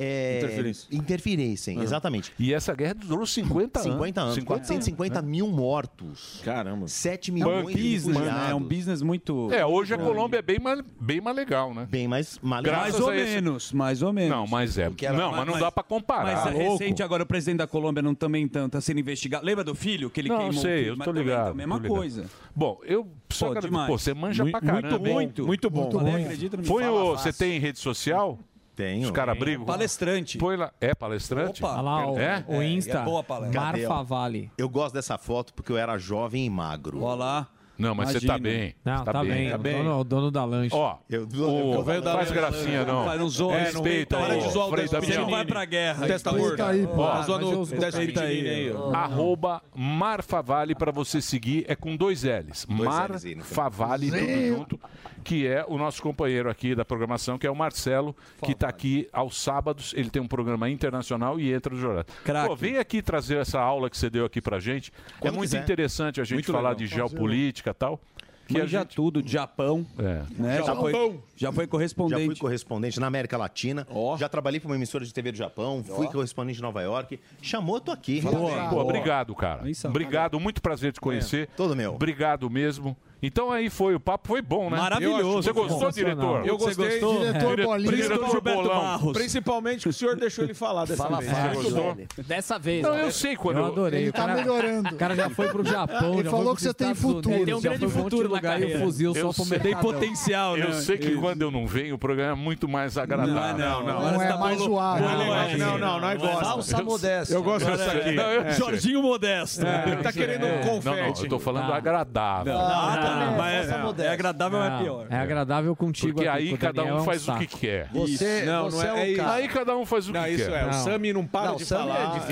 S18: eh,
S3: Interferência.
S18: Interferissem,
S3: Uhum.
S18: exatamente.
S3: E essa guerra durou 50 anos.
S18: 50 anos.
S3: 50
S7: né?
S18: 450
S3: anos,
S18: mil mortos.
S3: Caramba.
S18: 7 milhões de refugiados.
S7: business muito.
S3: É, hoje a
S18: Bom.
S3: Colômbia é bem mais, bem mais legal, né?
S18: Bem mais,
S7: mais ou menos, mais ou menos.
S3: Não, mas é. Não, mas, não dá pra comparar.
S7: Mas
S3: Tá
S7: a
S3: louco?
S7: recente agora, o presidente da Colômbia não também tanto, tá sendo investigado. Lembra do filho que ele
S3: não,
S7: queimou? o
S3: sei,
S7: filho,
S3: eu
S7: mas
S3: tô
S7: também
S3: ligado.
S7: tá a mesma
S3: tô ligado.
S7: coisa.
S3: Bom, eu só
S7: Pô,
S3: quero...
S7: demais.
S3: Pô, você manja
S7: Mu-
S3: pra caramba.
S7: muito
S3: hein?
S7: bom, Muito. muito bom. Muito
S3: Ale,
S7: bom.
S3: acredita no
S7: Põe
S3: Põe
S7: o-
S3: o...
S7: fácil.
S3: Você tem rede social?
S18: Tenho.
S3: Os caras brigam?
S7: Palestrante.
S3: Põe lá. É palestrante?
S7: Opa. Olha lá,
S18: o-
S3: é?
S18: o Insta. É boa palestra.
S3: Cadê, ó?
S18: Marfa Eu gosto dessa foto porque eu era jovem e magro.
S7: Olha lá.
S3: Não, mas você tá bem.
S12: Não,
S3: Você
S12: tá, bem. O dono- o dono da lanche.
S3: Ó, o- faz gracinha, não.
S7: Vai, um não tá zoa,
S3: Respeita,
S7: respeita,
S3: ô,
S7: não zoa o
S3: Frei
S7: Despinini.
S3: Damião.
S7: Você não vai pra guerra.
S3: Testa
S7: Respeita
S3: gorda.
S7: aí, pô.
S3: Ó,
S7: Tá zoando
S3: mas
S7: o
S3: eu-
S7: Despinini
S3: respeita
S7: aí, ó.
S3: Arroba Marfavale pra você seguir. É com dois L's.
S18: L's aí no final.
S3: Marfavale, tudo
S18: Sim.
S3: junto. Que é o nosso companheiro aqui da programação, que é o Marcelo, que tá aqui aos sábados. Ele tem um programa internacional e entra no jornal. Pô, vem aqui trazer essa aula que você deu aqui pra gente. é
S7: Quando
S3: muito
S7: quiser.
S3: interessante a gente
S7: Muito
S3: falar
S7: legal.
S3: de geopolítica e tal.
S7: Que já tudo, de Japão.
S3: É.
S7: Né? Já foi- já foi correspondente.
S18: Já fui correspondente na América Latina. Já trabalhei para uma emissora de TV do Japão. Fui correspondente em Nova York. Chamou, tô aqui.
S3: Boa, Pô, obrigado, cara. Obrigado, muito prazer te conhecer. É, Todo meu. Obrigado mesmo. Então aí foi, o papo foi bom, né?
S10: Maravilhoso.
S3: Eu acho- Você gostou, diretor?
S10: Eu gostei.
S3: Diretor Bolinha. Diretor Bolão.
S10: Principalmente que o senhor deixou ele falar dessa
S3: Fala
S10: vez.
S3: fácil,
S10: Você gostou?
S3: velho.
S11: Dessa vez. né?
S10: Não,
S11: ó.
S10: eu sei quando Eu eu- adorei,
S12: Ele o tá cara- melhorando. o cara já foi pro Japão, Ele já foi falou pros que você tem Estados futuro. Unidos,
S11: Tem um
S12: já
S11: grande
S12: foi pra um
S11: futuro
S12: monte de
S11: na
S12: lugar e o
S11: carreira.
S12: fuzil
S3: Eu sei-
S7: Tem potencial, né?
S3: Eu sei que
S7: Isso.
S3: quando eu não venho, o programa é muito mais agradável.
S7: Não, não, não.
S10: Agora Não você é tá mais bolo- zoado.
S3: Não,
S10: Não, é, não, não, não é gosta. Falsa modéstia. Eu gosto dessa aqui. É.
S7: Jorginho Modesto.
S3: É,
S7: Ele tá querendo um confete.
S3: Não, não, eu tô falando
S7: Tá.
S3: agradável.
S7: Não, Ah, não, tá, não, mas é- falsa modéstia. é agradável, mas é
S12: Não,
S7: pior.
S12: É agradável contigo.
S3: Porque
S12: aqui,
S3: aí
S12: com o
S3: cada
S12: Daniel é
S3: um faz o que
S12: saco.
S3: quer.
S10: Você-
S3: Não,
S10: você
S3: não
S10: é
S3: é
S10: o cara.
S3: Aí cada um faz o que
S10: Não,
S3: quer.
S10: isso é. O Sami não para de
S3: Sami
S10: falar.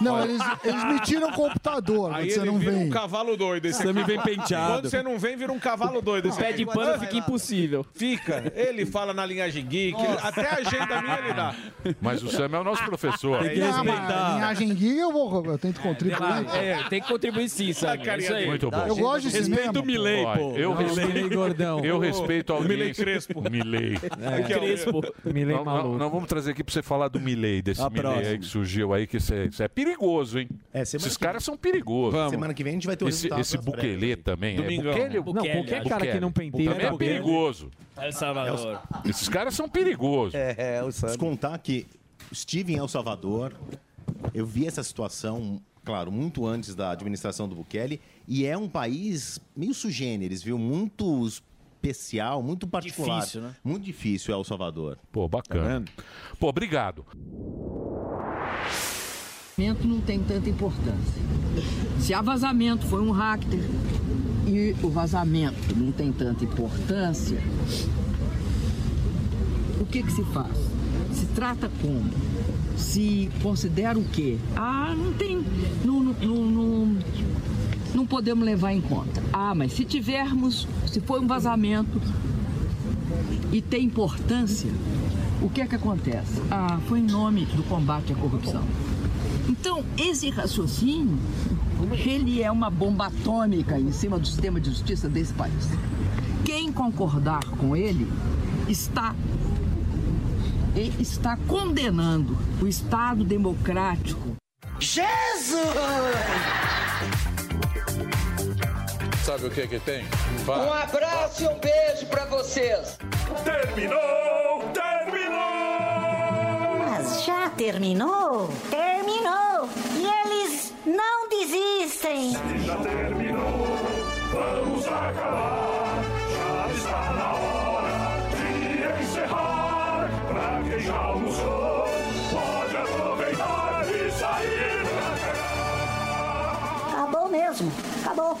S6: Não, eles, eles me tiram o computador
S10: Aí
S6: quando você
S10: ele
S6: não
S10: vira
S6: vem.
S10: um cavalo doido. Esse
S6: Sammy
S10: aqui.
S6: vem penteado.
S10: Quando você não vem, vira um cavalo doido. Esse
S11: Pé de
S10: aqui.
S11: pano
S10: Ah,
S11: fica impossível.
S10: Fica. Ele fala na linhagem geek. Até a agenda minha ele dá.
S3: Mas o Sam é o nosso professor.
S6: Tem que Ah, mas a linhagem Gui, eu, vou, eu tento contribuir.
S11: É, tem que contribuir sim,
S3: Tá
S11: sabe? É isso aí.
S3: Muito bom.
S6: Eu gosto de Respeita cinema, o Milei,
S3: Olha,
S6: pô.
S3: Eu
S6: Não,
S3: respeito,
S6: Milei gordão.
S3: Eu respeito a
S6: O Milei
S3: audiência.
S6: Crespo.
S3: Milei.
S6: É. O Crespo.
S12: Milei
S3: Não, não,
S12: maluco.
S3: Não, vamos trazer aqui pra você falar do Milei, desse
S18: A
S3: Milei aí
S18: próxima.
S3: que surgiu aí, que isso é, isso é perigoso, hein? Esses
S18: que vem-
S3: caras são perigosos.
S18: Vamos. Semana que vem a gente vai ter o
S3: Esse,
S18: resultado
S3: esse
S18: das
S3: Bukele também.
S18: Domingão.
S3: É Bukele,
S18: Não, Bukele,
S12: qualquer cara que não penteia
S3: Também
S18: é
S3: é
S18: Bukele.
S3: perigoso.
S11: El Salvador.
S3: Esses caras são perigosos.
S18: É, é, o Descontar que estive em El Salvador, eu vi essa situação, claro, muito antes da administração do Bukele, e é um país meio sugêneres, viu? Muito especial, muito particular.
S3: Difícil, né?
S18: Muito difícil Tá El Salvador.
S3: Pô, bacana. Pô, obrigado.
S19: vazamento não tem tanta importância. Se há vazamento foi um hacker e o vazamento não tem tanta importância, o que que se faz? Se trata como? Se considera o quê? Ah, não tem. Não, não, não, não, não podemos levar em conta. Ah, mas se tivermos, se for um vazamento e tem importância, o que é que acontece? Ah, foi em nome do combate à corrupção. Então, esse raciocínio, ele é uma bomba atômica em cima do sistema de justiça desse país. Quem concordar com ele está e- está condenando o Estado democrático. Jesus!
S3: Sabe o que que tem?
S19: Um abraço e um beijo para vocês.
S3: Terminou! Terminou!
S20: Mas já terminou? Terminou! E eles não desistem!
S2: Já terminou, vamos acabar. Já está na hora de encerrar. Pra quem já almoçou, pode aproveitar e sair pra cá.
S20: Acabou mesmo! Acabou!